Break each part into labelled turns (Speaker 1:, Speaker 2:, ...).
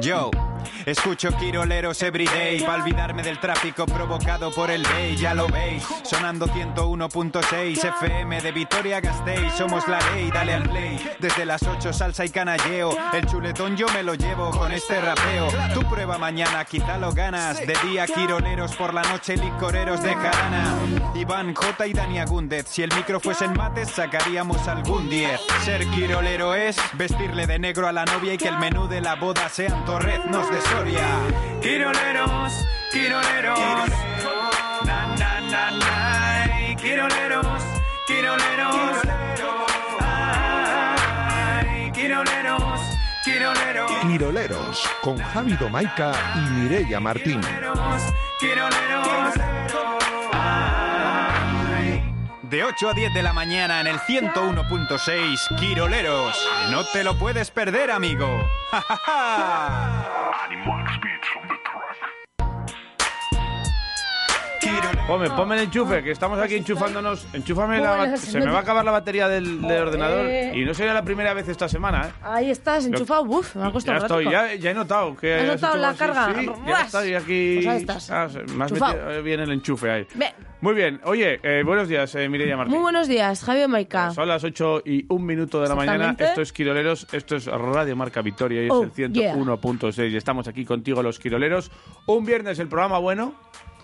Speaker 1: Yo. Escucho quiroleros everyday para olvidarme del tráfico provocado por el bay, ya lo veis. Sonando 101.6 FM de Vitoria Gasteiz, somos la ley, dale al play. Desde las 8 salsa y canalleo, el chuletón yo me lo llevo con este rapeo. Tu prueba mañana, quizá lo ganas. De día quiroleros, por la noche licoreros de jarana. Iván J y Dani Agúndez, si el micro fuese en mates sacaríamos algún 10. Ser quirolero es vestirle de negro a la novia y que el menú de la boda sean torreznos de Soria. Quiroleros, quiroleros, na na na na. Quiroleros, quiroleros, ay, quiroleros, quiroleros,
Speaker 2: Quiroleros con Javi Domaica y Mireia Martín.
Speaker 1: quiroleros, quiroleros, ay. De 8 a 10 de la mañana en el 101.6 Quiroleros. No te lo puedes perder, amigo. ¡Ja, ja, ja! Quiroleros.
Speaker 3: Ponme, ponme el enchufe, que estamos aquí enchufándonos. Enchúfame la
Speaker 4: Ah. Pues Bueno,
Speaker 3: bat-
Speaker 4: se
Speaker 3: Se
Speaker 4: me-
Speaker 3: me va a acabar la batería del, del ordenador.
Speaker 4: Eh.
Speaker 3: Y no sería la primera vez esta semana, ¿eh?
Speaker 4: Ahí estás, enchufado. Uf, me ha
Speaker 3: Ya
Speaker 4: costado un
Speaker 3: estoy,
Speaker 4: ratico.
Speaker 3: ya, ya he notado que.
Speaker 4: ¿Has
Speaker 3: has
Speaker 4: notado
Speaker 3: hecho
Speaker 4: la
Speaker 3: así.
Speaker 4: carga?
Speaker 3: Sí, ya
Speaker 4: Ras.
Speaker 3: estoy aquí.
Speaker 4: Pues ahí estás,
Speaker 3: Ah, se- me has
Speaker 4: enchufado.
Speaker 3: metido, eh, bien el enchufe ahí.
Speaker 4: Ve-
Speaker 3: Muy bien, oye, eh, buenos días, eh, Mireia Martín. Pues,
Speaker 4: Muy buenos días, Javier Maica.
Speaker 3: Son las 8 y un minuto de la mañana.
Speaker 4: Exactamente.
Speaker 3: Esto es Quiroleros, esto es Radio Marca Victoria y
Speaker 4: Oh,
Speaker 3: es el 101.6. Y Estamos aquí contigo, los Quiroleros. Un viernes, el programa bueno.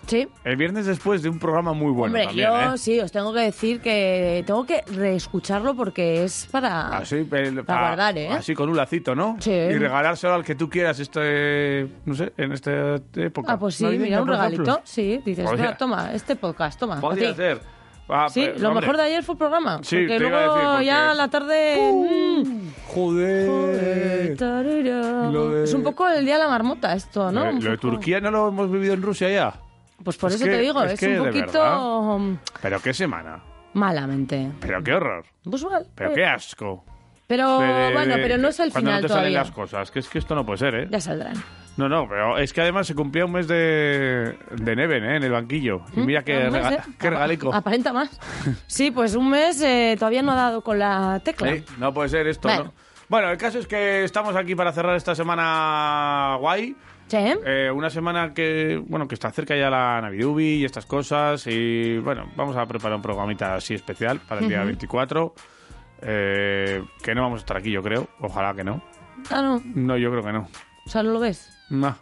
Speaker 4: Sí.
Speaker 3: El viernes después de un programa muy bueno
Speaker 4: Hombre,
Speaker 3: también,
Speaker 4: yo
Speaker 3: ¿eh?
Speaker 4: sí, os tengo que decir que tengo que reescucharlo porque es para...
Speaker 3: Así, el-
Speaker 4: para
Speaker 3: a-
Speaker 4: guardar, ¿eh?
Speaker 3: así con un lacito, ¿no?
Speaker 4: Sí.
Speaker 3: Y regalárselo al que tú quieras este, no sé, en esta época.
Speaker 4: Ah, pues sí,
Speaker 3: Navideña,
Speaker 4: mira, un
Speaker 3: por
Speaker 4: regalito.
Speaker 3: ejemplo.
Speaker 4: Sí, dices,
Speaker 3: Podría-
Speaker 4: "Mira, toma, este podcast, toma. para
Speaker 3: Podría
Speaker 4: ti".
Speaker 3: ser. Ah,
Speaker 4: Sí,
Speaker 3: pues,
Speaker 4: lo
Speaker 3: hombre.
Speaker 4: mejor de ayer fue el programa.
Speaker 3: Sí,
Speaker 4: porque
Speaker 3: te iba
Speaker 4: luego
Speaker 3: a decir, porque- Uh,
Speaker 4: ya la tarde... mm,
Speaker 3: Joder.
Speaker 4: tarara.
Speaker 3: Lo de-
Speaker 4: Es un poco el día de la marmota esto,
Speaker 3: Lo
Speaker 4: ¿no?
Speaker 3: de-
Speaker 4: Un
Speaker 3: Eh, lo de
Speaker 4: poco.
Speaker 3: Turquía no lo hemos vivido en Rusia ya.
Speaker 4: Pues por
Speaker 3: Es
Speaker 4: eso
Speaker 3: que-
Speaker 4: te digo,
Speaker 3: es
Speaker 4: es,
Speaker 3: que de
Speaker 4: un poquito
Speaker 3: verdad.
Speaker 4: mm,
Speaker 3: Pero qué semana.
Speaker 4: malamente.
Speaker 3: Pero qué horror.
Speaker 4: Pues vale.
Speaker 3: Pero qué asco.
Speaker 4: Pero,
Speaker 3: De- de-
Speaker 4: bueno,
Speaker 3: de-
Speaker 4: pero no es el
Speaker 3: cuando
Speaker 4: final
Speaker 3: no te salen
Speaker 4: todavía.
Speaker 3: las cosas. Que es que esto no puede ser, ¿eh?
Speaker 4: Ya saldrán.
Speaker 3: No, no, pero es que además se cumplía un mes de, de Neven, ¿eh? En el banquillo. Y mira qué,
Speaker 4: Ah,
Speaker 3: rega-
Speaker 4: más, ¿eh?
Speaker 3: qué regalico.
Speaker 4: Aparenta más. Sí, pues un mes eh, todavía no ha dado con la tecla.
Speaker 3: Sí, no puede ser esto,
Speaker 4: Bueno.
Speaker 3: ¿no? Bueno, el caso es que estamos aquí para cerrar esta semana guay.
Speaker 4: Sí, ¿eh?
Speaker 3: Eh, una semana que, bueno, que está cerca ya la Navidubi y estas cosas. Y bueno, vamos a preparar un programita así especial para el día 24. eh, que no vamos a estar aquí, yo creo. Ojalá que no.
Speaker 4: Ah, no.
Speaker 3: No, yo creo que no.
Speaker 4: O sea, no lo ves.
Speaker 3: Nah.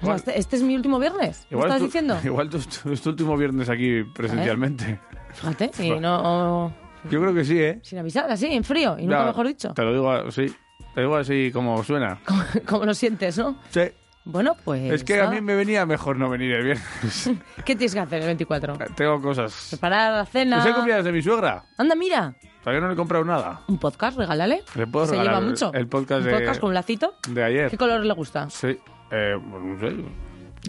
Speaker 4: O sea, este, este es mi último viernes. ¿Me
Speaker 3: Igual
Speaker 4: estás
Speaker 3: es tu-
Speaker 4: diciendo?
Speaker 3: Igual tu- tu- es tu último viernes aquí presencialmente.
Speaker 4: Fíjate. Y no. o-
Speaker 3: Yo creo que sí, ¿eh?
Speaker 4: sin avisar, así, en frío. Y nunca
Speaker 3: Ya,
Speaker 4: mejor dicho.
Speaker 3: Te lo digo así. Te digo así como suena.
Speaker 4: Como, como lo sientes, ¿no?
Speaker 3: Sí.
Speaker 4: Bueno, pues.
Speaker 3: Es que a
Speaker 4: nada.
Speaker 3: mí me venía mejor no venir el viernes.
Speaker 4: ¿Qué tienes que hacer el 24?
Speaker 3: Tengo cosas.
Speaker 4: Preparar la cena.
Speaker 3: Los he comprado de mi suegra.
Speaker 4: Anda, mira.
Speaker 3: Todavía no le he comprado nada.
Speaker 4: Un podcast, regálale.
Speaker 3: Le puedo
Speaker 4: Se
Speaker 3: regalar
Speaker 4: lleva mucho.
Speaker 3: el podcast
Speaker 4: un
Speaker 3: de-
Speaker 4: podcast con un lacito.
Speaker 3: De
Speaker 4: ¿Qué
Speaker 3: ayer.
Speaker 4: color le gusta?
Speaker 3: Sí. Eh, bueno, no sé.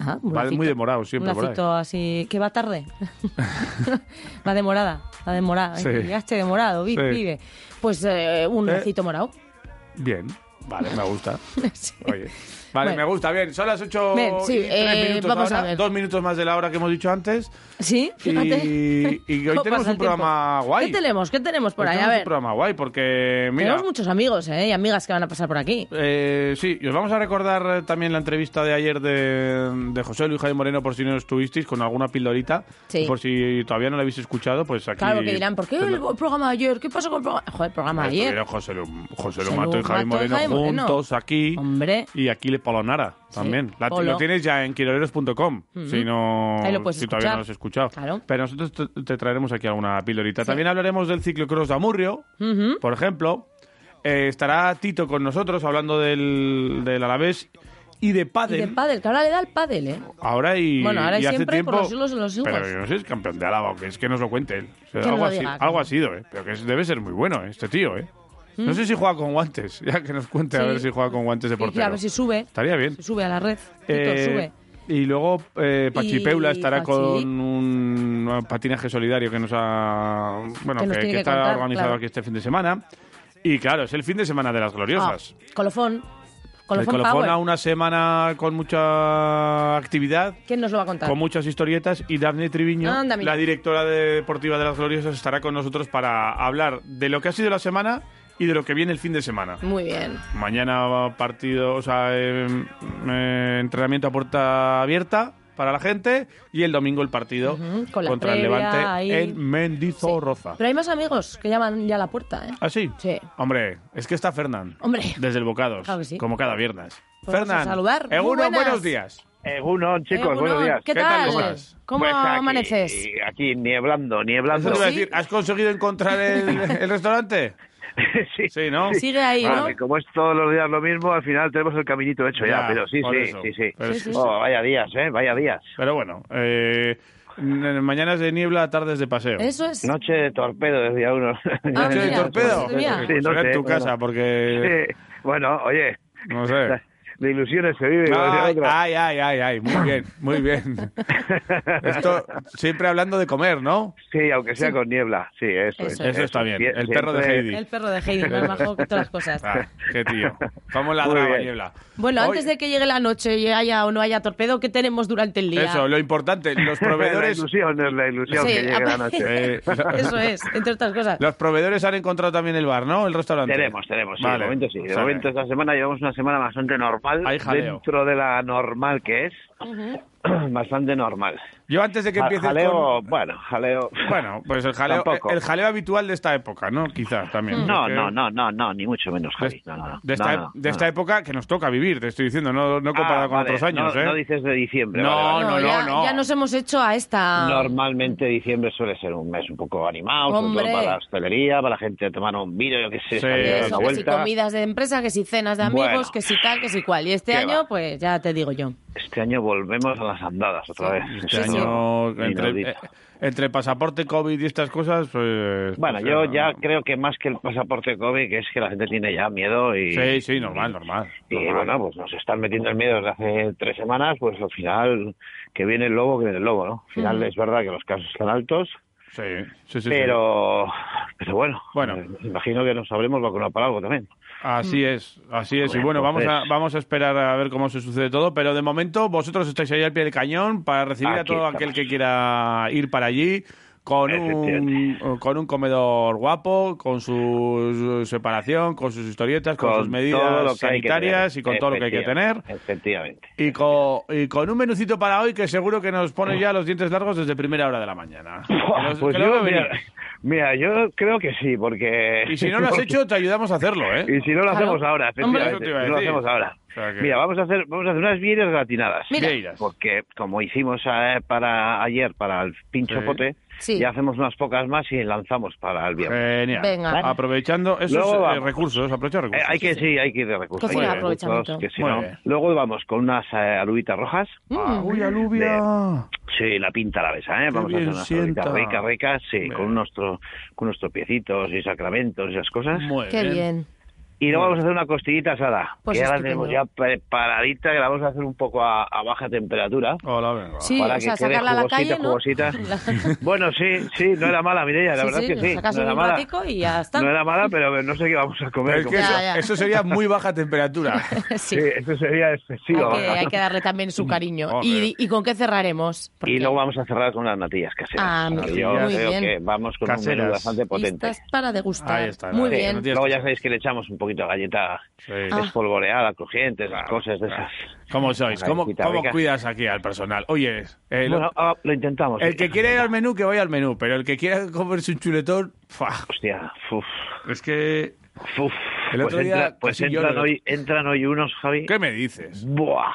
Speaker 4: Ah, un
Speaker 3: Va
Speaker 4: lacito.
Speaker 3: muy demorado siempre
Speaker 4: Un
Speaker 3: por ahí.
Speaker 4: lacito así que va tarde. va demorada, va demorada.
Speaker 3: Sí.
Speaker 4: Llegaste demorado, vi-
Speaker 3: Sí.
Speaker 4: vive. Pues eh, un
Speaker 3: Eh.
Speaker 4: lacito morado.
Speaker 3: Bien. Vale, me gusta.
Speaker 4: Sí.
Speaker 3: Oye. Vale,
Speaker 4: Bueno.
Speaker 3: me gusta. Bien, son las 8
Speaker 4: Bien, sí,
Speaker 3: y tres
Speaker 4: eh,
Speaker 3: minutos
Speaker 4: vamos
Speaker 3: ahora.
Speaker 4: a ver.
Speaker 3: Dos minutos más de la hora que hemos dicho antes.
Speaker 4: Sí, fíjate.
Speaker 3: Y, y hoy
Speaker 4: ¿Cómo
Speaker 3: tenemos
Speaker 4: pasa
Speaker 3: un
Speaker 4: el tiempo?
Speaker 3: programa guay.
Speaker 4: ¿Qué tenemos? ¿Qué tenemos por
Speaker 3: Hoy
Speaker 4: ahí? A
Speaker 3: tenemos
Speaker 4: ver.
Speaker 3: un programa guay porque, mira...
Speaker 4: Tenemos muchos amigos eh, y amigas que van a pasar por aquí.
Speaker 3: Eh, sí, y os vamos a recordar eh, también la entrevista de ayer de, de José Luis Jaime Moreno, por si no estuvisteis, con alguna pildorita.
Speaker 4: Sí.
Speaker 3: Por si todavía no la habéis escuchado, pues aquí...
Speaker 4: Claro, que dirán, ¿por qué el
Speaker 3: tendrá-
Speaker 4: programa de ayer? ¿Qué pasó con el programa? Joder, el programa de ayer.
Speaker 3: Estuvieron José, Lu- José
Speaker 4: José
Speaker 3: Lu Mato y
Speaker 4: Lu
Speaker 3: Jaime
Speaker 4: Mato y
Speaker 3: Moreno
Speaker 4: Jaime Moreno.
Speaker 3: juntos aquí.
Speaker 4: Hombre.
Speaker 3: Y aquí le Polonara también. La-
Speaker 4: Polo.
Speaker 3: Lo tienes ya en quiroleros.com, si, no,
Speaker 4: Ahí lo puedes
Speaker 3: si todavía
Speaker 4: escuchar.
Speaker 3: no lo has escuchado.
Speaker 4: Claro.
Speaker 3: Pero nosotros te, te traeremos aquí alguna pildorita. También hablaremos del ciclocross de Amurrio,
Speaker 4: ¿Mm?
Speaker 3: por ejemplo. Eh, estará Tito con nosotros hablando del, del Alavés y de
Speaker 4: Y
Speaker 3: pádel.
Speaker 4: de pádel, que ahora le da el pádel, ¿eh?
Speaker 3: Ahora y,
Speaker 4: Bueno, ahora y
Speaker 3: hace
Speaker 4: siempre,
Speaker 3: tiempo.
Speaker 4: por los siglos de los siglos.
Speaker 3: Pero yo no sé, es campeón de Álava, o que es que nos lo cuente él. O sea,
Speaker 4: Que nos
Speaker 3: algo,
Speaker 4: lo
Speaker 3: así-
Speaker 4: diga,
Speaker 3: algo
Speaker 4: claro.
Speaker 3: ha sido, ¿eh? Pero que es- debe ser muy bueno, ¿eh? este tío, ¿eh? No sé si juega con guantes, ya que nos cuente a
Speaker 4: Sí.
Speaker 3: ver si juega con guantes de
Speaker 4: Y
Speaker 3: portero.
Speaker 4: a ver si sube.
Speaker 3: Estaría bien.
Speaker 4: Si sube a la red. Tito,
Speaker 3: Eh,
Speaker 4: sube.
Speaker 3: Y luego eh, Pachi
Speaker 4: Y
Speaker 3: Peula estará
Speaker 4: Pachi.
Speaker 3: con un un patinaje solidario que nos ha. Bueno,
Speaker 4: Que
Speaker 3: que,
Speaker 4: nos tiene
Speaker 3: que
Speaker 4: que
Speaker 3: está
Speaker 4: contar,
Speaker 3: organizado
Speaker 4: claro.
Speaker 3: aquí este fin de semana. Y claro, es el fin de semana de las gloriosas.
Speaker 4: Ah, colofón.
Speaker 3: el
Speaker 4: Colofón,
Speaker 3: colofón
Speaker 4: Power.
Speaker 3: a una semana con mucha actividad,
Speaker 4: ¿Quién nos lo va a contar?
Speaker 3: con muchas historietas. Y Dafne Triviño,
Speaker 4: Anda, mira.
Speaker 3: la directora de deportiva de las gloriosas, estará con nosotros para hablar de lo que ha sido la semana y de lo que viene el fin de semana.
Speaker 4: Muy bien.
Speaker 3: Mañana va partido, o sea, eh, eh, entrenamiento a puerta abierta para la gente y el domingo el partido
Speaker 5: Ujú, con la
Speaker 3: contra el
Speaker 5: previa,
Speaker 3: Levante
Speaker 5: ahí.
Speaker 3: en Mendizorroza.
Speaker 4: Pero hay más amigos que llaman ya a la puerta, ¿eh?
Speaker 3: ¿Ah, sí?
Speaker 4: Sí.
Speaker 3: Hombre, es que está Fernán.
Speaker 4: Hombre.
Speaker 3: Desde el Bocados.
Speaker 5: Claro que sí.
Speaker 3: Como cada viernes.
Speaker 4: Pues vamos a
Speaker 3: Fernán.
Speaker 4: saludar. Muy
Speaker 3: Eguno,
Speaker 4: buenas.
Speaker 3: buenos días.
Speaker 6: Egunon, chicos,
Speaker 4: Egunon,
Speaker 6: buenos días.
Speaker 4: ¿Qué,
Speaker 3: ¿Qué
Speaker 4: tal?
Speaker 3: tal estás?
Speaker 4: ¿Cómo
Speaker 6: Pues aquí,
Speaker 4: amaneces?
Speaker 6: Aquí, nieblando,
Speaker 3: Eso
Speaker 6: nieblando.
Speaker 3: te iba a
Speaker 4: sí.
Speaker 3: decir, ¿Has conseguido encontrar el, el restaurante?
Speaker 6: sí.
Speaker 3: Sí, ¿no?
Speaker 5: Sigue ahí,
Speaker 6: Vale,
Speaker 5: ¿no?
Speaker 6: como es todos los días lo mismo, al final tenemos el caminito hecho ya,
Speaker 3: Ya,
Speaker 6: pero sí,
Speaker 3: por
Speaker 6: sí,
Speaker 3: eso.
Speaker 6: sí, sí.
Speaker 3: Pero Sí, sí, sí.
Speaker 6: Oh, vaya días, ¿eh? Vaya días.
Speaker 3: Pero bueno, eh, n- mañanas de niebla, tardes de paseo.
Speaker 5: Eso es.
Speaker 6: Noche de torpedo, decía uno.
Speaker 5: Ah,
Speaker 3: ¿Noche de
Speaker 5: mira,
Speaker 3: torpedo?
Speaker 5: pues mira.
Speaker 3: Pues
Speaker 6: Sí,
Speaker 3: será en
Speaker 6: noche,
Speaker 3: tu casa,
Speaker 6: bueno.
Speaker 3: porque...
Speaker 6: Sí. Bueno, oye,
Speaker 3: No sé.
Speaker 6: de ilusiones se vive. como decía
Speaker 3: Ay,
Speaker 6: otro.
Speaker 3: ay, ay, ay, ay, muy bien, muy bien. Esto siempre hablando de comer, ¿no?
Speaker 6: Sí, aunque sea con niebla, sí, eso, es,
Speaker 5: Eso
Speaker 3: Eso está bien.
Speaker 6: Sie-
Speaker 3: El perro de
Speaker 6: siempre-
Speaker 3: Heidi.
Speaker 5: El perro de Heidi, más bajo que todas las cosas.
Speaker 3: Ah, qué tío. Vamos la
Speaker 6: Muy
Speaker 3: drama
Speaker 6: bien.
Speaker 3: niebla.
Speaker 5: Bueno,
Speaker 3: Hoy-
Speaker 5: antes de que llegue la noche y haya o no haya torpedo, ¿qué tenemos durante el día?
Speaker 3: Eso, lo importante, los proveedores...
Speaker 6: La ilusión es la ilusión
Speaker 5: Sí,
Speaker 6: que llega la
Speaker 5: aparte-
Speaker 6: noche.
Speaker 3: eh,
Speaker 5: Eso es, entre otras cosas.
Speaker 3: Los proveedores han encontrado también el bar, ¿no? El restaurante.
Speaker 6: Tenemos, tenemos, sí,
Speaker 3: Vale.
Speaker 6: de momento sí. De
Speaker 3: O sea,
Speaker 6: momento esta semana llevamos una semana bastante normal.
Speaker 3: Hay jaleo.
Speaker 6: Dentro de la normal que es, bastante normal.
Speaker 3: Yo antes de que
Speaker 6: Ja-
Speaker 3: empieces
Speaker 6: jaleo,
Speaker 3: con...
Speaker 6: bueno, jaleo...
Speaker 3: Bueno, pues el jaleo,
Speaker 6: Tampoco.
Speaker 3: el jaleo habitual de esta época, ¿no? Quizás también.
Speaker 6: No,
Speaker 3: porque
Speaker 6: no, no, no, no, ni mucho menos,
Speaker 3: De,
Speaker 6: Javi. No, no, no.
Speaker 3: de esta,
Speaker 6: No, no,
Speaker 3: de
Speaker 6: no,
Speaker 3: esta
Speaker 6: no.
Speaker 3: época que nos toca vivir, te estoy diciendo, no, no comparado
Speaker 6: Ah,
Speaker 3: con
Speaker 6: vale,
Speaker 3: otros años,
Speaker 6: no,
Speaker 3: ¿eh?
Speaker 6: no dices de diciembre.
Speaker 3: No,
Speaker 6: vale, vale.
Speaker 3: no, no,
Speaker 5: ya,
Speaker 3: no.
Speaker 5: ya nos hemos hecho a esta.
Speaker 6: Normalmente diciembre suele ser un mes un poco animado, sobre
Speaker 5: Hombre.
Speaker 6: todo para la hostelería, para la gente tomar un vino, yo qué sé,
Speaker 3: Sí.
Speaker 6: salir a dar
Speaker 5: Eso,
Speaker 6: una
Speaker 5: que si
Speaker 6: vuelta.
Speaker 5: comidas de empresa, que si cenas de amigos,
Speaker 6: Bueno.
Speaker 5: que si tal, que si cual. Y este
Speaker 6: Qué
Speaker 5: año,
Speaker 6: va.
Speaker 5: pues ya te digo yo.
Speaker 6: Este año volvemos a las andadas otra vez.
Speaker 3: Este
Speaker 6: Esto-
Speaker 3: año, entre,
Speaker 6: Inaudito.
Speaker 3: eh, entre pasaporte, COVID y estas cosas, pues...
Speaker 6: Bueno,
Speaker 3: no sé,
Speaker 6: yo
Speaker 3: no,
Speaker 6: ya
Speaker 3: no.
Speaker 6: creo que más que el pasaporte COVID, que es que la gente tiene ya miedo y...
Speaker 3: Sí, sí, normal, normal.
Speaker 6: Y
Speaker 3: normal.
Speaker 6: bueno, pues nos están metiendo el miedo desde hace tres semanas, pues al final que viene el lobo, que viene el lobo, ¿no? Al final es verdad que los casos están altos,
Speaker 3: Sí, sí, sí, sí.
Speaker 6: pero, pero bueno,
Speaker 3: Bueno.
Speaker 6: eh, imagino que nos habremos vacunado para algo también.
Speaker 3: Así es, así es. Y bueno,
Speaker 6: Bueno, pues-
Speaker 3: vamos a,
Speaker 6: entonces-
Speaker 3: vamos a esperar a ver cómo se sucede todo, pero de momento vosotros estáis ahí al pie del cañón para recibir a
Speaker 6: Aquí
Speaker 3: todo
Speaker 6: estamos.
Speaker 3: aquel que quiera ir para allí con un,
Speaker 6: Efectivamente.
Speaker 3: con un comedor guapo, con su, su separación, con sus historietas, con, sus
Speaker 6: todo lo
Speaker 3: medidas
Speaker 6: que hay que
Speaker 3: sanitarias
Speaker 6: tener.
Speaker 3: y con todo lo que hay que tener.
Speaker 6: Efectivamente.
Speaker 3: Y con, y con un menucito para hoy que seguro que nos pone ya los dientes largos desde primera hora de la mañana. Que los-
Speaker 6: Pues
Speaker 3: que lo
Speaker 6: yo,
Speaker 3: veo
Speaker 6: mira,
Speaker 3: venir.
Speaker 6: mira, yo creo que sí, porque...
Speaker 3: y si no lo has hecho, te ayudamos a hacerlo, ¿eh?
Speaker 6: Y si no lo
Speaker 5: Claro.
Speaker 6: hacemos ahora,
Speaker 3: Hombre,
Speaker 6: efectivamente.
Speaker 3: eso te iba a
Speaker 6: si no lo
Speaker 3: decir.
Speaker 6: hacemos ahora.
Speaker 3: O sea que-
Speaker 6: Mira, vamos a hacer vamos a hacer unas vieiras gratinadas.
Speaker 5: Mira.
Speaker 3: Vieiras.
Speaker 6: Porque como hicimos eh, para ayer para el pincho
Speaker 3: Sí.
Speaker 6: pote,
Speaker 5: Sí.
Speaker 6: ya hacemos unas pocas más y lanzamos para el viernes.
Speaker 3: Genial.
Speaker 5: Venga.
Speaker 3: Aprovechando esos
Speaker 6: Luego
Speaker 3: eh,
Speaker 6: vamos.
Speaker 3: recursos, aprovecha recursos.
Speaker 6: Eh, hay que sí, hay que ir de recursos.
Speaker 5: Cocina,
Speaker 6: Hay que ir de recursos,
Speaker 5: aprovechamiento.
Speaker 6: que si
Speaker 3: Muy
Speaker 6: no-
Speaker 3: bien.
Speaker 6: Luego vamos con unas eh, alubitas rojas.
Speaker 3: Ah, uy, alubia.
Speaker 6: Sí, la pinta la besa, ¿eh? Vamos a
Speaker 3: bien
Speaker 6: hacer unas alubitas
Speaker 3: sienta.
Speaker 6: ricas, ricas, sí,
Speaker 3: Bien.
Speaker 6: con unos, tro- con unos tropiecitos y sacramentos y esas cosas.
Speaker 3: Muy
Speaker 5: Qué bien.
Speaker 6: Y luego vamos a hacer una costillita asada,
Speaker 5: Pues
Speaker 6: que ya la
Speaker 5: estupendo.
Speaker 6: tenemos ya preparadita, que la vamos a hacer un poco a, a baja temperatura.
Speaker 3: Hola, venga.
Speaker 5: Sí,
Speaker 6: para
Speaker 5: o sea,
Speaker 6: que quede
Speaker 5: sacarla a la calle, ¿no?
Speaker 6: jugosita,
Speaker 5: La-
Speaker 6: Bueno, sí, sí, no era mala, Mireia, la
Speaker 5: sí,
Speaker 6: verdad
Speaker 5: sí,
Speaker 6: es que sí.
Speaker 5: sacas
Speaker 6: No era
Speaker 5: un
Speaker 6: mala,
Speaker 5: ratico y ya está.
Speaker 6: no era mala, pero no sé qué vamos a comer.
Speaker 3: Es que
Speaker 6: como-
Speaker 3: eso,
Speaker 5: Ya, ya.
Speaker 3: eso sería muy baja temperatura.
Speaker 5: sí.
Speaker 6: Sí, eso sería excesivo.
Speaker 5: Hay que,
Speaker 6: ¿verdad?
Speaker 5: hay que darle también su cariño.
Speaker 3: Joder.
Speaker 5: ¿Y, y con qué cerraremos? Porque-
Speaker 6: Y luego vamos a cerrar con unas natillas caseras.
Speaker 5: Ah, mira,
Speaker 6: Yo
Speaker 5: muy
Speaker 6: creo
Speaker 5: bien.
Speaker 6: que vamos con un
Speaker 3: Caseras.
Speaker 6: menú bastante potente.
Speaker 5: Listas para degustar.
Speaker 3: Ahí está,
Speaker 5: Muy
Speaker 3: la-
Speaker 5: bien.
Speaker 3: la-
Speaker 6: Luego ya sabéis que le echamos un poquito de galleta
Speaker 3: Sí.
Speaker 5: Ah.
Speaker 6: espolvoreada, crujiente, esas cosas de esas.
Speaker 3: ¿Cómo sois? ¿Cómo,
Speaker 6: Ricita,
Speaker 3: cómo
Speaker 6: rica.
Speaker 3: cuidas aquí al personal? Oye, el,
Speaker 6: Bueno, ah, lo intentamos.
Speaker 3: el que quiere ir al menú, que vaya al menú, pero el que quiera comerse un chuletón, ¡fua!
Speaker 6: Hostia, uf,
Speaker 3: es que...
Speaker 6: uf.
Speaker 3: El otro
Speaker 6: pues
Speaker 3: día
Speaker 6: entra- pues
Speaker 3: casi
Speaker 6: entran
Speaker 3: lloro.
Speaker 6: hoy, entran hoy unos, Javi.
Speaker 3: ¿Qué me dices?
Speaker 6: Buah.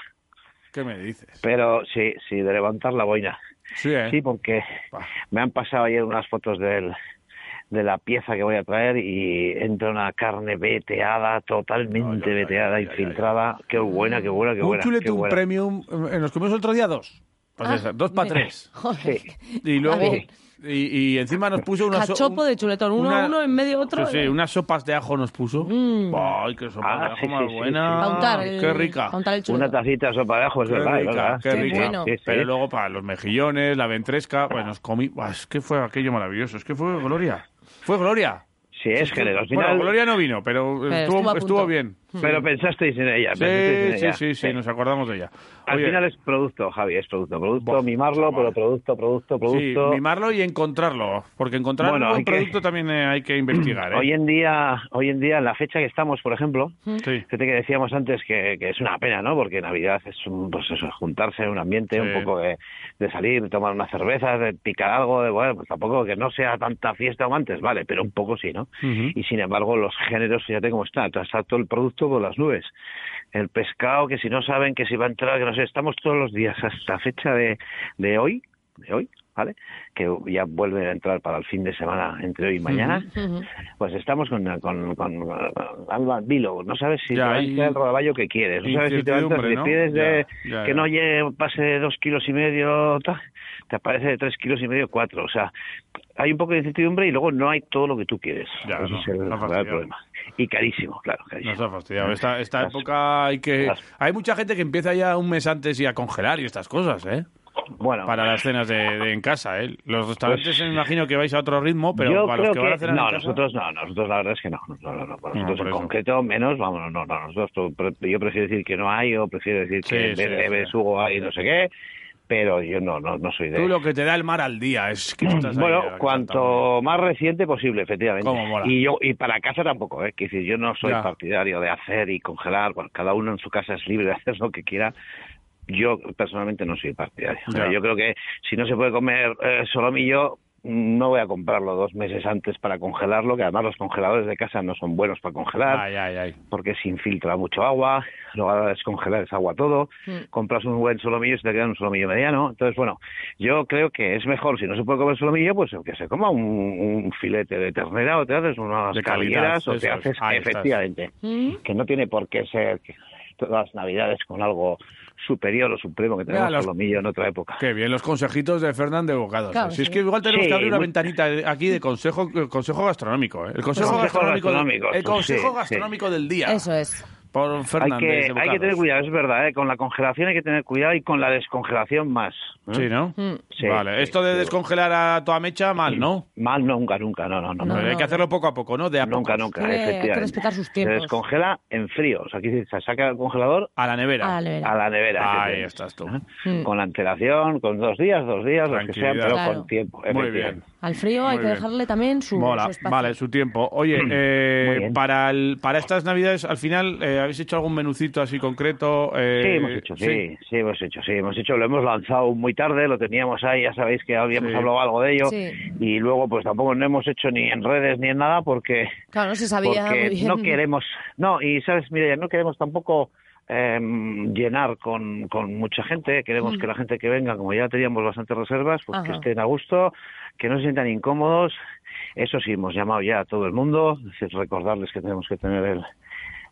Speaker 3: ¿Qué me dices?
Speaker 6: Pero sí, sí, de levantar la boina.
Speaker 3: Sí, ¿eh?
Speaker 6: Sí, porque
Speaker 3: Pa.
Speaker 6: me han pasado ayer unas fotos del, de la pieza que voy a traer y entra una carne veteada,
Speaker 3: Ay,
Speaker 6: totalmente
Speaker 3: ay, ay,
Speaker 6: veteada,
Speaker 3: ay, ay,
Speaker 6: infiltrada. Qué buena, qué buena, qué
Speaker 3: un
Speaker 6: buena. qué
Speaker 3: chuletón
Speaker 6: buena.
Speaker 3: premium, eh, nos comimos otro día dos. Pues
Speaker 5: Ah,
Speaker 3: esa, dos para
Speaker 5: mira.
Speaker 3: tres.
Speaker 5: Joder.
Speaker 3: Y luego...
Speaker 5: ver.
Speaker 3: Y, y encima nos puso una... so-
Speaker 5: Cachopo de chuletón. Uno
Speaker 3: una-
Speaker 5: a uno, en medio otro.
Speaker 3: Sí, sí, unas sopas de ajo nos puso. ¡Ay, qué sopa
Speaker 6: Ah,
Speaker 3: de ajo
Speaker 6: sí,
Speaker 3: más
Speaker 6: sí, sí,
Speaker 3: buena!
Speaker 6: sí.
Speaker 5: Untar Mm. el,
Speaker 3: ¡Qué rica!
Speaker 5: a untar el
Speaker 6: Una
Speaker 5: chuletón.
Speaker 6: tacita de sopa de ajo, es
Speaker 3: Qué
Speaker 6: verdad. es
Speaker 3: rica,
Speaker 6: verdad.
Speaker 3: qué
Speaker 6: Sí,
Speaker 3: rica.
Speaker 5: bueno.
Speaker 6: sí, sí.
Speaker 3: Pero luego para los mejillones, la ventresca, pues nos comí... Buah, Es que fue aquello maravilloso, es que fue Gloria. Fue Gloria.
Speaker 6: Sí, es que al
Speaker 3: Bueno,
Speaker 6: final...
Speaker 3: Gloria no vino, pero,
Speaker 5: Pero
Speaker 3: estuvo,
Speaker 5: estuvo a punto.
Speaker 3: estuvo bien.
Speaker 6: Pero pensasteis en ella. pensasteis en
Speaker 3: Sí, sí,
Speaker 6: ella.
Speaker 3: sí, sí, nos acordamos de ella.
Speaker 6: Al
Speaker 3: Oye,
Speaker 6: final es producto, Javi, es producto. Producto,
Speaker 3: Buah,
Speaker 6: mimarlo, pero producto, producto,
Speaker 3: sí,
Speaker 6: producto.
Speaker 3: mimarlo y encontrarlo, porque encontrar
Speaker 6: Bueno,
Speaker 3: un
Speaker 6: hay que-
Speaker 3: producto también eh, hay que investigar. ¿eh?
Speaker 6: Hoy en día, hoy en día, en la fecha que estamos, por ejemplo,
Speaker 3: Sí.
Speaker 6: fíjate que decíamos antes que, que es una pena, ¿no? Porque Navidad es un, pues eso, juntarse en un ambiente,
Speaker 3: Sí.
Speaker 6: un poco de, de salir, tomar unas cervezas, de picar algo, de bueno, pues tampoco que no sea tanta fiesta como antes, vale, pero un poco sí, ¿no?
Speaker 3: Ujú.
Speaker 6: Y sin embargo, los géneros, fíjate cómo está, está todo el producto por las nubes. El pescado, que si no saben que si va a entrar, que no sé, estamos todos los días hasta fecha de, de hoy, de hoy, ¿vale? Que ya vuelve a entrar para el fin de semana, entre hoy y mañana. Pues estamos con, con, con, Alba Vilo, no sabes si
Speaker 3: Ya,
Speaker 6: te va a
Speaker 3: y-
Speaker 6: entrar el rodaballo que quieres, no sabes si te va a entrar,
Speaker 3: Incertidumbre,
Speaker 6: te
Speaker 3: ¿no?
Speaker 6: pides de,
Speaker 3: Ya, ya,
Speaker 6: que
Speaker 3: ya.
Speaker 6: no llegue, pase de dos kilos y medio, ta, te aparece de tres kilos y medio, cuatro, o sea, hay un poco de incertidumbre y luego no hay todo lo que tú quieres,
Speaker 3: Ya,
Speaker 6: Ese
Speaker 3: no,
Speaker 6: es el,
Speaker 3: no
Speaker 6: real
Speaker 3: fastidiar.
Speaker 6: problema, y carísimo, claro, carísimo.
Speaker 3: Nos ha fastidiado. Esta, esta
Speaker 6: Las-
Speaker 3: época hay que...
Speaker 6: las-
Speaker 3: Hay mucha gente que empieza ya un mes antes y a congelar y estas cosas, ¿eh?
Speaker 6: Bueno, Pues
Speaker 3: Para las cenas de, de en casa, ¿eh? Los restaurantes me imagino que vais a otro ritmo, pero
Speaker 6: yo
Speaker 3: para
Speaker 6: creo
Speaker 3: los que, van a cenar en
Speaker 6: no,
Speaker 3: casa-
Speaker 6: nosotros no, nosotros la verdad es que no, no, no, no, para
Speaker 3: No,
Speaker 6: nosotros
Speaker 3: por
Speaker 6: en
Speaker 3: eso.
Speaker 6: concreto menos, vamos, no, no, nosotros, tú- pre- yo prefiero decir que no hay o prefiero decir
Speaker 3: Sí,
Speaker 6: que en
Speaker 3: sí,
Speaker 6: vez de
Speaker 3: sí.
Speaker 6: besugo hay no sé qué, pero yo no, no, no soy de...
Speaker 3: Tú lo que te da el mar al día es que estás ahí
Speaker 6: Mm, Bueno,
Speaker 3: a la que salta.
Speaker 6: cuanto más reciente posible, efectivamente.
Speaker 3: Cómo mola.
Speaker 6: Y yo y para casa tampoco, ¿eh? Que decir, yo no soy
Speaker 3: Ya.
Speaker 6: partidario de hacer y congelar. Bueno, cada uno en su casa es libre de hacer lo que quiera. Yo personalmente no soy partidario. O sea,
Speaker 3: Ya.
Speaker 6: yo creo que si no se puede comer eh, solomillo, mm, no voy a comprarlo dos meses antes para congelarlo, que además los congeladores de casa no son buenos para congelar
Speaker 3: Ay, ay, ay.
Speaker 6: porque se infiltra mucho agua, luego a descongelar es agua todo, compras un buen solomillo y se te queda un solomillo mediano. Entonces, bueno, yo creo que es mejor, si no se puede comer solomillo, pues que se coma un, un filete de ternera o te haces unas
Speaker 3: De calidad,
Speaker 6: cabelleras o te
Speaker 3: eso es.
Speaker 6: haces,
Speaker 3: Ahí estás.
Speaker 6: efectivamente, que no tiene por qué ser que todas las navidades con algo superior o supremo que tenemos
Speaker 3: los-
Speaker 6: solomillo en otra época.
Speaker 3: Qué bien, los consejitos de Fernán de Bocados.
Speaker 4: Claro,
Speaker 3: ¿eh? si es
Speaker 4: sí.
Speaker 3: que igual tenemos
Speaker 6: Sí,
Speaker 3: que abrir una
Speaker 6: muy-
Speaker 3: ventanita aquí de consejo eh, consejo gastronómico. ¿eh? El consejo,
Speaker 6: Consejo
Speaker 3: gastronómico,
Speaker 6: gastronómico,
Speaker 3: el consejo
Speaker 6: sí,
Speaker 3: gastronómico del día.
Speaker 4: Eso es.
Speaker 3: Por
Speaker 6: Hay
Speaker 3: Fernández
Speaker 6: que,
Speaker 3: de
Speaker 6: hay
Speaker 3: Bocados.
Speaker 6: que tener cuidado, es verdad, ¿eh? con la congelación hay que tener cuidado y con la descongelación más. ¿eh?
Speaker 3: Sí, ¿no?
Speaker 4: Mm.
Speaker 6: Sí,
Speaker 3: vale,
Speaker 6: sí,
Speaker 3: esto de
Speaker 6: sí.
Speaker 3: descongelar a toda mecha, mal, ¿no?
Speaker 6: Mal nunca, nunca, no, no, no.
Speaker 3: Pero
Speaker 6: no.
Speaker 3: hay que hacerlo poco a poco, ¿no? De a
Speaker 6: Nunca,
Speaker 3: pocos.
Speaker 6: nunca,
Speaker 4: Tiene- hay que
Speaker 6: efectivamente.
Speaker 4: respetar sus
Speaker 6: Se
Speaker 4: tiempos.
Speaker 6: descongela en frío. O sea, aquí se saca del congelador
Speaker 3: A la nevera.
Speaker 4: A la nevera. Mm.
Speaker 6: a la nevera.
Speaker 3: Ahí
Speaker 6: efectivamente.
Speaker 3: estás tú.
Speaker 6: ¿Eh? Con antelación, con dos días, dos días, los que sean,
Speaker 3: Tranquilidad.
Speaker 6: pero
Speaker 4: Claro.
Speaker 6: con tiempo.
Speaker 3: Muy
Speaker 6: efectivamente.
Speaker 3: bien.
Speaker 4: Al frío hay
Speaker 3: Muy
Speaker 4: que
Speaker 3: bien.
Speaker 4: dejarle también su,
Speaker 3: Mola,
Speaker 4: su espacio.
Speaker 3: vale, su tiempo. Oye, eh,
Speaker 6: Muy bien.
Speaker 3: para, el- para estas navidades, al final, eh, ¿habéis hecho algún menucito así concreto? Eh,
Speaker 6: Sí, hemos hecho, sí, sí, hemos hecho, sí, hemos hecho, lo hemos lanzado muy tarde, lo teníamos ahí, ya sabéis que habíamos
Speaker 3: Sí.
Speaker 6: hablado algo de ello,
Speaker 4: Sí.
Speaker 6: y luego pues tampoco no hemos hecho ni en redes ni en nada porque
Speaker 4: Claro, no se sabía muy
Speaker 6: porque
Speaker 4: bien.
Speaker 6: no queremos, no, y sabes, mira, no queremos tampoco eh, llenar con, con mucha gente, queremos que la gente que venga, como ya teníamos bastantes reservas, pues que
Speaker 4: Mm. Ajá.
Speaker 6: estén a gusto, que no se sientan incómodos, eso sí, hemos llamado ya a todo el mundo, es decir, recordarles que tenemos que tener el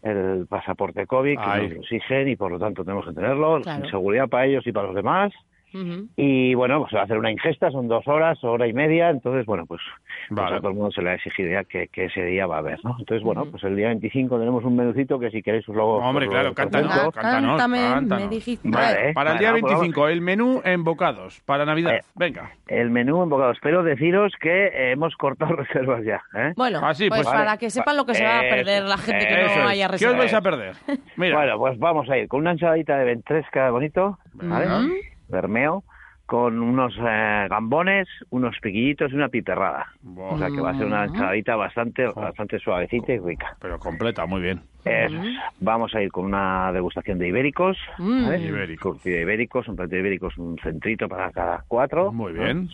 Speaker 6: el pasaporte COVID, que
Speaker 3: Ay.
Speaker 6: nos lo exigen y por lo tanto tenemos que tenerlo,
Speaker 4: Claro.
Speaker 6: seguridad para ellos y para los demás.
Speaker 4: Ujú.
Speaker 6: Y bueno, pues va a hacer una ingesta, son dos horas, hora y media, entonces bueno, pues, pues
Speaker 3: Vale.
Speaker 6: a todo el mundo se le ha exigido ya que, que ese día va a haber, ¿no? Entonces bueno, pues el día 25 tenemos un menucito que si queréis os lo...
Speaker 3: Hombre,
Speaker 6: os lo
Speaker 3: claro,
Speaker 6: presento.
Speaker 3: cántanos,
Speaker 4: Ah,
Speaker 3: cántanos,
Speaker 4: cántame,
Speaker 3: cántanos.
Speaker 4: me dijiste.
Speaker 6: Vale, ¿eh?
Speaker 3: Para el día
Speaker 6: Vale, vamos,
Speaker 3: 25, el menú en bocados, para Navidad.
Speaker 6: Eh.
Speaker 3: Venga.
Speaker 6: El menú en bocados, pero deciros que eh, hemos cortado reservas ya, ¿eh?
Speaker 4: Bueno,
Speaker 3: Ah, sí,
Speaker 4: pues,
Speaker 3: pues-
Speaker 4: para
Speaker 6: Vale.
Speaker 4: que sepan lo que se va a
Speaker 6: Eso,
Speaker 4: perder la gente que
Speaker 6: eso
Speaker 4: no
Speaker 3: es.
Speaker 4: haya
Speaker 3: ¿Qué os
Speaker 4: reservado.
Speaker 3: vais a perder? Mira,
Speaker 6: Bueno, pues vamos a ir con una ensaladita de ventresca bonito, ¿vale? Bermeo, con unos eh, gambones, unos piquillitos y una piperrada.
Speaker 3: Buah.
Speaker 6: O sea que va a ser una ensaladita bastante, bastante suavecita y rica.
Speaker 3: pero completa, muy bien.
Speaker 6: Eso es. Vamos a ir con una degustación de ibéricos. ¿vale?
Speaker 3: Mm. Ibéricos.
Speaker 6: Surtido de ibéricos, un plato de ibéricos, un centrito para cada cuatro.
Speaker 3: Muy bien.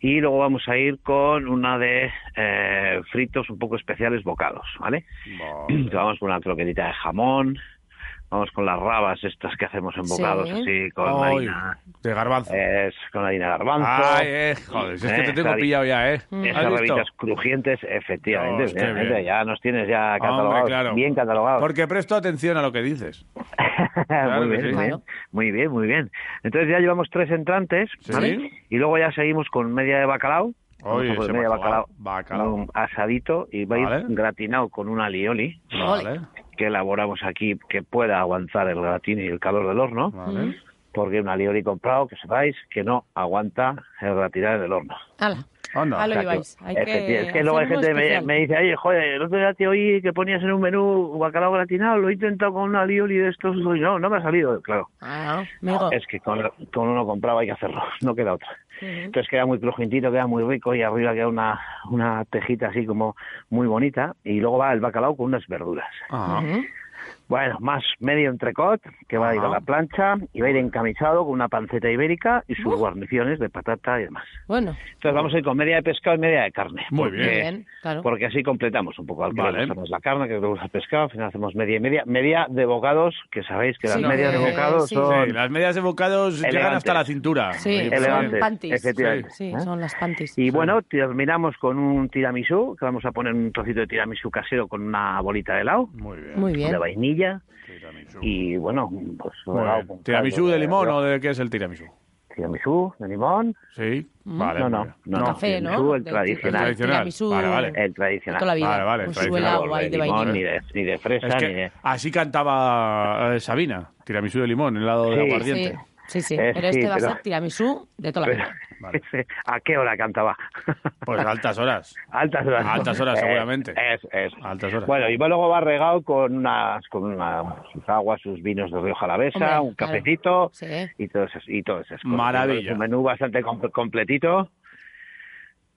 Speaker 6: Y luego vamos a ir con una de eh, fritos un poco especiales bocados, ¿vale?
Speaker 3: Vale.
Speaker 6: Vamos con una croquetita de jamón. Vamos con las rabas estas que hacemos en
Speaker 4: Sí.
Speaker 6: bocados, así, con
Speaker 3: Ay,
Speaker 6: harina.
Speaker 3: de garbanzo.
Speaker 6: Es, con harina de garbanzo.
Speaker 3: Ay, eh, joder, si es que
Speaker 6: Eh,
Speaker 3: te tengo
Speaker 6: esa-
Speaker 3: pillado ya, ¿eh.
Speaker 6: Esas
Speaker 3: ¿Has visto?
Speaker 6: rabitas crujientes, efectivamente,
Speaker 3: Dios, qué
Speaker 6: efectivamente,
Speaker 3: bien.
Speaker 6: ya nos tienes ya catalogados,
Speaker 3: Hombre, claro.
Speaker 6: bien catalogados.
Speaker 3: Porque presto atención a lo que dices.
Speaker 6: muy,
Speaker 3: que sí.
Speaker 6: bien, muy bien, muy bien, muy bien. Entonces ya llevamos tres entrantes,
Speaker 3: Sí.
Speaker 6: ¿vale? Y luego ya seguimos con media de bacalao. Vamos
Speaker 3: Oye,
Speaker 6: a poner
Speaker 3: ese
Speaker 6: media de
Speaker 3: bacalao,
Speaker 6: bacalao,
Speaker 3: bacalao.
Speaker 6: un asadito y va a ir
Speaker 3: Vale.
Speaker 6: gratinado con un alioli
Speaker 3: Vale,
Speaker 6: que elaboramos aquí que pueda aguantar el gratín y el calor del horno,
Speaker 3: vale.
Speaker 6: porque un alioli comprado, que sepáis, que no aguanta el gratinar en el horno.
Speaker 4: Hala.
Speaker 3: Anda.
Speaker 4: A lo
Speaker 6: Exacto.
Speaker 4: Ibáis. Hay que
Speaker 6: Efectivamente, es que luego hay
Speaker 5: hacer uno
Speaker 6: gente que me,
Speaker 5: especial.
Speaker 6: me dice, oye, joder, el otro día te oí que ponías en un menú bacalao gratinado, lo he intentado con una alioli de estos, y no, no me ha salido, claro.
Speaker 4: Ah,
Speaker 5: Amigo,
Speaker 6: Es que con, con uno compraba hay que hacerlo, no queda otra. Entonces queda muy crujintito, queda muy rico y arriba queda una, una tejita así como muy bonita y luego va el bacalao con unas verduras.
Speaker 3: Ajá.
Speaker 6: Bueno, más medio entrecot que va a ir a la plancha y va a ir encamisado con una panceta ibérica y sus guarniciones de patata y demás.
Speaker 4: bueno,
Speaker 6: Entonces vamos a ir con media de pescado y media de carne.
Speaker 3: Muy
Speaker 4: muy
Speaker 3: bien.
Speaker 4: bien, claro.
Speaker 6: Porque así completamos un poco. Al que
Speaker 3: Vale.
Speaker 6: le gusta más la carne, al que le gusta el pescado, al final hacemos media y media. Media de bocados, que sabéis que las
Speaker 4: Sí,
Speaker 6: medias de
Speaker 4: eh,
Speaker 6: bocados
Speaker 4: sí.
Speaker 6: son
Speaker 3: Sí, las medias de bocados llegan
Speaker 6: Elegantes.
Speaker 3: hasta la cintura.
Speaker 4: Sí,
Speaker 3: Oye, pues,
Speaker 4: elegantes.
Speaker 6: elegantes.
Speaker 4: son panties.
Speaker 6: efectivamente,
Speaker 4: Sí,
Speaker 6: ¿eh?
Speaker 4: son las panties.
Speaker 6: Y bueno, terminamos con un tiramisú, que vamos a poner un trocito de tiramisú casero con una bolita de helado,
Speaker 3: Muy bien.
Speaker 4: Muy
Speaker 6: de
Speaker 4: bien.
Speaker 6: vainilla,
Speaker 3: Tiramisú.
Speaker 6: y bueno, pues
Speaker 3: Muy
Speaker 6: helado
Speaker 3: bien.
Speaker 6: con
Speaker 3: ¿Tiramisú
Speaker 6: caldo
Speaker 3: de limón o de qué es el tiramisú?
Speaker 6: Tiramisú de limón,
Speaker 3: Sí.
Speaker 4: Mm.
Speaker 3: Vale.
Speaker 6: No,
Speaker 3: muy
Speaker 6: no,
Speaker 3: bien.
Speaker 6: no,
Speaker 3: No.
Speaker 5: café, ¿no?
Speaker 6: tiramisú, el
Speaker 5: De-
Speaker 6: tradicional.
Speaker 3: El tradicional.
Speaker 5: tiramisú,
Speaker 3: Vale, vale.
Speaker 6: el tradicional.
Speaker 5: Toda la vida.
Speaker 3: Vale, vale,
Speaker 5: Con su
Speaker 3: tradicional.
Speaker 5: helado
Speaker 6: Sabor
Speaker 5: guay
Speaker 6: de
Speaker 5: de
Speaker 6: limón,
Speaker 5: vainilla.
Speaker 6: ni de, ni de fresa,
Speaker 3: Es
Speaker 6: ni
Speaker 3: que
Speaker 6: de...
Speaker 3: así cantaba eh, Sabina, tiramisú de limón, helado de
Speaker 6: Sí.
Speaker 5: Sí,
Speaker 3: aguardiente.
Speaker 5: sí, sí.
Speaker 6: Eh,
Speaker 5: pero este
Speaker 6: sí,
Speaker 5: va a
Speaker 6: pero-
Speaker 5: ser tiramisú de toda la
Speaker 6: Pero-
Speaker 5: vida.
Speaker 3: Vale.
Speaker 6: ¿A qué hora cantaba?
Speaker 3: Pues a altas horas.
Speaker 6: Altas horas.
Speaker 3: A altas horas, seguramente.
Speaker 6: Es, es.
Speaker 3: A altas horas.
Speaker 6: Bueno, y va- luego va regado con unas, con una- sus aguas, sus vinos de Río Jalavesa,
Speaker 4: Hombre,
Speaker 6: un
Speaker 4: claro.
Speaker 6: cafecito
Speaker 4: Sí.
Speaker 6: y todas esas, y todas esas cosas.
Speaker 3: Maravilla.
Speaker 6: Un menú bastante com- completito.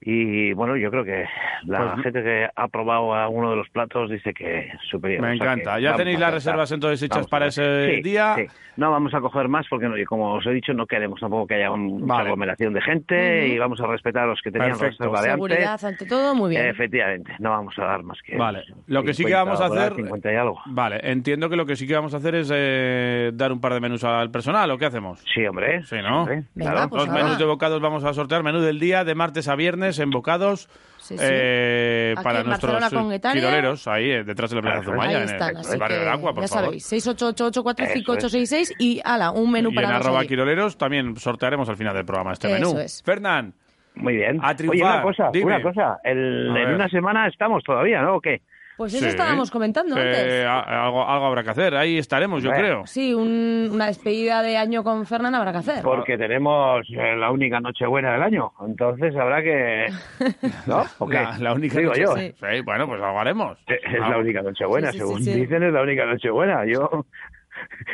Speaker 6: Y bueno, yo creo que la
Speaker 3: Pues-
Speaker 6: gente que ha probado alguno de los platos dice que es superior.
Speaker 3: Me
Speaker 6: O sea que
Speaker 3: encanta. Ya
Speaker 6: vamos
Speaker 3: tenéis
Speaker 6: a
Speaker 3: las
Speaker 6: tratar.
Speaker 3: reservas entonces hechas
Speaker 6: Vamos a
Speaker 3: para
Speaker 6: tratar.
Speaker 3: ese
Speaker 6: Sí,
Speaker 3: día.
Speaker 6: sí. No vamos a coger más porque, no- como os he dicho, no queremos tampoco que haya un- mucha
Speaker 3: Vale.
Speaker 6: aglomeración de gente y vamos a respetar a los que tenían Eh,
Speaker 3: Perfecto.
Speaker 6: reserva de antes.
Speaker 4: Seguridad ante todo, muy bien.
Speaker 6: Efectivamente, no vamos a dar más que.
Speaker 3: Vale, lo que sí que vamos a
Speaker 6: 50
Speaker 3: hacer-
Speaker 6: 50 y algo.
Speaker 3: Vale, entiendo que lo que sí que vamos a hacer es eh, dar un par de menús al personal, ¿o qué hacemos?
Speaker 6: Sí, hombre.
Speaker 3: Sí, ¿no?
Speaker 6: hombre,
Speaker 4: Venga,
Speaker 6: claro.
Speaker 4: pues
Speaker 3: Los
Speaker 4: nada.
Speaker 3: menús de bocados vamos a sortear, menú del día, de martes a viernes en bocados.
Speaker 4: Sí, sí.
Speaker 3: eh,
Speaker 4: Aquí
Speaker 3: para
Speaker 4: en
Speaker 3: nuestros
Speaker 4: Barcelona con
Speaker 3: eh,
Speaker 4: Guetaria.
Speaker 3: quiroleros, ahí eh, detrás de la Plaza
Speaker 6: Ahí
Speaker 3: Zumaya,
Speaker 4: Ahí
Speaker 3: en el-
Speaker 4: están,
Speaker 3: en
Speaker 4: así
Speaker 3: el barrio
Speaker 4: que
Speaker 3: del Agua, por
Speaker 4: ya
Speaker 3: favor.
Speaker 4: sabéis, 688845866
Speaker 6: Eso
Speaker 4: y ala, un menú
Speaker 3: Y en
Speaker 4: para dos
Speaker 3: arroba
Speaker 4: allí.
Speaker 3: quiroleros también sortearemos al final del programa este
Speaker 4: Eso
Speaker 3: menú.
Speaker 4: es.
Speaker 3: Fernán,
Speaker 6: Muy bien.
Speaker 3: A triunfar,
Speaker 6: Oye, una cosa,
Speaker 3: dime.
Speaker 6: una cosa. el-
Speaker 3: A
Speaker 6: en
Speaker 3: ver.
Speaker 6: una semana estamos todavía, ¿no? ¿O qué?
Speaker 5: Pues eso
Speaker 3: Sí.
Speaker 5: estábamos comentando
Speaker 3: Eh,
Speaker 5: antes.
Speaker 3: a- algo, algo habrá que hacer, ahí estaremos, yo
Speaker 6: Hombre.
Speaker 3: creo.
Speaker 5: Sí, un- una despedida de año con Fernán habrá que hacer.
Speaker 6: Porque tenemos eh, la única noche buena del año. Entonces habrá que. ¿No? ¿O qué?
Speaker 3: La, la única
Speaker 6: Digo
Speaker 3: noche-
Speaker 6: yo. Eh,
Speaker 3: Sí. Sí, bueno, pues algo haremos.
Speaker 6: Es la
Speaker 3: Algo-
Speaker 6: única noche buena,
Speaker 5: Sí, sí, sí,
Speaker 6: según
Speaker 5: sí.
Speaker 6: dicen, es la única noche buena. Yo. Eso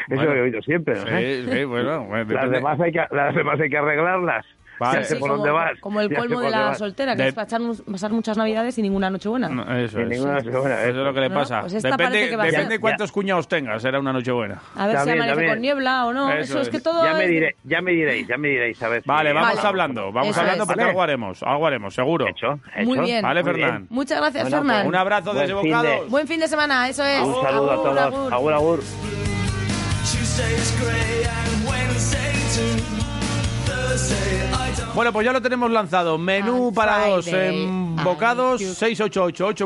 Speaker 3: Bueno.
Speaker 6: lo he oído siempre, ¿no? ¿Eh?
Speaker 3: Sí, sí, bueno, bueno,
Speaker 6: Las
Speaker 3: depende.
Speaker 6: demás, hay que, las demás hay que arreglarlas.
Speaker 3: Vale.
Speaker 6: Ya sé
Speaker 3: Sí,
Speaker 6: por
Speaker 5: como,
Speaker 6: dónde vas.
Speaker 5: como el
Speaker 6: ya sé
Speaker 5: colmo
Speaker 6: por
Speaker 5: de
Speaker 6: dónde
Speaker 5: la
Speaker 6: vas.
Speaker 5: soltera, que
Speaker 3: De-
Speaker 5: es pasar, pasar muchas navidades y ninguna noche buena.
Speaker 3: No, eso
Speaker 6: Sin
Speaker 3: es.
Speaker 6: ninguna ¿eh? noche buena,
Speaker 3: Eso es lo que le
Speaker 5: No,
Speaker 3: pasa.
Speaker 5: pues esta
Speaker 3: depende
Speaker 5: parece que va a ser.
Speaker 3: depende
Speaker 6: Ya,
Speaker 3: cuántos cuñados tengas, será una noche buena.
Speaker 5: A ver
Speaker 6: También,
Speaker 5: si amanece
Speaker 6: también.
Speaker 5: con niebla o no.
Speaker 3: Eso
Speaker 5: Eso, es que
Speaker 3: es.
Speaker 5: todo
Speaker 6: ya me
Speaker 5: es-
Speaker 6: diré, ya me diréis, ya me diréis a ver. si-
Speaker 3: Vale, vamos
Speaker 4: Vale.
Speaker 3: hablando, vamos
Speaker 4: Eso
Speaker 3: hablando
Speaker 4: es.
Speaker 3: porque
Speaker 6: Vale.
Speaker 3: algo haremos, algo haremos, seguro.
Speaker 6: Hecho,
Speaker 4: Muy
Speaker 6: hecho.
Speaker 4: bien.
Speaker 3: Vale,
Speaker 6: Muy bien.
Speaker 3: Fernán.
Speaker 4: Muchas gracias,
Speaker 6: Bueno,
Speaker 4: Fernán.
Speaker 6: pues
Speaker 3: Un abrazo
Speaker 6: Buen
Speaker 3: desde
Speaker 6: fin de-
Speaker 3: Bocados.
Speaker 4: Buen fin de semana, eso es.
Speaker 6: Un saludo a
Speaker 4: Agur,
Speaker 6: todos.
Speaker 4: agur.
Speaker 6: agur. agur.
Speaker 7: Tuesday's grey and Wednesday too. Thursday I don't.
Speaker 3: Bueno, pues ya lo tenemos lanzado. Menú
Speaker 4: And
Speaker 3: para dos
Speaker 4: Friday.
Speaker 3: en
Speaker 4: And
Speaker 3: bocados,
Speaker 4: Tuesday.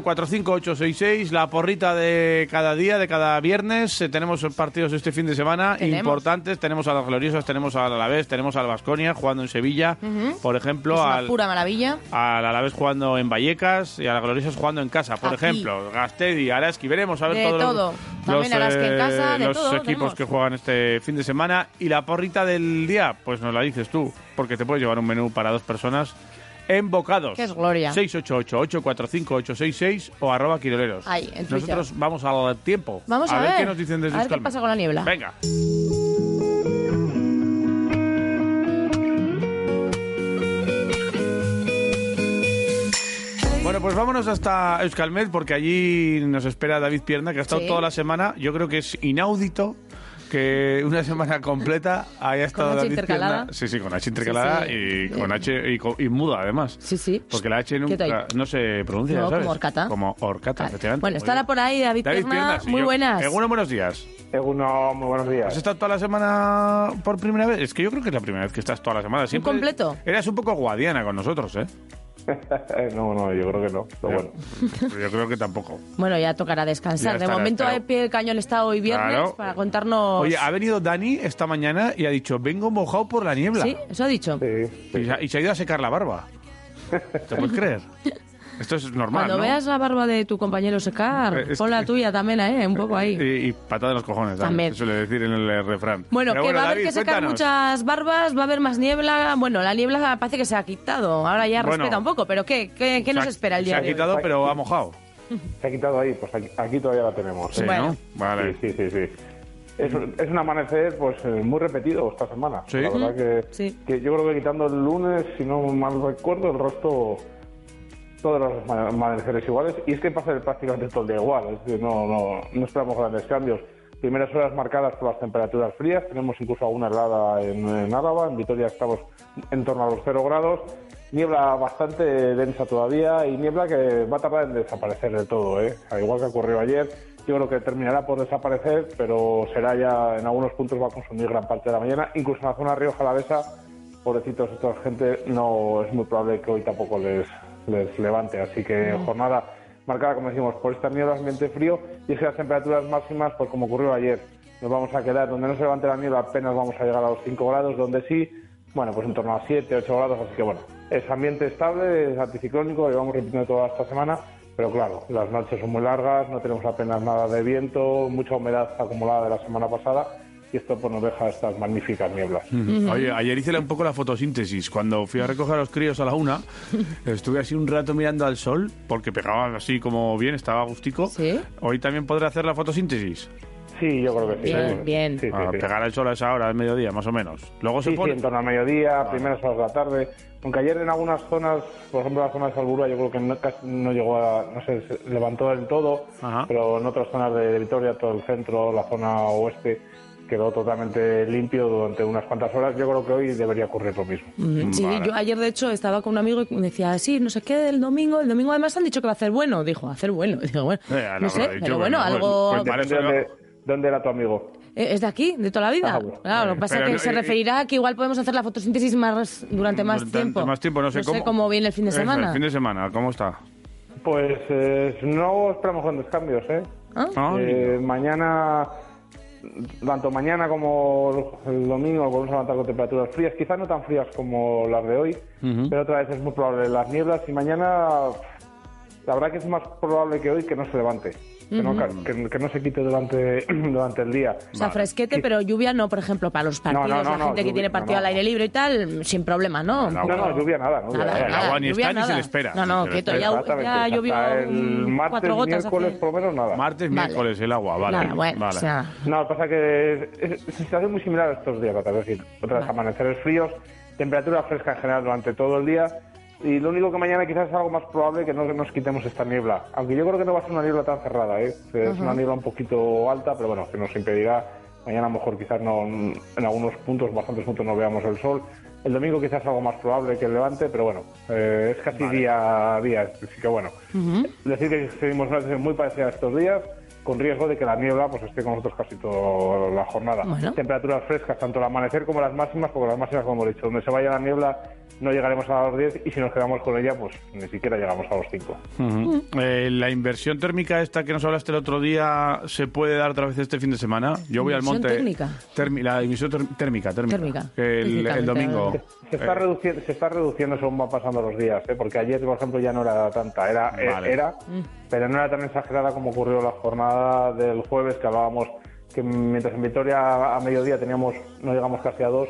Speaker 3: 688-845-866, la porrita de cada día, de cada viernes. Eh, Tenemos partidos este fin de semana
Speaker 4: Tenemos.
Speaker 3: importantes. Tenemos a las gloriosas, tenemos al Alavés, tenemos al Vasconia jugando en Sevilla, por ejemplo,
Speaker 4: Es una
Speaker 3: al,
Speaker 4: pura maravilla.
Speaker 3: al Alavés jugando en Vallecas y a la Gloriosa jugando en casa, por
Speaker 4: Aquí.
Speaker 3: ejemplo. Gastedi, Araski, veremos a ver
Speaker 4: De
Speaker 3: todos los-
Speaker 4: todo. También
Speaker 3: los,
Speaker 4: Araski en
Speaker 3: eh,
Speaker 4: casa, de
Speaker 3: los
Speaker 4: todo
Speaker 3: equipos
Speaker 4: tenemos.
Speaker 3: que juegan este fin de semana. Y la porrita del día, pues nos la dices tú, porque te puedes llevar un menú para dos personas en bocados.
Speaker 4: Qué es gloria.
Speaker 3: 688-845-866 o arroba quiroleros.
Speaker 4: Ahí, en Twitter.
Speaker 3: Nosotros vamos al tiempo.
Speaker 4: Vamos a,
Speaker 3: qué nos dicen desde
Speaker 4: a ver qué
Speaker 3: Euskalmet.
Speaker 4: pasa con la niebla.
Speaker 3: Venga. Bueno, pues vámonos hasta Euskalmet porque allí nos espera David Pierna, que ha estado
Speaker 4: Sí.
Speaker 3: toda la semana. Yo creo que es inaudito que una semana completa haya estado
Speaker 5: H
Speaker 3: David
Speaker 5: intercalada.
Speaker 3: Pierna. Sí, sí, con H intercalada
Speaker 4: Sí, sí.
Speaker 3: y con H y, co- y muda además.
Speaker 4: Sí, sí.
Speaker 3: Porque la H
Speaker 4: Quieto ahí.
Speaker 3: nunca no se pronuncia,
Speaker 4: No,
Speaker 3: ¿sabes?
Speaker 4: como horcata.
Speaker 3: Como horcata, efectivamente.
Speaker 4: Bueno,
Speaker 3: Muy
Speaker 4: estará
Speaker 3: bien.
Speaker 4: por ahí David, Pierna.
Speaker 3: sí,
Speaker 4: Muy
Speaker 3: yo-
Speaker 4: buenas.
Speaker 3: Egunon, Eh, buenos días.
Speaker 8: Eh, Uno, muy buenos
Speaker 3: ¿Has
Speaker 8: días.
Speaker 3: estado toda la semana por primera vez? Es que yo creo que es la primera vez que estás toda la semana. Siempre
Speaker 4: completo.
Speaker 3: Eras un poco guadiana con nosotros, ¿eh?
Speaker 8: No, no, yo creo que no. Pero bueno,
Speaker 3: Pero yo creo que tampoco.
Speaker 4: Bueno, ya tocará descansar. de
Speaker 3: Ya estará,
Speaker 4: momento,
Speaker 3: claro.
Speaker 4: el pie del cañón está hoy viernes
Speaker 3: Claro.
Speaker 4: para contarnos.
Speaker 3: Oye, ha venido Dani esta mañana y ha dicho, vengo mojado por la niebla.
Speaker 4: Sí, eso ha dicho.
Speaker 8: sí, sí.
Speaker 3: Y, se ha, y se ha ido a secar la barba. ¿Te puedes creer? Esto es normal.
Speaker 4: Cuando
Speaker 3: ¿no?
Speaker 4: veas la barba de tu compañero secar,
Speaker 3: Eh, es
Speaker 4: pon la
Speaker 3: que-
Speaker 4: tuya también, ¿eh? Un poco ahí.
Speaker 3: Y, y patada en los cojones,
Speaker 4: También.
Speaker 3: también. Se suele decir en el eh, refrán.
Speaker 4: Bueno,
Speaker 3: Pero
Speaker 4: que va a haber
Speaker 3: David,
Speaker 4: que secar
Speaker 3: cuéntanos.
Speaker 4: muchas barbas, va a haber más niebla. Bueno, la niebla parece que se ha quitado. Ahora ya
Speaker 3: Bueno.
Speaker 4: respeta un poco, pero ¿qué, qué, qué
Speaker 3: Se
Speaker 4: nos
Speaker 3: ha-
Speaker 4: espera el
Speaker 3: Se
Speaker 4: día
Speaker 3: ha
Speaker 4: de hoy?
Speaker 3: quitado, pero ha mojado.
Speaker 8: Se ha quitado ahí, pues aquí, aquí todavía la tenemos.
Speaker 3: Sí,
Speaker 8: ¿eh?
Speaker 4: Bueno.
Speaker 3: ¿no? Vale.
Speaker 8: Sí, sí, sí. sí. Es, es un amanecer pues eh, muy repetido esta semana.
Speaker 3: Sí.
Speaker 8: La verdad que,
Speaker 4: Mm. Sí.
Speaker 8: que yo creo que quitando el lunes, si no mal recuerdo, el resto todos los ama- amaneceres iguales. Y es que pasa prácticamente todo el día igual. Es decir, no, no, no esperamos grandes cambios. Primeras horas marcadas por las temperaturas frías. Tenemos incluso alguna helada en, en Álava. En Vitoria estamos en torno a los 0 grados. Niebla bastante densa todavía y niebla que va a tardar en desaparecer de todo, ¿eh? Al igual que ocurrió ayer. Yo creo que terminará por desaparecer, pero será ya en algunos puntos va a consumir gran parte de la mañana, incluso en la zona río Jalavesa pobrecitos esta gente, no es muy probable que hoy tampoco les, les levante. Así que jornada marcada, como decimos, por esta niebla, ambiente frío y es que las temperaturas máximas, pues como ocurrió ayer, nos vamos a quedar donde no se levante la niebla, apenas vamos a llegar a los 5 grados, donde sí, bueno, pues en torno a 7, 8 grados. Así que bueno, es ambiente estable, es anticiclónico, lo vamos repitiendo toda esta semana. Pero claro, las noches son muy largas, no tenemos apenas nada de viento, mucha humedad acumulada de la semana pasada y esto pues, nos deja estas magníficas nieblas.
Speaker 3: Oye, ayer hice un poco la fotosíntesis. Cuando fui a recoger a los críos a la una, estuve así un rato mirando al sol, porque pegaba así como bien, estaba agustico.
Speaker 4: Sí.
Speaker 3: Hoy también podré hacer la fotosíntesis.
Speaker 8: Sí, yo creo que sí.
Speaker 4: Bien,
Speaker 8: Sí, sí.
Speaker 4: bien.
Speaker 8: Sí, sí,
Speaker 3: Ah,
Speaker 8: sí.
Speaker 3: Pegar al sol a esa hora, al mediodía, más o menos. Luego
Speaker 8: Sí,
Speaker 3: se
Speaker 8: sí,
Speaker 3: pone...
Speaker 8: en torno al mediodía, primeras horas de la tarde. Aunque ayer en algunas zonas, por ejemplo la zona de Salburua, yo creo que no, casi no llegó a. no sé, se levantó del todo,
Speaker 3: Ajá.
Speaker 8: pero en otras zonas de, de Vitoria, todo el centro, la zona oeste, quedó totalmente limpio durante unas cuantas horas. Yo creo que hoy debería ocurrir lo mismo.
Speaker 4: Mm, Sí,
Speaker 3: Vale.
Speaker 4: yo ayer de hecho estaba con un amigo y me decía, sí, no sé qué, el domingo, el domingo además han dicho que va a hacer bueno. Dijo, "¿Va a hacer bueno. Y digo, bueno,
Speaker 3: Eh, a la
Speaker 4: no
Speaker 3: hora
Speaker 4: sé,
Speaker 3: de dicho,
Speaker 4: pero
Speaker 3: bueno,
Speaker 4: bueno,
Speaker 3: pues,
Speaker 4: algo...
Speaker 3: pues, Vale,
Speaker 8: Depende
Speaker 3: eso
Speaker 8: dónde, dónde era tu amigo?
Speaker 4: Eh, ¿Es de aquí? ¿De toda la vida?
Speaker 8: Ah, bueno.
Speaker 4: Claro, lo que pasa
Speaker 3: Pero
Speaker 4: es que
Speaker 3: no,
Speaker 4: se
Speaker 3: eh,
Speaker 4: referirá a que igual podemos hacer la fotosíntesis más, durante más
Speaker 3: Durante
Speaker 4: tiempo.
Speaker 3: Más tiempo, no sé cómo.
Speaker 4: viene el fin de
Speaker 3: Eso,
Speaker 4: semana.
Speaker 3: El fin de semana, ¿cómo está?
Speaker 8: Pues eh, no esperamos grandes cambios, ¿eh?
Speaker 3: Ah,
Speaker 8: Eh, mañana, tanto mañana como el domingo, volvemos a levantar con temperaturas frías, quizás no tan frías como las de hoy, pero otra vez es muy probable las nieblas y mañana la verdad que es más probable que hoy que no se levante, que, no, ca- que- que no se quite durante, durante el día.
Speaker 4: O sea, fresquete, pero lluvia no, por ejemplo, para los partidos, la
Speaker 8: no, no,
Speaker 4: gente que
Speaker 8: lluvia,
Speaker 4: tiene partido
Speaker 8: no,
Speaker 4: al
Speaker 8: no.
Speaker 4: aire libre y tal, sin problema, ¿no?
Speaker 3: No,
Speaker 8: No, no, lluvia nada, no, lluvia
Speaker 4: Nada,
Speaker 8: nada.
Speaker 3: El agua ni
Speaker 4: nada,
Speaker 3: está ni
Speaker 4: nada.
Speaker 3: se le espera.
Speaker 4: No, no,
Speaker 3: Se le
Speaker 4: quieto,
Speaker 3: espera.
Speaker 4: ya,
Speaker 8: Exactamente,
Speaker 4: ya
Speaker 8: hasta
Speaker 4: llovió
Speaker 8: el
Speaker 4: mm,
Speaker 8: martes,
Speaker 4: cuatro gotas.
Speaker 8: miércoles,
Speaker 4: hace-
Speaker 8: por lo menos nada.
Speaker 3: Martes,
Speaker 4: Vale.
Speaker 3: miércoles, el agua, vale.
Speaker 4: Nada, bueno,
Speaker 3: vale.
Speaker 4: o sea,
Speaker 8: No, lo que pasa es que es, es situación muy similar a estos días, otra vez, es decir, otra
Speaker 4: Ah.
Speaker 8: vez amaneceres fríos, temperatura fresca en general durante todo el día. Y lo único que mañana quizás es algo más probable que no nos quitemos esta niebla. Aunque yo creo que no va a ser una niebla tan cerrada, ¿eh? Es una niebla un poquito alta, pero bueno, que nos impedirá. Mañana a lo mejor quizás no, en algunos puntos, bastantes puntos, no veamos el sol. El domingo quizás es algo más probable que el levante, pero bueno, eh, es casi día a día. Así que bueno, decir que seguimos en una situación muy parecida a estos días, con riesgo de que la niebla pues esté con nosotros casi toda la jornada.
Speaker 4: Bueno.
Speaker 8: Temperaturas frescas, tanto al amanecer como las máximas, porque las máximas, como hemos dicho, donde se vaya la niebla no llegaremos a los 10 y si nos quedamos con ella, pues ni siquiera llegamos a los 5.
Speaker 3: Ujú. Eh, la inversión térmica esta que nos hablaste el otro día se puede dar otra vez este fin de semana. Yo voy al
Speaker 4: ¿Inversión
Speaker 3: monte.
Speaker 4: térmica?
Speaker 3: Termi- la inversión ter- térmica, térmica.
Speaker 4: Térmica,
Speaker 3: El,
Speaker 4: técnicamente,
Speaker 3: el domingo. Eh,
Speaker 8: Se está, reduciendo, se está reduciendo según van pasando los días, ¿eh? porque ayer, por ejemplo, ya no era tanta, era, e-
Speaker 3: Vale.
Speaker 8: era pero no era tan exagerada como ocurrió la jornada del jueves, que hablábamos que mientras en Vitoria a mediodía teníamos no llegamos casi a 2,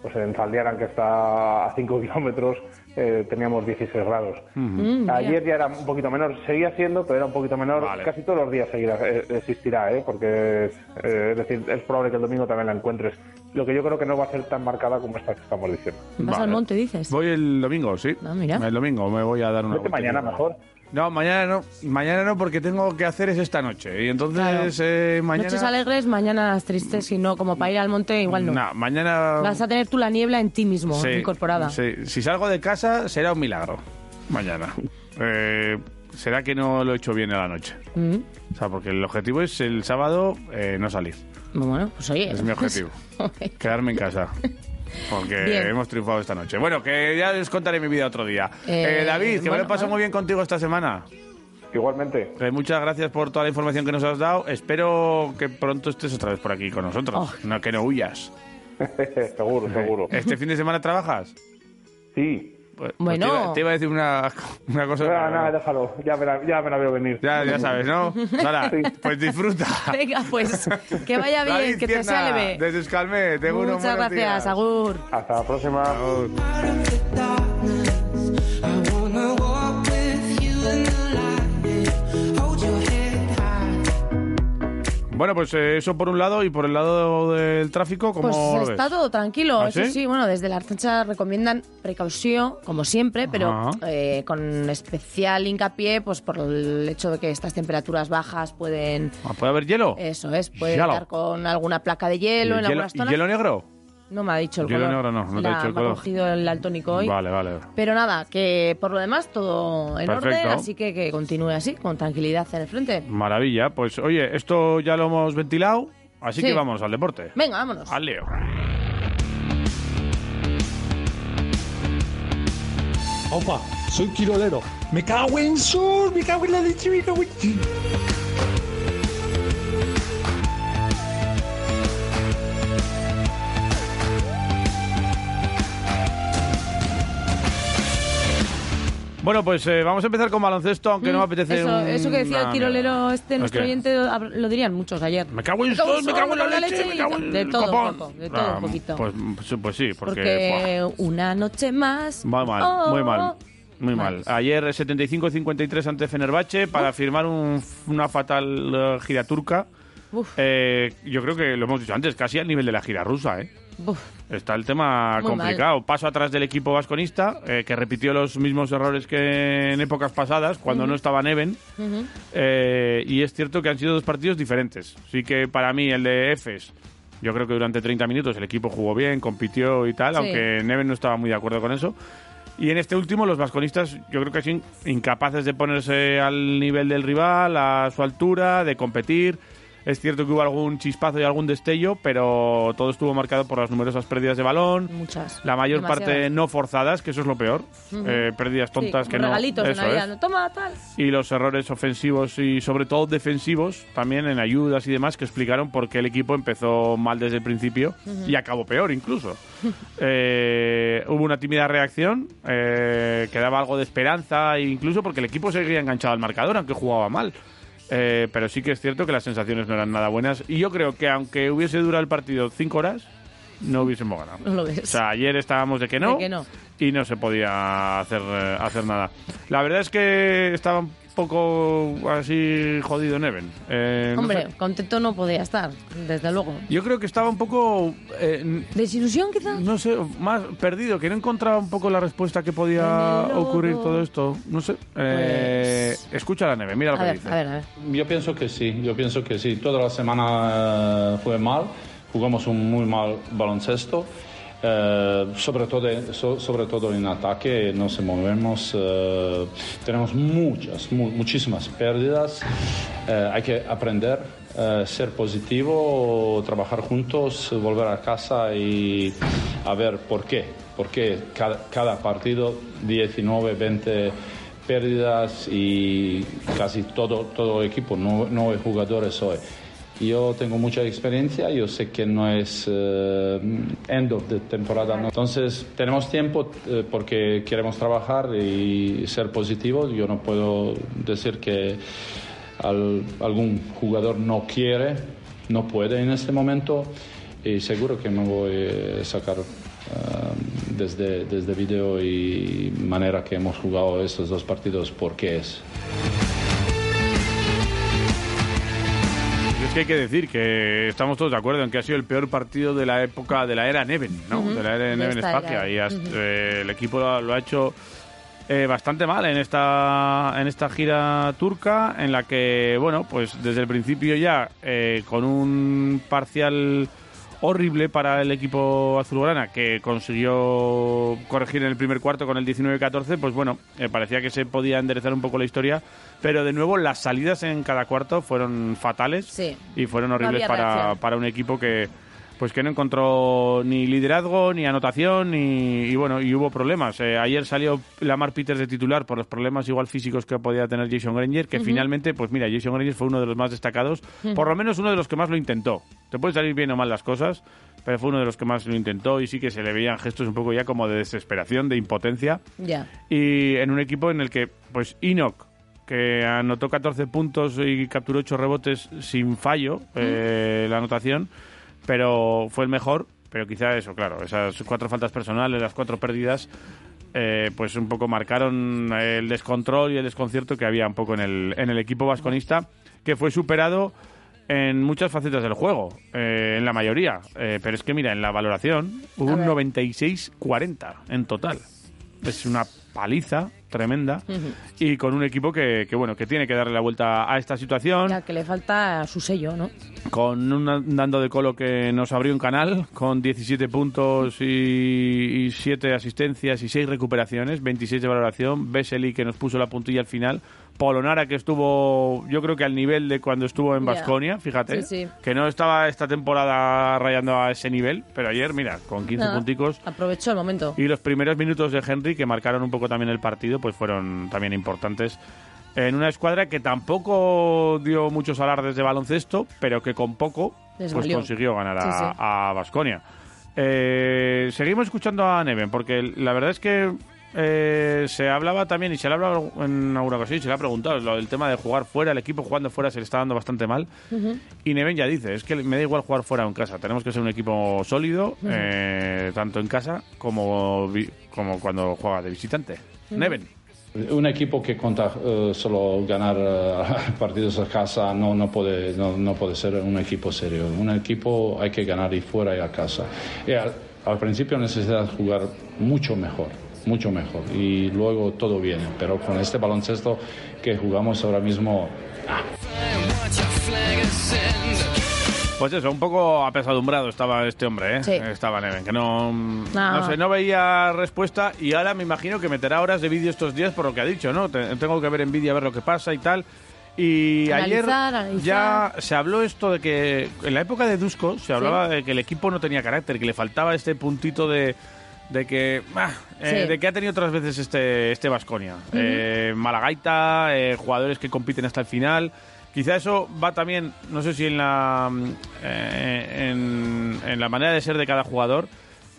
Speaker 8: pues en Zaldiaran, que está a 5 kilómetros, eh, teníamos 16 grados.
Speaker 7: Mm,
Speaker 8: Ayer ya era un poquito menor, seguía siendo, pero era un poquito menor.
Speaker 3: Vale.
Speaker 8: Casi todos los días seguirá, eh, existirá, ¿eh? porque es, eh, es decir, es probable que el domingo también la encuentres. Lo que yo creo que no va a ser tan marcada como esta que estamos diciendo.
Speaker 4: ¿Vas
Speaker 3: Vale.
Speaker 4: al monte, dices?
Speaker 3: Voy el domingo, sí.
Speaker 4: Ah, mira.
Speaker 3: El domingo me voy a dar una.
Speaker 8: Vete
Speaker 3: vuelta.
Speaker 8: mañana mejor.
Speaker 3: No, mañana no. Mañana no, porque tengo que hacer es esta noche. Y entonces eh, mañana.
Speaker 4: Noches alegres, mañanas tristes, si no, como para ir al monte, igual no.
Speaker 3: Nah, mañana.
Speaker 4: Vas a tener tú la niebla en ti mismo,
Speaker 3: Sí,
Speaker 4: incorporada.
Speaker 3: sí. Si salgo de casa, será un milagro. Mañana. Eh, será que no lo he hecho bien a la noche.
Speaker 4: Mm,
Speaker 3: O sea, porque el objetivo es el sábado eh, no salir.
Speaker 4: Bueno, pues oye.
Speaker 3: Es mi objetivo. Quedarme en casa. Porque
Speaker 4: Bien.
Speaker 3: hemos triunfado esta noche. Bueno, que ya les contaré mi vida otro día.
Speaker 4: Eh,
Speaker 3: Eh, David, que me
Speaker 4: bueno,
Speaker 3: lo paso
Speaker 4: bueno.
Speaker 3: muy bien contigo esta semana.
Speaker 8: Igualmente.
Speaker 3: Eh, muchas gracias por toda la información que nos has dado. Espero que pronto estés otra vez por aquí con nosotros.
Speaker 5: Oh.
Speaker 3: No, que no huyas.
Speaker 8: seguro, seguro.
Speaker 3: Eh, ¿Este fin de semana trabajas?
Speaker 8: Sí.
Speaker 3: Pues
Speaker 5: Bueno.
Speaker 3: Te iba, te iba a decir una, una cosa.
Speaker 8: Nada,
Speaker 3: pero
Speaker 8: Ah, nada,
Speaker 3: no.
Speaker 8: déjalo, ya me la, ya me la veo venir.
Speaker 3: ya, ya sabes, ¿no? Sara,
Speaker 8: Sí.
Speaker 3: pues disfruta.
Speaker 5: Venga, pues que vaya bien,
Speaker 3: David
Speaker 5: que te
Speaker 3: Tierna,
Speaker 5: sea leve.
Speaker 3: Desde Euskalmet, te uno,
Speaker 5: Muchas
Speaker 3: buenos
Speaker 5: gracias,
Speaker 3: días.
Speaker 5: Agur.
Speaker 8: Hasta la próxima.
Speaker 3: Agur.
Speaker 7: out of the darkness. I wanna walk with you in the light. Hold your head high.
Speaker 3: Bueno, pues eh, eso por un lado y por el lado del tráfico, ¿cómo
Speaker 5: Pues
Speaker 3: lo ves?
Speaker 5: está todo tranquilo,
Speaker 3: ¿Ah,
Speaker 5: eso
Speaker 3: sí?
Speaker 5: sí? bueno, desde la Archancha recomiendan precaución, como siempre, pero
Speaker 3: Ajá.
Speaker 5: eh, con especial hincapié, pues por el hecho de que estas temperaturas bajas pueden,
Speaker 3: Ah, ¿Puede haber hielo?
Speaker 5: eso es, pueden
Speaker 3: Hielo.
Speaker 5: dar con alguna placa de
Speaker 4: Eh,
Speaker 3: ¿Y
Speaker 5: hielo en
Speaker 3: hielo-
Speaker 5: algunas
Speaker 3: y
Speaker 5: zonas.
Speaker 3: hielo negro?
Speaker 5: No me ha dicho el
Speaker 3: hielo
Speaker 5: color.
Speaker 3: negro no, no te
Speaker 5: La-
Speaker 3: ha dicho el
Speaker 5: me
Speaker 3: color.
Speaker 5: ha cogido el altónico hoy.
Speaker 3: Vale, vale.
Speaker 5: Pero nada, que por lo demás todo en
Speaker 3: Perfecto.
Speaker 5: orden, así que que continúe así, con tranquilidad en el frente.
Speaker 3: Maravilla. Pues oye, esto ya lo hemos ventilado, así
Speaker 5: Sí.
Speaker 3: que vamos al deporte.
Speaker 5: Venga, vámonos.
Speaker 3: Al Leo.
Speaker 9: Opa, soy quirolero. Me cago en sur, me cago en la leche, me cago en...
Speaker 3: Bueno, pues eh, vamos a empezar con baloncesto, aunque no me apetece.
Speaker 4: Mm, Eso,
Speaker 3: un-
Speaker 4: eso que decía
Speaker 3: una
Speaker 4: el tirolero
Speaker 3: mierda.
Speaker 4: este,
Speaker 3: ¿El
Speaker 4: nuestro
Speaker 3: qué?
Speaker 4: oyente, hab- lo dirían muchos ayer.
Speaker 3: Me cago en
Speaker 4: Me cago en
Speaker 3: sol, me cago en la leche, me cago en
Speaker 4: de
Speaker 3: el
Speaker 4: todo un
Speaker 3: copón.
Speaker 4: poco, de todo un
Speaker 3: Ah,
Speaker 4: poquito.
Speaker 3: Pues, pues, pues sí, porque.
Speaker 4: Porque una noche más.
Speaker 3: buah, va mal,
Speaker 4: oh,
Speaker 3: muy mal. Muy
Speaker 4: Mal.
Speaker 3: mal. Ayer 75-53 ante Fenerbahce para firmar un- una fatal eh, gira turca.
Speaker 4: Uf.
Speaker 3: Eh, yo creo que lo hemos dicho antes, casi al nivel de la gira rusa, ¿eh?
Speaker 4: Buf.
Speaker 3: Está el tema
Speaker 4: Muy
Speaker 3: complicado. Paso atrás del equipo vasconista, eh, que repitió los mismos errores que en épocas pasadas, cuando no estaba Neven. Eh, y es cierto que han sido dos partidos diferentes. Así que para mí el de Efes, yo creo que durante 30 minutos el equipo jugó bien, compitió y tal,
Speaker 4: Sí.
Speaker 3: aunque Neven no estaba muy de acuerdo con eso. Y en este último los vasconistas yo creo que son incapaces de ponerse al nivel del rival, a su altura, de competir. Es cierto que hubo algún chispazo y algún destello, pero todo estuvo marcado por las numerosas pérdidas de balón,
Speaker 4: Muchas.
Speaker 3: la mayor
Speaker 4: Demasiadas.
Speaker 3: parte no forzadas, que eso es lo peor, eh, pérdidas
Speaker 4: Sí,
Speaker 3: tontas
Speaker 4: como
Speaker 3: que no...
Speaker 4: Regalitos de
Speaker 3: eso
Speaker 4: Navidad.
Speaker 3: es.
Speaker 4: ¿no? Toma, tal.
Speaker 3: Y los errores ofensivos y sobre todo defensivos, también en ayudas y demás, que explicaron por qué el equipo empezó mal desde el principio y acabó peor incluso. Eh, hubo una tímida reacción eh, que daba algo de esperanza, incluso porque el equipo seguía enganchado al marcador, aunque jugaba mal. Eh, pero sí que es cierto que las sensaciones no eran nada buenas. Y yo creo que aunque hubiese durado el partido cinco horas, no hubiésemos ganado.
Speaker 4: No lo ves.
Speaker 3: O sea, ayer estábamos de que no,
Speaker 4: Pues. De que no.
Speaker 3: y no se podía hacer, eh, hacer nada. La verdad es que estaba un poco así jodido Neven. Eh, no
Speaker 4: Hombre,
Speaker 3: sé.
Speaker 4: contento no podía estar, desde luego.
Speaker 3: Yo creo que estaba un poco, eh, n-
Speaker 4: ¿Desilusión, quizás?
Speaker 3: no sé, más perdido, que no encontraba un poco la respuesta que podía
Speaker 4: En el lodo.
Speaker 3: ocurrir todo esto. No sé. Eh, Escucha a la Neven, mira lo
Speaker 4: Pues, A
Speaker 3: que
Speaker 4: ver,
Speaker 3: dice.
Speaker 4: a ver, a ver.
Speaker 10: Yo pienso que sí, yo pienso que sí. Toda la semana eh, fue mal, jugamos un muy mal baloncesto, eh, sobre, todo, so- sobre todo en ataque, no se movemos, eh, tenemos muchas, mu- muchísimas pérdidas, Eh, hay que aprender, eh, ser positivo, trabajar juntos, volver a casa y a ver por qué, porque cada, cada partido 19, 20 pérdidas y casi todo, todo equipo, no- nueve jugadores hoy. Yo tengo mucha experiencia, yo sé que no es eh, end of the temporada, ¿no? entonces tenemos tiempo eh, porque queremos trabajar y ser positivos. Yo no puedo decir que al- algún jugador no quiere, no puede en este momento y seguro que me voy a sacar ah, desde, desde video y manera que hemos jugado estos dos partidos porque es.
Speaker 3: Y Pues es que hay que decir que estamos todos de acuerdo en que ha sido el peor partido de la época de la era Neven, ¿no? De la era de
Speaker 5: De
Speaker 3: Neven
Speaker 5: esta
Speaker 3: Spakia.
Speaker 5: era.
Speaker 3: Y hasta, eh, el equipo lo, ha- lo ha hecho eh, bastante mal en esta, en esta gira turca, en la que, bueno, pues desde el principio ya, eh, con un parcial horrible para el equipo azulgrana que consiguió corregir en el primer cuarto con el 19-14, pues bueno, eh, parecía que se podía enderezar un poco la historia, pero de nuevo las salidas en cada cuarto fueron fatales
Speaker 5: Sí.
Speaker 3: y fueron horribles
Speaker 5: había
Speaker 3: para,
Speaker 5: reacción.
Speaker 3: para un equipo que pues que no encontró ni liderazgo, ni anotación, ni, y bueno, y hubo problemas. Eh, ayer salió Lamar Peters de titular por los problemas igual físicos que podía tener Jason Granger, que finalmente, pues mira, Jason Granger fue uno de los más destacados, por lo menos uno de los que más lo intentó. Te pueden salir bien o mal las cosas, pero fue uno de los que más lo intentó y sí que se le veían gestos un poco ya como de desesperación, de impotencia.
Speaker 5: Ya.
Speaker 3: Y en un equipo en el que, pues, Enoch, que anotó 14 puntos y capturó 8 rebotes sin fallo eh, la anotación, pero fue el mejor. Pero quizá eso, claro, esas cuatro faltas personales, las cuatro pérdidas, eh, pues un poco marcaron el descontrol y el desconcierto que había un poco en el, en el equipo vasconista, que fue superado en muchas facetas del juego, eh, en la mayoría. Eh, pero es que mira, en la valoración hubo
Speaker 5: A
Speaker 3: un
Speaker 5: ver.
Speaker 3: 96-40 en total. Es una paliza tremenda y con un equipo que, que, bueno que tiene que darle la vuelta a esta situación
Speaker 4: Ya, que le falta su sello, ¿no?
Speaker 3: con un dando de colo que nos abrió un canal con 17 puntos y, 7 asistencias y 6 recuperaciones, 26 de valoración, Vesely que nos puso la puntilla al final, Polonara que estuvo yo creo que al nivel de cuando estuvo en
Speaker 4: Ya.
Speaker 3: Vasconia, fíjate,
Speaker 4: Sí, sí.
Speaker 3: que no estaba esta temporada rayando a ese nivel, pero ayer mira, con 15
Speaker 4: Nada,
Speaker 3: punticos
Speaker 4: Aprovechó el momento.
Speaker 3: y los primeros minutos de Henry, que marcaron un poco también el partido, pues fueron también importantes. En una escuadra que tampoco dio muchos alardes de baloncesto, pero que con poco
Speaker 4: Les
Speaker 3: pues
Speaker 4: valió.
Speaker 3: consiguió ganar
Speaker 4: Sí, sí.
Speaker 3: a Vasconia. seguimos escuchando a Neven, porque la verdad es que eh, se hablaba también, y se le ha hablado en alguna ocasión, y se le ha preguntado, lo del tema de jugar fuera, el equipo jugando fuera se le está dando bastante mal. Y Neven ya dice, es que me da igual jugar fuera o en casa, tenemos que ser un equipo sólido, eh, tanto en casa como, vi- como cuando juega de visitante. Neven.
Speaker 10: Un equipo que conta eh, solo ganar eh, partidos a casa no, no, puede, no, no puede ser un equipo serio. Un equipo hay que ganar y fuera y a casa. Y al, al principio necesitas jugar mucho mejor, mucho mejor. Y luego todo viene. Pero con este baloncesto que jugamos ahora mismo,
Speaker 3: Pues eso, un poco apesadumbrado estaba este hombre, ¿eh?
Speaker 5: Sí.
Speaker 3: Estaba Neven, que no, no
Speaker 4: Ah.
Speaker 3: sé, no veía respuesta y ahora me imagino que meterá horas de vídeo estos días por lo que ha dicho, ¿no? Te- tengo que ver en vídeo a ver lo que pasa y tal. Y
Speaker 4: Analizar,
Speaker 3: ayer
Speaker 4: analizar.
Speaker 3: ya se habló esto de que en la época de Dusko se hablaba de que el equipo no tenía carácter, que le faltaba este puntito de, de que ah, eh,
Speaker 4: Sí.
Speaker 3: de que ha tenido otras veces este este Vasconia. Eh, Malagaita, eh, jugadores que compiten hasta el final. Quizá eso va también, no sé si en la mm, eh, en, en la manera de ser de cada jugador,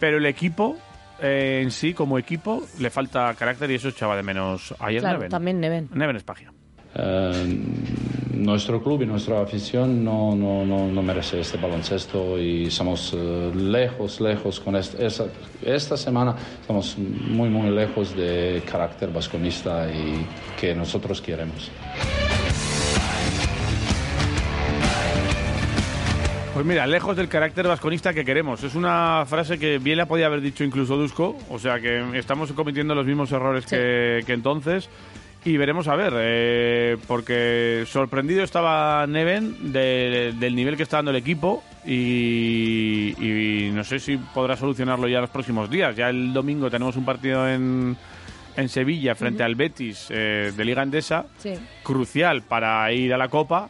Speaker 3: pero el equipo eh, en sí, como equipo, le falta carácter y eso echaba de menos ayer
Speaker 4: Claro,
Speaker 3: Neven.
Speaker 4: también Neven.
Speaker 3: Neven Espagia.
Speaker 10: Eh, nuestro club y nuestra afición no, no, no, no merece este baloncesto y estamos eh, lejos, lejos con est- esa- esta semana, estamos muy, muy lejos de carácter vasconista y que nosotros queremos.
Speaker 3: Pues mira, lejos del carácter vasconista que queremos. Es una frase que bien la podía haber dicho incluso Dusko. O sea que estamos cometiendo los mismos errores que, que entonces. Y veremos a ver, eh, porque sorprendido estaba Neven de- del nivel que está dando el equipo y, y no sé si podrá solucionarlo ya los próximos días. Ya el domingo tenemos un partido en, en Sevilla frente al Betis eh, de Liga Endesa
Speaker 4: Sí.
Speaker 3: crucial para ir a la Copa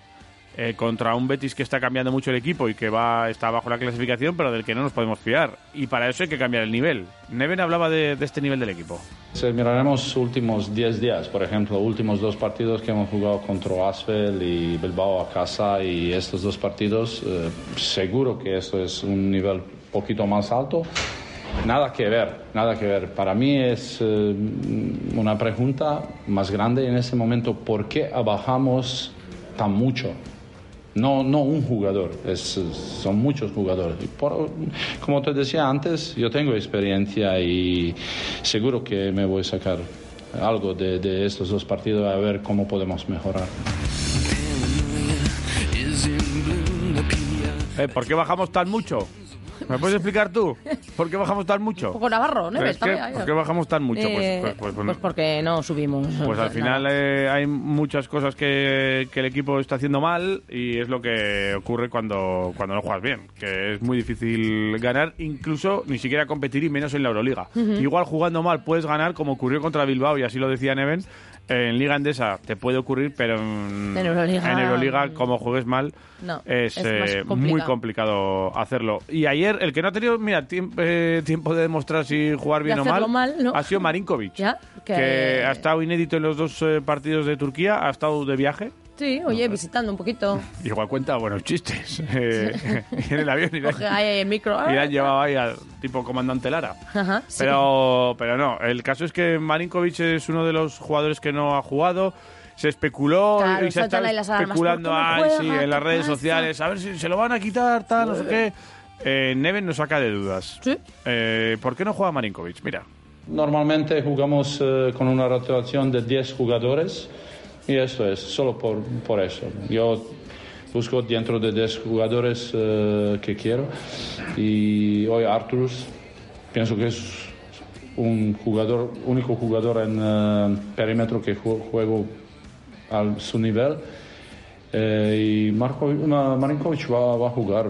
Speaker 3: eh, contra un Betis que está cambiando mucho el equipo y que va está bajo la clasificación, pero del que no nos podemos fiar. Y para eso hay que cambiar el nivel. Neven hablaba de, de este nivel del equipo.
Speaker 10: Si miraremos últimos 10 días, por ejemplo, últimos dos partidos que hemos jugado contra Asfel y Bilbao a casa y estos dos partidos, eh, seguro que esto es un nivel poquito más alto. Nada que ver, nada que ver. Para mí es eh, una pregunta más grande en este momento, ¿por qué abajamos tan mucho? No, no un jugador, es- son muchos jugadores. Y por- como te decía antes, yo tengo experiencia y seguro que me voy a sacar algo de, de estos dos partidos a ver cómo podemos mejorar.
Speaker 3: Eh, ¿Por qué bajamos tan mucho? ¿Me puedes explicar tú? ¿Por qué bajamos tan mucho?
Speaker 4: Poco Navarro, Neven.
Speaker 3: Es que,
Speaker 4: también, ahí.
Speaker 3: ¿Por qué bajamos tan mucho? Pues-
Speaker 4: Eh,
Speaker 3: pues- pues- pues-
Speaker 4: pues porque no subimos.
Speaker 3: Pues al final eh, hay muchas cosas que, que el equipo está haciendo mal y es lo que ocurre cuando, cuando no juegas bien, que es muy difícil ganar, incluso ni siquiera competir y menos en la Euroliga. Igual jugando mal puedes ganar como ocurrió contra Bilbao y así lo decía Neven, en Liga Endesa te puede ocurrir, pero en,
Speaker 4: En Euroliga-
Speaker 3: en Euroliga, como juegues mal
Speaker 4: No,
Speaker 3: es,
Speaker 4: es más
Speaker 3: eh, muy
Speaker 4: complicado.
Speaker 3: complicado hacerlo. Y ayer el que no ha tenido, mira, tiemp- eh, tiempo de demostrar si jugar bien o mal,
Speaker 4: hacerlo mal, ¿no?
Speaker 3: ha sido Marinkovic,
Speaker 4: Ya,
Speaker 3: que,
Speaker 4: que-
Speaker 3: ha estado inédito en los dos eh, partidos de Turquía, ha estado de viaje,
Speaker 4: Sí, oye, visitando un poquito.
Speaker 3: Igual cuenta buenos chistes eh, en el avión y le,
Speaker 4: Coge ahí el eh, micro.
Speaker 3: y le han llevado ahí al tipo comandante Lara.
Speaker 4: Ajá, sí.
Speaker 3: Pero, pero no, el caso es que Marinkovic es uno de los jugadores que no ha jugado. Se especuló
Speaker 4: Claro,
Speaker 3: y se
Speaker 4: saltan
Speaker 3: está
Speaker 4: ahí las alarmas,
Speaker 3: especulando
Speaker 4: ¿por qué no
Speaker 3: ay,
Speaker 4: juega? Ah,
Speaker 3: sí, en las
Speaker 4: ¿Qué
Speaker 3: redes
Speaker 4: pasa?
Speaker 3: sociales, a ver si se lo van a quitar, tal, no sé qué. Eh, Neven nos saca de dudas.
Speaker 4: Sí.
Speaker 3: Eh, ¿Por qué no juega Marinkovic? Mira,
Speaker 10: Normalmente jugamos eh, con una rotación de 10 jugadores y eso es, solo por, por eso. Yo busco dentro de 10 jugadores eh, que quiero y hoy Arturus pienso que es un jugador, único jugador en eh, perímetro que ju- juego a su nivel Eh, y Marco, Ma- Marinkovic va, va a jugar,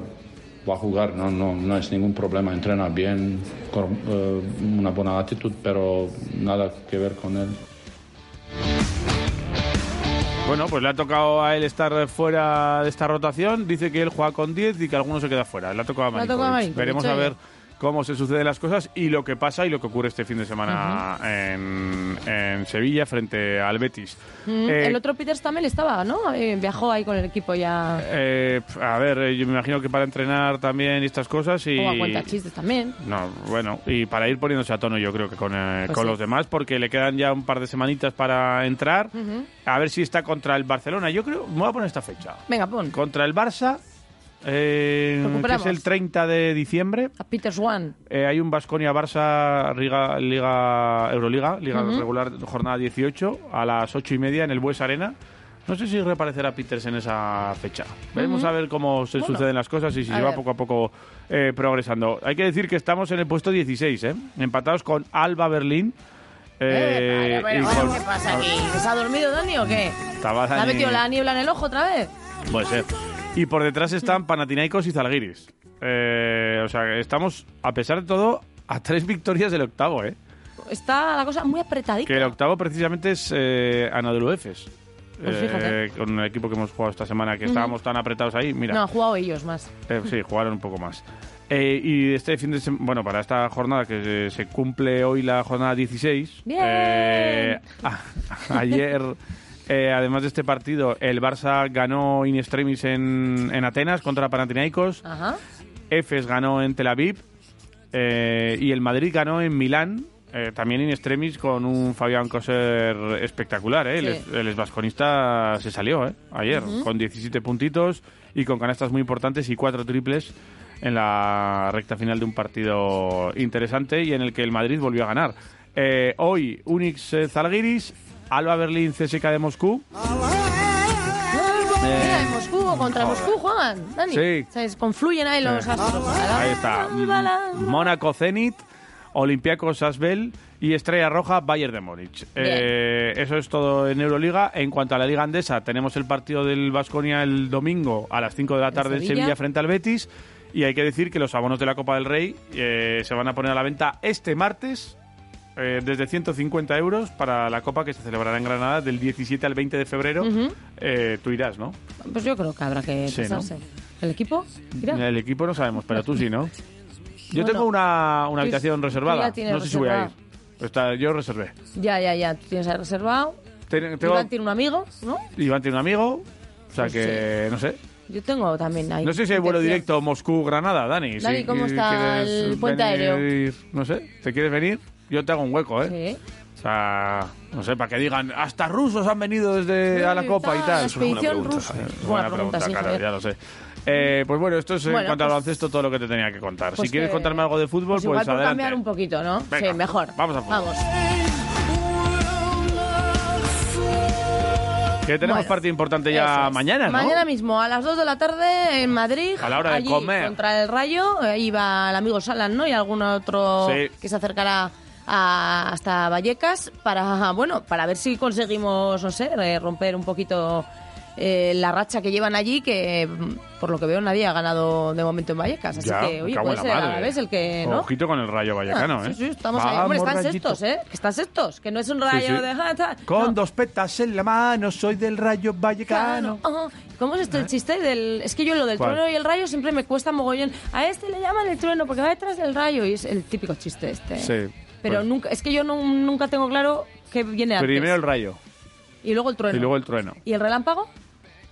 Speaker 10: va a jugar, no, no, no es ningún problema, entrena bien, con eh, una buena actitud, pero nada que ver con él.
Speaker 3: Bueno, pues le ha tocado a él estar fuera de esta rotación. Dice que él juega con 10 y que alguno se queda fuera. Le ha tocado a
Speaker 4: Le ha
Speaker 3: Marinkovic.
Speaker 4: tocado a Marinkovic,
Speaker 3: Veremos a
Speaker 4: oye.
Speaker 3: ver cómo se suceden las cosas y lo que pasa y lo que ocurre este fin de semana en, en Sevilla frente al Betis.
Speaker 4: Mm,
Speaker 3: Eh,
Speaker 4: el otro Peter Stamel estaba, ¿no? Eh, viajó ahí con el equipo ya.
Speaker 3: eh, pf, a ver, eh, yo me imagino que para entrenar también y estas cosas y...
Speaker 4: Como a cuenta chistes también.
Speaker 3: No, bueno, y para ir poniéndose a tono yo creo que con, eh,
Speaker 4: Pues
Speaker 3: con
Speaker 4: sí.
Speaker 3: los demás, porque le quedan ya un par de semanitas para entrar, a ver si está contra el Barcelona. Yo creo, me voy a poner esta fecha.
Speaker 4: Venga, pon.
Speaker 3: Contra el Barça, eh, que
Speaker 4: Recuperamos.
Speaker 3: es el 30 de diciembre,
Speaker 4: A Peter Swan.
Speaker 3: eh, hay un Basconia-Barça Liga, Liga- Euroliga, Liga regular, jornada 18, a las 8 y media en el Bues Arena. No sé si reaparecerá Peters en esa fecha. Veremos a ver cómo se
Speaker 4: Bueno.
Speaker 3: suceden las cosas y si
Speaker 4: A
Speaker 3: se va
Speaker 4: ver.
Speaker 3: poco a poco eh, progresando. Hay que decir que estamos en el puesto 16, ¿eh? empatados con Alba Berlín. eh,
Speaker 5: Eh, vale,
Speaker 3: y
Speaker 5: vale,
Speaker 3: con-
Speaker 5: ¿qué pasa aquí?
Speaker 4: ¿Se ha dormido Dani o qué?
Speaker 3: Estaba
Speaker 4: ¿Le ha
Speaker 3: Dani-
Speaker 4: metido la niebla en el ojo otra vez?
Speaker 3: Puede ser. Y por detrás están Panathinaikos y Zalgiris. Eh, o sea, que estamos, a pesar de todo, a tres victorias del octavo, ¿eh?
Speaker 4: Está la cosa muy apretadita.
Speaker 3: Que el octavo precisamente es eh, Anadolu Efes.
Speaker 4: Pues
Speaker 3: Eh,
Speaker 4: fíjate.
Speaker 3: con el equipo que hemos jugado esta semana, que estábamos tan apretados ahí, mira.
Speaker 4: No, han jugado ellos más.
Speaker 3: Eh, sí, jugaron un poco más. Eh, y este fin de semana, bueno, para esta jornada que se, se cumple hoy la jornada 16,
Speaker 4: Bien.
Speaker 3: eh, a- ayer, eh, además de este partido, el Barça ganó in extremis en, en Atenas contra Panathinaikos,
Speaker 4: Ajá.
Speaker 3: Efes ganó en Tel Aviv eh, y el Madrid ganó en Milán. eh, también in extremis con un Fabián Coser espectacular, ¿eh? El
Speaker 4: Sí.
Speaker 3: es- El esbasconista se salió ¿eh? ayer con 17 puntitos y con canastas muy importantes y cuatro triples en la recta final de un partido interesante y en el que el Madrid volvió a ganar. Eh, hoy, Unix eh, Zalgiris, Alba Berlín CSK de Moscú.
Speaker 4: Ah, Mira, en Moscú o contra Moscú juegan, Dani.
Speaker 3: Eh. Sí.
Speaker 4: O sea, es- confluyen ahí los
Speaker 3: Sí.
Speaker 4: astros.
Speaker 3: Ahí está. Mm, Mónaco Zenit, Olympiacos Asbel y Estrella Roja Bayern de Múnich. Eh, eso es todo en Euroliga. En cuanto a la Liga Andesa, tenemos el partido del Vasconia el domingo a las 5 de la tarde en
Speaker 4: Sevilla.
Speaker 3: Sevilla frente al Betis. Y hay que decir que los abonos de la Copa del Rey eh, se van a poner a la venta este martes. eh, desde 150 euros para la copa que se celebrará en Granada del 17 al 20 de febrero. Eh, tú irás, ¿no?
Speaker 4: Pues yo creo que habrá que
Speaker 3: Sí, ¿no?
Speaker 4: pasarse. ¿El equipo? Mira.
Speaker 3: El equipo no sabemos, pero tú sí, ¿no? Yo
Speaker 4: Bueno,
Speaker 3: tengo una,
Speaker 4: tú-
Speaker 3: una habitación
Speaker 4: tú
Speaker 3: reservada.
Speaker 4: la tienes
Speaker 3: no sé si voy a ir.
Speaker 4: reservada.
Speaker 3: Está, yo reservé.
Speaker 4: Ya, ya, ya. Tú tienes ahí reservado.
Speaker 3: Ten- tengo-
Speaker 4: Iván tiene un amigo, ¿no?
Speaker 3: Iván tiene un amigo. O sea
Speaker 4: Pues
Speaker 3: que, no sé.
Speaker 4: Yo tengo también ahí.
Speaker 3: No sé si hay vuelo
Speaker 4: intención.
Speaker 3: directo Moscú-Granada, Dani.
Speaker 4: Dani,
Speaker 3: si
Speaker 4: ¿cómo está
Speaker 3: quieres
Speaker 4: el puente
Speaker 3: venir-
Speaker 4: aéreo?
Speaker 3: No sé. ¿Te quieres venir? Yo te hago un hueco, ¿eh?
Speaker 4: Sí.
Speaker 3: O sea, no sé, para que digan, hasta rusos han venido desde a la
Speaker 4: Sí,
Speaker 3: copa y
Speaker 4: está
Speaker 3: tal.
Speaker 4: La expedición rusa.
Speaker 3: Eh,
Speaker 4: Buena,
Speaker 3: Buena
Speaker 4: pregunta,
Speaker 3: pregunta,
Speaker 4: sí,
Speaker 3: claro,
Speaker 4: Javier.
Speaker 3: ya lo sé. Eh, pues bueno, esto es en
Speaker 4: Bueno,
Speaker 3: cuanto al
Speaker 4: pues-
Speaker 3: baloncesto todo lo que te tenía que contar.
Speaker 4: Pues
Speaker 3: si quieres
Speaker 4: que-
Speaker 3: contarme algo de fútbol,
Speaker 4: Pues
Speaker 3: pues,
Speaker 4: igual por
Speaker 3: adelante.
Speaker 4: cambiar un poquito, ¿no?
Speaker 3: Venga,
Speaker 4: sí, mejor.
Speaker 3: vamos al fútbol.
Speaker 4: Vamos.
Speaker 3: Que tenemos
Speaker 4: Bueno,
Speaker 3: partido importante ya
Speaker 4: Eso es.
Speaker 3: mañana, ¿no?
Speaker 4: Mañana mismo, a las 2 de la tarde, en Madrid.
Speaker 3: A la hora de
Speaker 4: allí
Speaker 3: comer.
Speaker 4: Contra el Rayo, eh, iba el amigo Salas, ¿no? Y algún otro
Speaker 3: Sí.
Speaker 4: que se acercará a- hasta Vallecas para, bueno, para ver si conseguimos, no sé, eh, romper un poquito eh, la racha que llevan allí, que mm, por lo que veo nadie ha ganado de momento en Vallecas. pues, Así
Speaker 3: Ya,
Speaker 4: que,
Speaker 3: me
Speaker 4: oye,
Speaker 3: cago
Speaker 4: puede
Speaker 3: en
Speaker 4: ser
Speaker 3: la madre.
Speaker 4: Alavés el que, ¿no? Ah,
Speaker 3: Ojito con el Rayo Vallecano, ¿eh?
Speaker 4: Sí, sí, estamos ahí. Hombre, están sextos, ¿eh? Que están sextos, que no es un rayo
Speaker 3: sí.
Speaker 4: de... ja, ja.
Speaker 3: Con
Speaker 4: No.
Speaker 3: dos petas en la mano, soy del Rayo Vallecano.
Speaker 4: Ah, ¿Cómo es esto el chiste del.? Es que yo lo del
Speaker 3: ¿Cuál?
Speaker 4: trueno y el rayo siempre me cuesta mogollón. A este le llaman el trueno porque va detrás del rayo y es el típico chiste este.
Speaker 3: Sí,
Speaker 4: Pero
Speaker 3: pues.
Speaker 4: nunca, es que yo nu- nunca tengo claro qué viene antes.
Speaker 3: Primero el Rayo
Speaker 4: Y luego el trueno.
Speaker 3: y luego el Trueno.
Speaker 4: ¿Y el relámpago?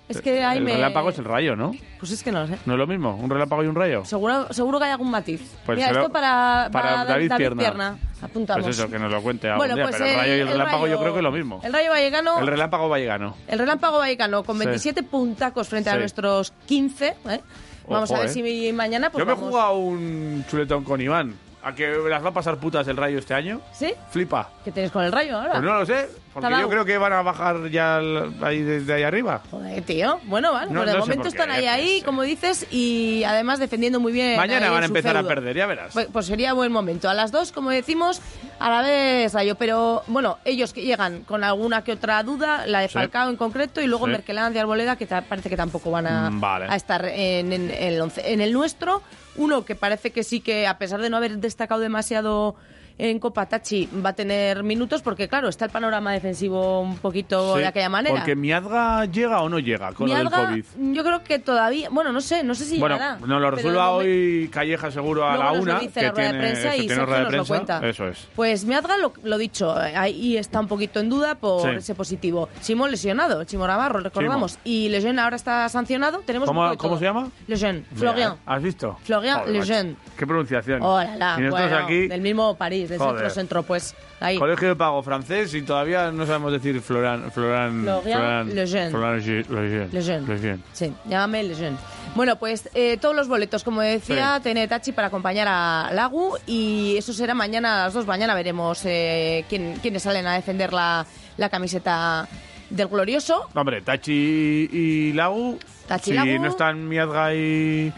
Speaker 4: Es que ahí
Speaker 3: el
Speaker 4: me-
Speaker 3: relámpago es el rayo, ¿no?
Speaker 4: Pues es que no lo sé.
Speaker 3: ¿No es lo mismo? ¿Un relámpago y un rayo?
Speaker 4: Seguro, seguro que hay algún matiz.
Speaker 3: Pues
Speaker 4: Mira,
Speaker 3: se lo-
Speaker 4: esto para,
Speaker 3: para David Pierna.
Speaker 4: Apuntamos.
Speaker 3: Pues eso, que nos lo cuente algún día, pero el, rayo y el,
Speaker 4: pues el
Speaker 3: relámpago yo
Speaker 4: rayo-
Speaker 3: creo que es lo mismo.
Speaker 4: El Rayo Vallecano,
Speaker 3: El relámpago vallegano.
Speaker 4: el Relámpago Vallecano con
Speaker 3: Sí.
Speaker 4: 27 puntacos frente a
Speaker 3: Sí.
Speaker 4: nuestros 15. ¿eh? Vamos
Speaker 3: Ojo,
Speaker 4: a ver
Speaker 3: ¿eh?
Speaker 4: si mañana pues
Speaker 3: Yo me he
Speaker 4: vamos-
Speaker 3: jugado un chuletón con Iván. ¿A que las va a pasar putas el rayo este año?
Speaker 4: ¿Sí?
Speaker 3: Flipa.
Speaker 4: ¿Qué tienes con el Rayo ahora?
Speaker 3: Pues no lo sé, porque
Speaker 4: Talau.
Speaker 3: yo creo que van a bajar ya al- ahí desde ahí arriba.
Speaker 4: Joder, tío. Bueno, vale,
Speaker 3: No-
Speaker 4: pues de
Speaker 3: no sé
Speaker 4: momento
Speaker 3: por qué,
Speaker 4: están ahí,
Speaker 3: yo qué
Speaker 4: ahí,
Speaker 3: sé.
Speaker 4: como dices, y además defendiendo muy bien.
Speaker 3: Mañana
Speaker 4: eh, ahí
Speaker 3: van a
Speaker 4: su
Speaker 3: empezar a
Speaker 4: feudo.
Speaker 3: perder, ¿eh? ya verás.
Speaker 4: Pues, pues sería buen momento. A las dos, como decimos, a la vez Rayo. Pero bueno, ellos que llegan con alguna que otra duda, la de
Speaker 3: Sí.
Speaker 4: Falcao en concreto, y luego
Speaker 3: Sí.
Speaker 4: Merkeland y Arboleda, que ta- parece que tampoco van a,
Speaker 3: Mm, vale.
Speaker 4: a estar en, en el once. En el nuestro, uno que parece que sí que, a pesar de no haber destacado demasiado. En Copa Tachi va a tener minutos porque, claro, está el panorama defensivo un poquito
Speaker 3: Sí,
Speaker 4: de aquella manera.
Speaker 3: Porque Miazga llega o no llega con lo
Speaker 4: Mialga,
Speaker 3: del COVID.
Speaker 4: Yo creo que todavía. Bueno, no sé, no sé si
Speaker 3: Bueno,
Speaker 4: llegará,
Speaker 3: nos lo
Speaker 4: pero
Speaker 3: resuelva
Speaker 4: de momento-
Speaker 3: hoy Calleja seguro a
Speaker 4: luego
Speaker 3: la
Speaker 4: nos lo
Speaker 3: una.
Speaker 4: dice la
Speaker 3: que
Speaker 4: rueda de
Speaker 3: tiene-
Speaker 4: prensa
Speaker 3: que
Speaker 4: y
Speaker 3: tiene
Speaker 4: Sergio
Speaker 3: rueda de
Speaker 4: nos lo
Speaker 3: prensa.
Speaker 4: cuenta.
Speaker 3: Eso es.
Speaker 4: Pues Miadga, lo, lo dicho, eh, ahí está un poquito en duda por
Speaker 3: Sí.
Speaker 4: ese positivo. Simón lesionado, Chimo Navarro, recordamos. Y Lejeune ahora está sancionado. Tenemos un
Speaker 3: ¿Cómo-
Speaker 4: poco de
Speaker 3: cómo
Speaker 4: todo.
Speaker 3: se llama?
Speaker 4: Lejeune, Florian.
Speaker 3: Mira, ¿Has visto?
Speaker 4: Florian
Speaker 3: Joder, macho.
Speaker 4: Lejeune.
Speaker 3: Qué pronunciación.
Speaker 4: Oh, la, la.
Speaker 3: Y nosotros
Speaker 4: Bueno,
Speaker 3: aquí,
Speaker 4: Del mismo París, del
Speaker 3: Joder.
Speaker 4: centro centro, pues. Ahí.
Speaker 3: colegio de pago francés y todavía no sabemos decir Florian... Florian...
Speaker 4: Florian Lejeune.
Speaker 3: Florian Lejeune.
Speaker 4: Lejeune.
Speaker 3: Lejeune.
Speaker 4: Sí, llámame Lejeune. Bueno, pues eh, todos los boletos, como decía,
Speaker 3: Sí.
Speaker 4: tiene Tachi para acompañar a Lagu y eso será mañana a las dos. Mañana veremos eh, quién, quiénes salen a defender la, la camiseta del glorioso.
Speaker 3: No, Hombre, Tachi y Lagu.
Speaker 4: Tachi
Speaker 3: si
Speaker 4: y Lagu.
Speaker 3: no están Miazga y,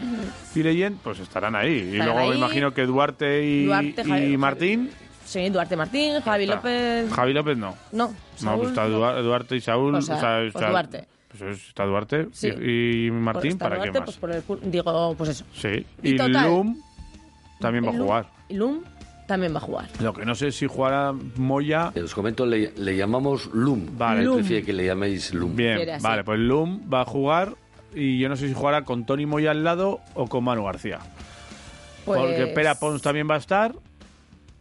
Speaker 3: y Leyen, pues estarán ahí. y
Speaker 4: Estarán
Speaker 3: luego me
Speaker 4: ahí.
Speaker 3: imagino que Duarte y,
Speaker 4: Duarte,
Speaker 3: y
Speaker 4: Javi-
Speaker 3: Martín.
Speaker 4: Sí, Duarte Martín, Javi
Speaker 3: Está.
Speaker 4: López.
Speaker 3: Javi López no.
Speaker 4: No,
Speaker 3: no,
Speaker 4: Saúl,
Speaker 3: pues está
Speaker 4: no.
Speaker 3: Dua- Duarte y Saúl.
Speaker 4: O sea, pues Duarte.
Speaker 3: pues es- está Duarte
Speaker 4: Sí.
Speaker 3: y, y Martín,
Speaker 4: Está
Speaker 3: ¿para
Speaker 4: Duarte,
Speaker 3: qué más?
Speaker 4: pues, por el cul- digo, pues eso.
Speaker 3: Sí.
Speaker 4: Y
Speaker 3: Y,
Speaker 4: total.
Speaker 3: Lum también va a
Speaker 4: Lum-
Speaker 3: jugar.
Speaker 4: Y Lum también va a jugar.
Speaker 3: Lo que no sé es si jugará Moya.
Speaker 11: En los comentos le, le llamamos Loom.
Speaker 3: Vale.
Speaker 11: Él
Speaker 4: Loom.
Speaker 11: prefiere que le llaméis Loom.
Speaker 4: Quiere
Speaker 3: Bien,
Speaker 4: así.
Speaker 3: vale, pues Lum va a jugar y yo no sé si jugará con Tony Moya al lado o con Manu García.
Speaker 4: Pues,
Speaker 3: Porque Pera Pons también va a estar,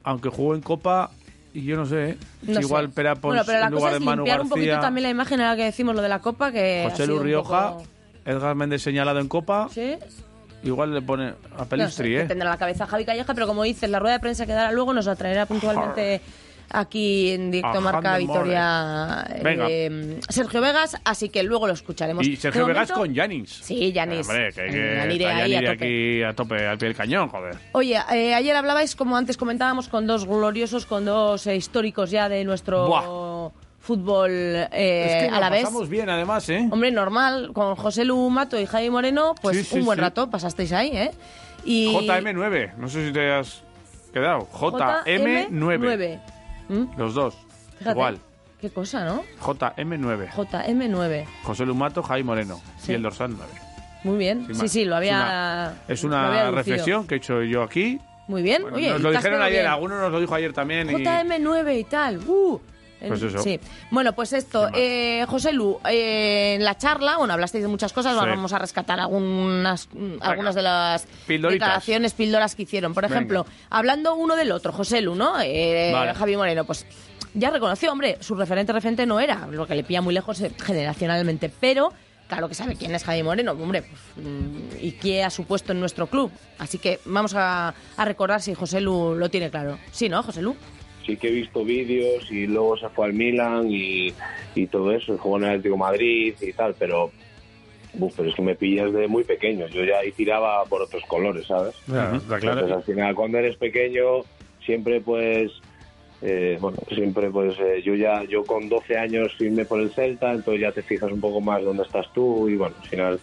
Speaker 3: aunque jugó en Copa, y yo no sé, ¿eh?
Speaker 4: no
Speaker 3: Si
Speaker 4: sé.
Speaker 3: igual Pera Pons
Speaker 4: Bueno, pero la
Speaker 3: en
Speaker 4: cosa
Speaker 3: lugar
Speaker 4: es
Speaker 3: de Manu
Speaker 4: limpiar un poquito
Speaker 3: García,
Speaker 4: también la imagen a la que decimos lo de la Copa, que ha
Speaker 3: José
Speaker 4: sido
Speaker 3: Luis
Speaker 4: un
Speaker 3: Rioja,
Speaker 4: poco-
Speaker 3: Edgar Méndez señalado en Copa,
Speaker 4: Sí.
Speaker 3: igual le pone a
Speaker 4: No sé,
Speaker 3: Pelistri,
Speaker 4: que
Speaker 3: ¿eh?
Speaker 4: Tendrá la cabeza Javi Calleja, pero como dices, la rueda de prensa que dará luego nos la traerá puntualmente aquí en directo
Speaker 3: Ajá,
Speaker 4: Marca
Speaker 3: de
Speaker 4: Victoria
Speaker 3: Venga.
Speaker 4: eh, Sergio Vegas, así que luego lo escucharemos.
Speaker 3: Y Sergio
Speaker 4: De
Speaker 3: Vegas
Speaker 4: momento-
Speaker 3: con Yanis.
Speaker 4: Sí, Yanis.
Speaker 3: Hombre, que, que
Speaker 4: Yanire
Speaker 3: está
Speaker 4: ahí a
Speaker 3: Yanire
Speaker 4: tope.
Speaker 3: aquí a tope, al pie del cañón, joder.
Speaker 4: Oye, eh, ayer hablabais, como antes comentábamos, con dos gloriosos, con dos eh, históricos ya de nuestro
Speaker 3: Buah.
Speaker 4: fútbol eh,
Speaker 3: es que
Speaker 4: a la
Speaker 3: nos
Speaker 4: vez.
Speaker 3: pasamos bien, además, ¿eh?
Speaker 4: Hombre, normal, con José Lu Mato y Javi Moreno, pues
Speaker 3: Sí, sí,
Speaker 4: un buen
Speaker 3: sí.
Speaker 4: rato pasasteis ahí, ¿eh? Y
Speaker 3: JM9, no sé si te has quedado. JM9,
Speaker 4: JM9. ¿Mm?
Speaker 3: los dos,
Speaker 4: Fíjate,
Speaker 3: igual.
Speaker 4: Qué cosa, ¿no?
Speaker 3: JM9,
Speaker 4: JM9.
Speaker 3: José Lumato, Jaime Moreno
Speaker 4: Sí.
Speaker 3: y el dorsal 9.
Speaker 4: Muy bien.
Speaker 3: Sin
Speaker 4: Sí,
Speaker 3: más.
Speaker 4: sí, lo había.
Speaker 3: Es
Speaker 4: lo
Speaker 3: una, es
Speaker 4: había
Speaker 3: una
Speaker 4: deducido.
Speaker 3: reflexión que he hecho yo aquí.
Speaker 4: Muy bien.
Speaker 3: Bueno,
Speaker 4: Oye,
Speaker 3: nos
Speaker 4: y
Speaker 3: lo
Speaker 4: te has
Speaker 3: dijeron
Speaker 4: quedado
Speaker 3: ayer,
Speaker 4: bien.
Speaker 3: alguno nos lo dijo ayer también. y-
Speaker 4: JM9 y tal. Uh.
Speaker 3: Pues eso.
Speaker 4: Sí. Bueno, pues esto.
Speaker 3: Sin más.
Speaker 4: eh, José Lu, eh, en la charla, bueno, hablasteis de muchas cosas,
Speaker 3: Sí.
Speaker 4: vamos a rescatar algunas, mm, algunas de las
Speaker 3: Pildoritas.
Speaker 4: declaraciones, píldoras que hicieron. Por
Speaker 3: Venga.
Speaker 4: ejemplo, hablando uno del otro, José Lu, ¿no? Eh,
Speaker 3: Vale.
Speaker 4: Javi Moreno, pues ya reconoció, hombre, su referente referente no era, lo que le pilla muy lejos eh, generacionalmente, pero claro que sabe quién es Javi Moreno, hombre, pues, mm, y qué ha supuesto en nuestro club. Así que vamos a, a recordar si José Lu lo tiene claro. Sí, ¿no, José Lu?
Speaker 12: sí que he visto vídeos y luego se fue al Milan y, y todo eso, jugó en el Atlético de Madrid y tal, pero, buf, pero es que me pillas de muy pequeño, yo ya ahí tiraba por otros colores, ¿sabes?
Speaker 3: Claro, está claro.
Speaker 12: Entonces, al final, cuando eres pequeño, siempre pues, eh, bueno, siempre pues eh, yo ya, yo con 12 años firmé por el Celta, entonces ya te fijas un poco más dónde estás tú y bueno, al final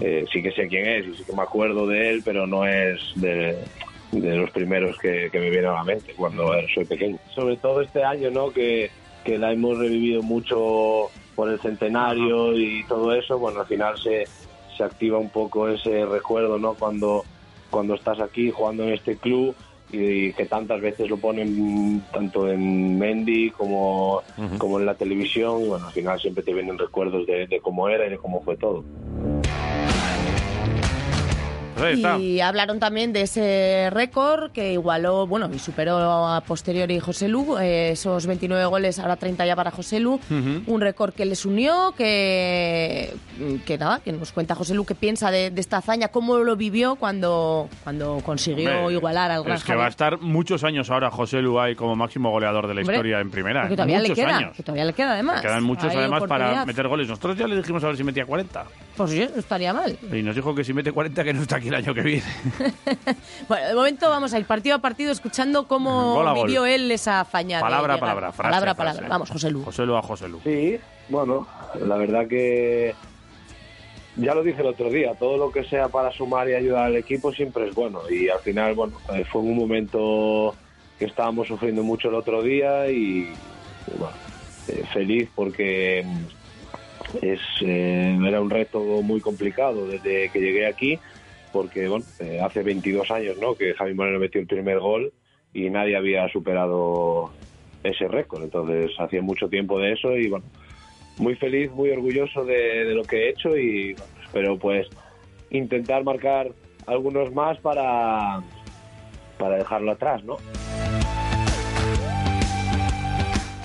Speaker 12: eh, sí que sé quién es y sí que me acuerdo de él, pero no es de, de los primeros que, que me viene a la mente cuando eh, soy pequeño. Sobre todo este año, ¿no? Que, que la hemos revivido mucho por el centenario y todo eso, bueno, al final se, se activa un poco ese recuerdo, ¿no? Cuando, cuando estás aquí jugando en este club y, que tantas veces lo ponen tanto en Mendy como, como en la televisión y bueno, al final siempre te vienen recuerdos de, de cómo era y de cómo fue todo.
Speaker 3: Pues Eso ahí está.
Speaker 4: Y hablaron también de ese récord que igualó, bueno, y superó a posteriori José Lu, eh, esos 29 goles, ahora 30 ya para José Lu, un récord que les unió, que, que nada, que nos cuenta José Lu qué piensa de, de esta hazaña, cómo lo vivió cuando, cuando consiguió
Speaker 3: Hombre,
Speaker 4: igualar al Gran
Speaker 3: Es que va a
Speaker 4: Javier.
Speaker 3: estar muchos años ahora José Luay como máximo goleador de la
Speaker 4: Hombre,
Speaker 3: historia en primera. ¿eh?
Speaker 4: Porque todavía le
Speaker 3: muchos
Speaker 4: queda,
Speaker 3: años.
Speaker 4: que todavía le queda además.
Speaker 3: Quedan muchos
Speaker 4: Hay
Speaker 3: además para
Speaker 4: oportunidad.
Speaker 3: meter goles. Nosotros ya le dijimos a ver si metía 40.
Speaker 4: Pues yo no estaría mal.
Speaker 3: Y nos dijo que si mete 40 que no está aquí el año que viene.
Speaker 4: Bueno, de momento vamos a ir partido a partido escuchando cómo
Speaker 3: Gol a gol.
Speaker 4: vivió él esa hazaña. de
Speaker 3: palabra a
Speaker 4: llegar.
Speaker 3: palabra, frase a
Speaker 4: Palabra a
Speaker 3: frase.
Speaker 4: palabra. Vamos, José Lu.
Speaker 3: José Lu a José Lu.
Speaker 12: Sí, bueno, la verdad que ya lo dije el otro día, todo lo que sea para sumar y ayudar al equipo siempre es bueno y al final, bueno, eh, fue un momento que estábamos sufriendo mucho el otro día y, y bueno, eh, feliz porque mm, es, eh, era un reto muy complicado desde que llegué aquí porque, bueno, eh, hace 22 años, ¿no?, que Javi Moreno metió el primer gol y nadie había superado ese récord. Entonces, hacía mucho tiempo de eso y bueno, muy feliz, muy orgulloso de, de lo que he hecho y bueno, espero pues intentar marcar algunos más para, para dejarlo atrás, ¿no?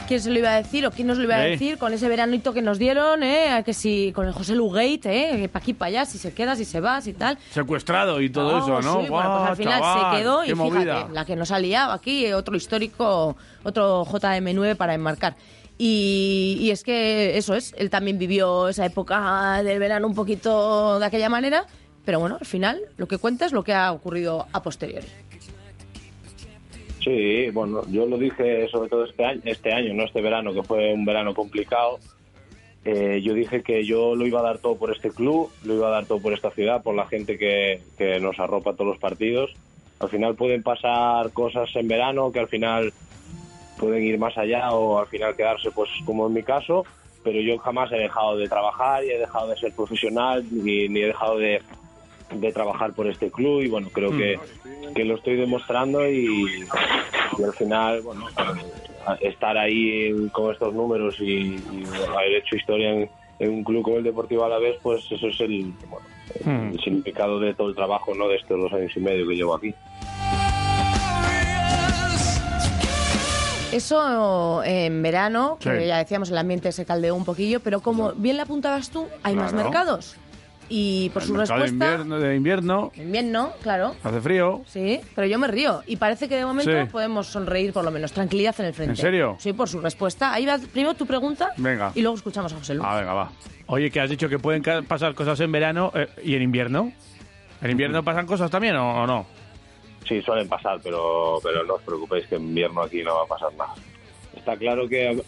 Speaker 4: ¿Quién se lo iba a decir o quién nos lo iba a
Speaker 3: Sí.
Speaker 4: decir con ese veranito que nos dieron? ¿eh? Que si con el José Lu Gate, ¿eh? que pa' aquí, para allá, si se queda, si se va, si tal.
Speaker 3: Secuestrado y todo
Speaker 4: Oh,
Speaker 3: eso, ¿no?
Speaker 4: sí, bueno, pues
Speaker 3: Guau,
Speaker 4: al final
Speaker 3: Ah, chaval,
Speaker 4: se quedó y
Speaker 3: qué
Speaker 4: fíjate,
Speaker 3: movida.
Speaker 4: la que nos ha liado aquí, eh, otro histórico, otro JM9 para enmarcar. Y, y es que eso es, él también vivió esa época del verano un poquito de aquella manera, pero bueno, al final lo que cuenta es lo que ha ocurrido a posteriori.
Speaker 12: Sí, bueno, yo lo dije sobre todo este año, este año, no este verano, que fue un verano complicado. Eh, yo dije que yo lo iba a dar todo por este club, lo iba a dar todo por esta ciudad, por la gente que, que nos arropa todos los partidos. Al final pueden pasar cosas en verano que al final pueden ir más allá o al final quedarse, pues como en mi caso, pero yo jamás he dejado de trabajar y he dejado de ser profesional ni, ni he dejado de, de trabajar por este club y bueno, creo que, que lo estoy demostrando y, y al final, bueno, eh, estar ahí en- con estos números y, y haber hecho historia en, en un club como el Deportivo Alavés, pues eso es el, bueno,
Speaker 3: Mm.
Speaker 12: el significado de todo el trabajo, ¿no? De estos dos años y medio que llevo aquí.
Speaker 4: Eso eh, en verano,
Speaker 3: Sí.
Speaker 4: que ya decíamos, el ambiente se caldeó un poquillo, pero como bien la apuntabas tú, hay más
Speaker 3: Claro.
Speaker 4: mercados. Y por
Speaker 3: El
Speaker 4: su
Speaker 3: mercado de
Speaker 4: respuesta,
Speaker 3: invierno, de invierno,
Speaker 4: el invierno, claro,
Speaker 3: hace frío.
Speaker 4: Sí, pero yo me río. Y parece que de momento
Speaker 3: Sí.
Speaker 4: podemos sonreír por lo menos. Tranquilidad en el frente.
Speaker 3: ¿En serio?
Speaker 4: Sí, por su respuesta. Ahí va primero tu pregunta.
Speaker 3: Venga.
Speaker 4: Y luego escuchamos a José Luis.
Speaker 3: Ah, venga, va. Oye, que has dicho que pueden ca- pasar cosas en verano eh, y en invierno. ¿En invierno pasan cosas también o, o no?
Speaker 12: Sí, suelen pasar, pero, pero no os preocupéis que en invierno aquí no va a pasar nada. Está claro que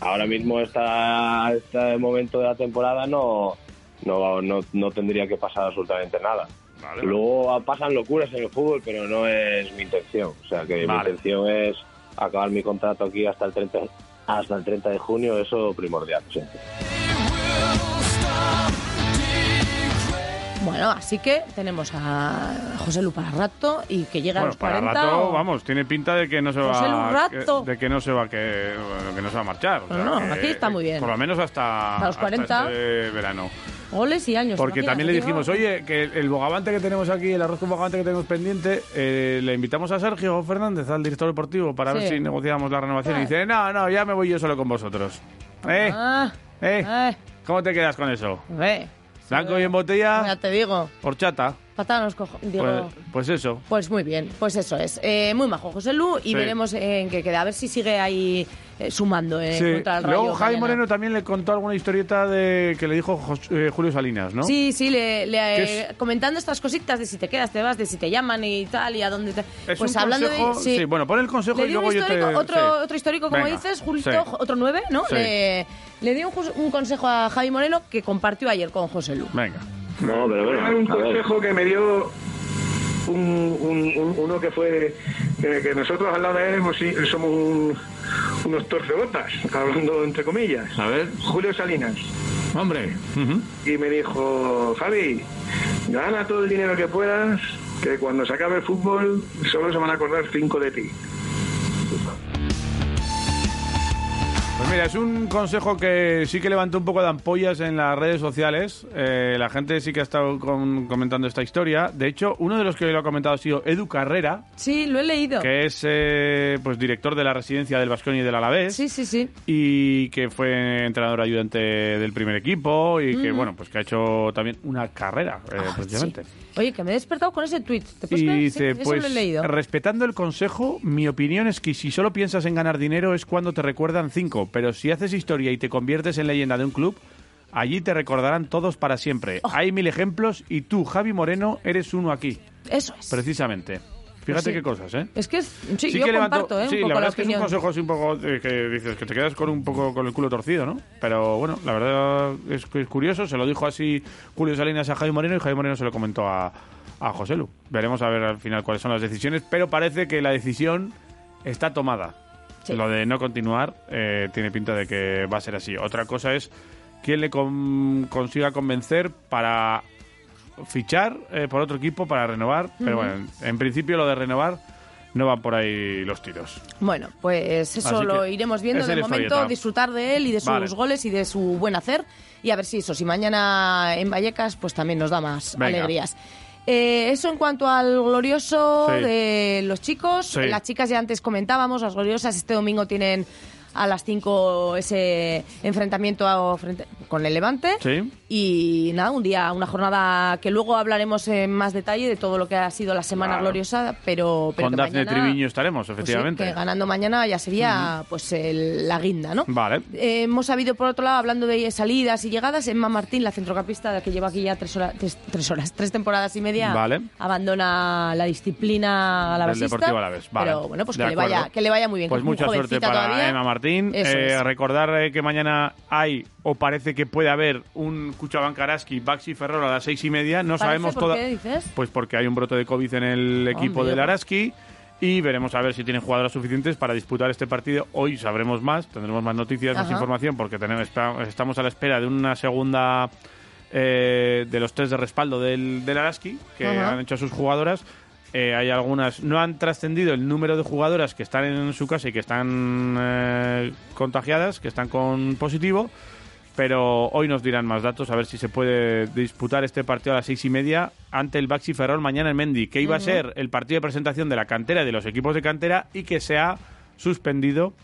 Speaker 12: ahora mismo está este momento de la temporada no, no, no, no tendría que pasar absolutamente nada. Luego pasan locuras en el fútbol, pero no es mi intención. O sea que mi
Speaker 3: Vale.
Speaker 12: intención es acabar mi contrato aquí hasta el 30, hasta el 30 de junio, eso primordial. sí.
Speaker 4: Bueno, así que tenemos a José Lu para rato y que llega a
Speaker 3: Bueno, pues
Speaker 4: los
Speaker 3: para
Speaker 4: 40.
Speaker 3: rato,
Speaker 4: o-
Speaker 3: vamos, tiene pinta de que no se
Speaker 4: José
Speaker 3: va
Speaker 4: Lu, rato.
Speaker 3: que- de que no se va que, bueno, que no se va a marchar.
Speaker 4: No,
Speaker 3: o sea,
Speaker 4: no,
Speaker 3: que-
Speaker 4: aquí está muy bien.
Speaker 3: eh, Por lo menos hasta,
Speaker 4: Hasta los 40.
Speaker 3: hasta este verano.
Speaker 4: Goles y años.
Speaker 3: Porque
Speaker 4: ¿te
Speaker 3: también le
Speaker 4: imaginas?
Speaker 3: dijimos, oye, que el bogavante que tenemos aquí, el arroz con bogavante que tenemos pendiente, eh, le invitamos a Sergio Fernández, al director deportivo, para
Speaker 4: Sí.
Speaker 3: ver si negociamos la renovación. Y
Speaker 4: Ah.
Speaker 3: dice, no, no, ya me voy yo solo con vosotros. ¿Eh?
Speaker 4: Ah,
Speaker 3: ¿Eh?
Speaker 4: eh,
Speaker 3: ¿Cómo te quedas con eso?
Speaker 4: ve.
Speaker 3: ¿Blanco y en
Speaker 4: Ya
Speaker 3: botella?
Speaker 4: te digo.
Speaker 3: ¿Horchata?
Speaker 4: Patada nos cojo. Digo.
Speaker 3: Pues, pues eso.
Speaker 4: Pues muy bien, pues eso es. Eh, muy majo José Lu y
Speaker 3: Sí.
Speaker 4: veremos en qué queda. A ver si sigue ahí eh, sumando eh,
Speaker 3: Sí.
Speaker 4: contra el Rayo.
Speaker 3: Luego Javi
Speaker 4: mañana.
Speaker 3: Moreno también le contó alguna historieta de que le dijo Jos- eh, Julio Salinas, ¿no?
Speaker 4: Sí, sí, le, le-
Speaker 3: Que es-
Speaker 4: eh, comentando estas cositas de si te quedas, te vas, de si te llaman y tal, y a dónde te...
Speaker 3: Es
Speaker 4: pues
Speaker 3: un
Speaker 4: hablando
Speaker 3: consejo,
Speaker 4: de...
Speaker 3: sí. bueno, pon el consejo
Speaker 4: Le
Speaker 3: y
Speaker 4: dio
Speaker 3: luego
Speaker 4: un
Speaker 3: yo te...
Speaker 4: histórico, otro,
Speaker 3: sí.
Speaker 4: otro histórico, como
Speaker 3: Venga,
Speaker 4: dices,
Speaker 3: sí.
Speaker 4: Julito, otro nueve, ¿no?
Speaker 3: Sí.
Speaker 4: Le, le dio un, jus- un consejo a Javi Moreno que compartió ayer con José Lu.
Speaker 3: Venga.
Speaker 12: No, pero bueno,
Speaker 13: Hay un
Speaker 12: a ver.
Speaker 13: consejo que me dio un- un- un- uno que fue que, que nosotros al lado de él pues sí, somos un- unos torcebotas, hablando entre comillas.
Speaker 3: A ver.
Speaker 13: Julio Salinas.
Speaker 3: Hombre.
Speaker 13: Y me dijo, Javi, gana todo el dinero que puedas, que cuando se acabe el fútbol solo se van a acordar cinco de ti.
Speaker 3: Pues Pues mira, es un consejo que sí que levantó un poco de ampollas en las redes sociales. Eh, la gente sí que ha estado con- comentando esta historia. De hecho, uno de los que lo ha comentado ha sido Edu Carrera,
Speaker 4: Sí, lo he leído.
Speaker 3: que es eh, pues director de la residencia del Vasconi y del Alavés.
Speaker 4: Sí, sí, sí.
Speaker 3: y que fue entrenador ayudante del primer equipo y que
Speaker 4: Mm. Ah,
Speaker 3: bueno pues que ha hecho también una carrera eh, precisamente
Speaker 4: Oye, que me he despertado con ese tweet. ¿Te puedes
Speaker 3: y
Speaker 4: creer?
Speaker 3: dice
Speaker 4: sí, eso
Speaker 3: pues
Speaker 4: lo he leído.
Speaker 3: respetando el consejo mi opinión es que si solo piensas en ganar dinero es cuando te recuerdan cinco pero si haces historia y te conviertes en leyenda de un club allí te recordarán todos para siempre
Speaker 4: Oh.
Speaker 3: hay mil ejemplos y tú Javi Moreno eres uno aquí
Speaker 4: Eso es.
Speaker 3: precisamente
Speaker 4: Pues
Speaker 3: fíjate
Speaker 4: sí.
Speaker 3: qué cosas eh
Speaker 4: Es que es- sí, yo
Speaker 3: que levantó-
Speaker 4: comparto, ¿eh?
Speaker 3: sí,
Speaker 4: un poco la,
Speaker 3: la verdad es que es un
Speaker 4: opinión.
Speaker 3: consejo así un poco eh, que dices que te quedas con un poco con el culo torcido, ¿no? Pero bueno, la verdad es que es curioso, se lo dijo así Julio Salinas a Javi Moreno y Javi Moreno se lo comentó a, a José Lu. Veremos a ver al final cuáles son las decisiones, pero parece que la decisión está tomada. Lo de no continuar eh, tiene pinta de que va a ser así. Otra cosa es quién le con- consiga convencer para fichar eh, por otro equipo, para renovar. Pero
Speaker 4: Ujú.
Speaker 3: bueno, en- en principio lo de renovar no van por ahí los tiros.
Speaker 4: Bueno, pues eso
Speaker 3: Así
Speaker 4: lo
Speaker 3: que
Speaker 4: iremos viendo.
Speaker 3: esa
Speaker 4: De
Speaker 3: es la
Speaker 4: momento,
Speaker 3: historieta.
Speaker 4: disfrutar de él y de sus
Speaker 3: Vale.
Speaker 4: goles y de su buen hacer. Y a ver si eso, si mañana en Vallecas, pues también nos da más
Speaker 3: Venga.
Speaker 4: alegrías. Eh, eso en cuanto al glorioso
Speaker 5: Sí.
Speaker 4: de los chicos.
Speaker 5: Sí.
Speaker 4: Las chicas ya antes comentábamos, las gloriosas este domingo tienen a las 5 ese enfrentamiento a- frente- con el Levante.
Speaker 3: Sí.
Speaker 4: Y nada, un día, una jornada que luego hablaremos en más detalle de todo lo que ha sido la semana
Speaker 3: Claro.
Speaker 4: gloriosa, pero, pero
Speaker 3: Con
Speaker 4: que
Speaker 3: Dafne
Speaker 4: mañana-
Speaker 3: Triviño estaremos,
Speaker 4: pues sí,
Speaker 3: efectivamente.
Speaker 4: que ganando mañana ya sería pues el- la guinda, ¿no?
Speaker 3: Vale.
Speaker 4: Eh, hemos sabido, por otro lado, hablando de salidas y llegadas, Emma Martín, la centrocampista que lleva aquí ya tres horas, tres, tres horas, tres temporadas y media,
Speaker 3: Vale.
Speaker 4: abandona la disciplina a la
Speaker 3: Del Deportivo Alavés, vale.
Speaker 4: Pero bueno, pues
Speaker 3: De
Speaker 4: que le,
Speaker 3: acuerdo.
Speaker 4: vaya, que le vaya muy bien.
Speaker 3: Pues
Speaker 4: que es muy
Speaker 3: mucha suerte
Speaker 4: jovencita
Speaker 3: para
Speaker 4: todavía.
Speaker 3: Emma Martín.
Speaker 4: Eso
Speaker 3: Eh,
Speaker 4: es.
Speaker 3: Recordar eh, que mañana hay, o parece que puede haber, un Cuchaban Karaski, Baxi Ferrero a las seis y media. No
Speaker 4: Parece,
Speaker 3: sabemos
Speaker 4: ¿por
Speaker 3: toda.
Speaker 4: qué dices?
Speaker 3: Pues porque hay un brote de COVID en el equipo
Speaker 4: Hombre.
Speaker 3: del Araski. Y veremos a ver si tienen jugadoras suficientes para disputar este partido. Hoy sabremos más, tendremos más noticias, más
Speaker 4: Ajá.
Speaker 3: información, porque tenemos, esta- estamos a la espera de una segunda eh, de los test de respaldo del, del Araski que
Speaker 14: Ajá.
Speaker 3: han hecho a sus jugadoras. Eh, hay algunas, no han trascendido el número de jugadoras que están en su casa y que están eh, contagiadas, que están con positivo. Pero hoy nos dirán más datos, a ver si se puede disputar este partido a las seis y media ante el Baxi Ferrol mañana en Mendy, que iba a
Speaker 15: Ujú.
Speaker 3: ser el partido de presentación de la cantera y de los equipos de cantera y que se ha suspendido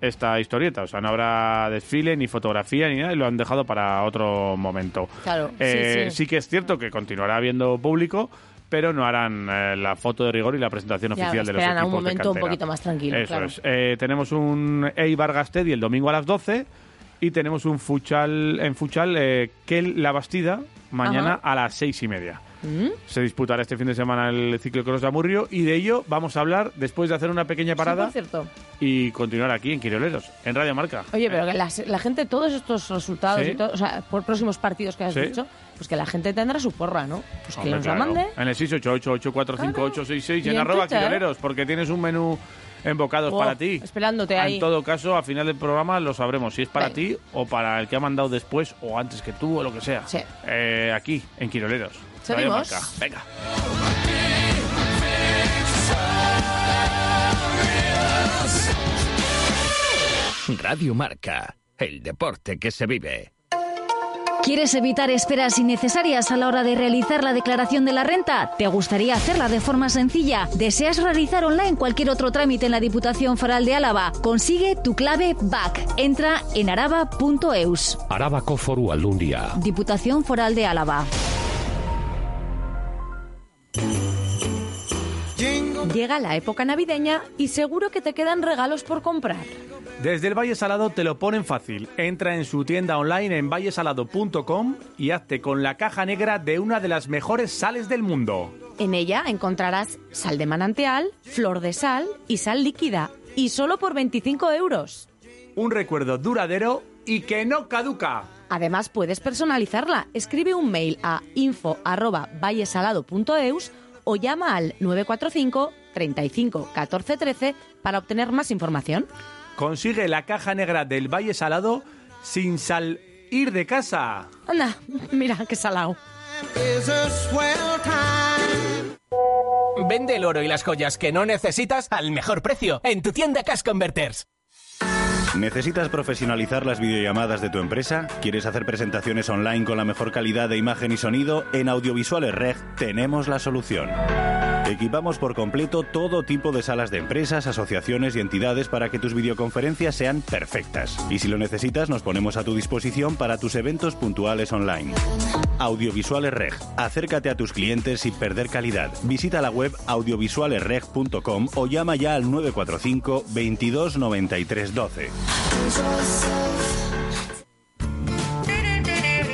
Speaker 3: esta historieta. O sea, no habrá desfile, ni fotografía, ni nada, y lo han dejado para otro momento.
Speaker 4: Claro, sí,
Speaker 3: Eh,
Speaker 4: sí.
Speaker 3: que es cierto que continuará habiendo público, pero no harán eh, la foto de rigor y la presentación
Speaker 4: Ya,
Speaker 3: oficial de los
Speaker 4: esperan
Speaker 3: equipos
Speaker 4: a un
Speaker 3: de
Speaker 4: momento un
Speaker 3: cantera.
Speaker 4: poquito más tranquilo,
Speaker 3: Eso
Speaker 4: claro.
Speaker 3: es. Eh, tenemos un Eibar Gastedi el domingo a las 12 y tenemos un Fuchal en Fuchal eh, Kel La Bastida mañana
Speaker 4: Ajá.
Speaker 3: a las seis y media.
Speaker 4: Mm.
Speaker 3: Se disputará este fin de semana el ciclocross de Amurrio y de ello vamos a hablar después de hacer una pequeña
Speaker 4: Sí,
Speaker 3: parada
Speaker 4: por cierto.
Speaker 3: y continuar aquí en Quiroleros, en Radio Marca.
Speaker 4: Oye, pero que la, la gente, todos estos resultados
Speaker 3: Sí.
Speaker 4: y todo, o sea, por próximos partidos que has
Speaker 3: Sí.
Speaker 4: dicho, pues que la gente tendrá su porra, ¿no? Pues que
Speaker 3: Hombre,
Speaker 4: nos
Speaker 3: claro.
Speaker 4: la mande.
Speaker 3: En el 688-845-866 y
Speaker 4: Y
Speaker 3: en
Speaker 4: en
Speaker 3: arroba
Speaker 4: Twitter.
Speaker 3: quiroleros, porque tienes un menú en bocados
Speaker 4: Oh,
Speaker 3: para ti.
Speaker 4: Esperándote ahí.
Speaker 3: En todo caso, al final del programa lo sabremos si es para ti o para el que ha mandado después o antes que tú o lo que sea. Eh, aquí, en Quiroleros. Radio
Speaker 4: Seguimos.
Speaker 3: Marca. Venga.
Speaker 11: Radio Marca, el deporte que se vive.
Speaker 16: ¿Quieres evitar esperas innecesarias a la hora de realizar la declaración de la renta? ¿Te gustaría hacerla de forma sencilla? ¿Deseas realizar online cualquier otro trámite en la Diputación Foral de Álava? Consigue tu clave BAC. Entra en araba.eus.
Speaker 15: Arabako foru aldundia.
Speaker 16: Diputación Foral de Álava.
Speaker 4: Llega la época navideña y seguro que te quedan regalos por comprar.
Speaker 3: Desde el Valle Salado te lo ponen fácil. Entra en su tienda online en vallesalado.com y hazte con la caja negra de una de las mejores sales del mundo.
Speaker 4: En ella encontrarás sal de manantial, flor de sal y sal líquida. Y solo por 25 euros.
Speaker 3: Un recuerdo duradero y que no caduca.
Speaker 4: Además, puedes personalizarla. Escribe un mail a info.vallesalado.eus o llama al 945 35 14 13 para obtener más información.
Speaker 3: Consigue la caja negra del Valle Salado sin salir de casa.
Speaker 4: Anda, mira qué salado.
Speaker 17: Vende el oro y las joyas que no necesitas al mejor precio en tu tienda Cash Converters.
Speaker 14: ¿Necesitas profesionalizar las videollamadas de tu empresa? ¿Quieres hacer presentaciones online con la mejor calidad de imagen y sonido? En Audiovisuales Reg tenemos la solución. Equipamos por completo todo tipo de salas de empresas, asociaciones y entidades para que tus videoconferencias sean perfectas. Y si lo necesitas, nos ponemos a tu disposición para tus eventos puntuales online. Audiovisuales Reg. Acércate a tus clientes sin perder calidad. Visita la web audiovisualesreg.com o llama ya al 945 22 93 12.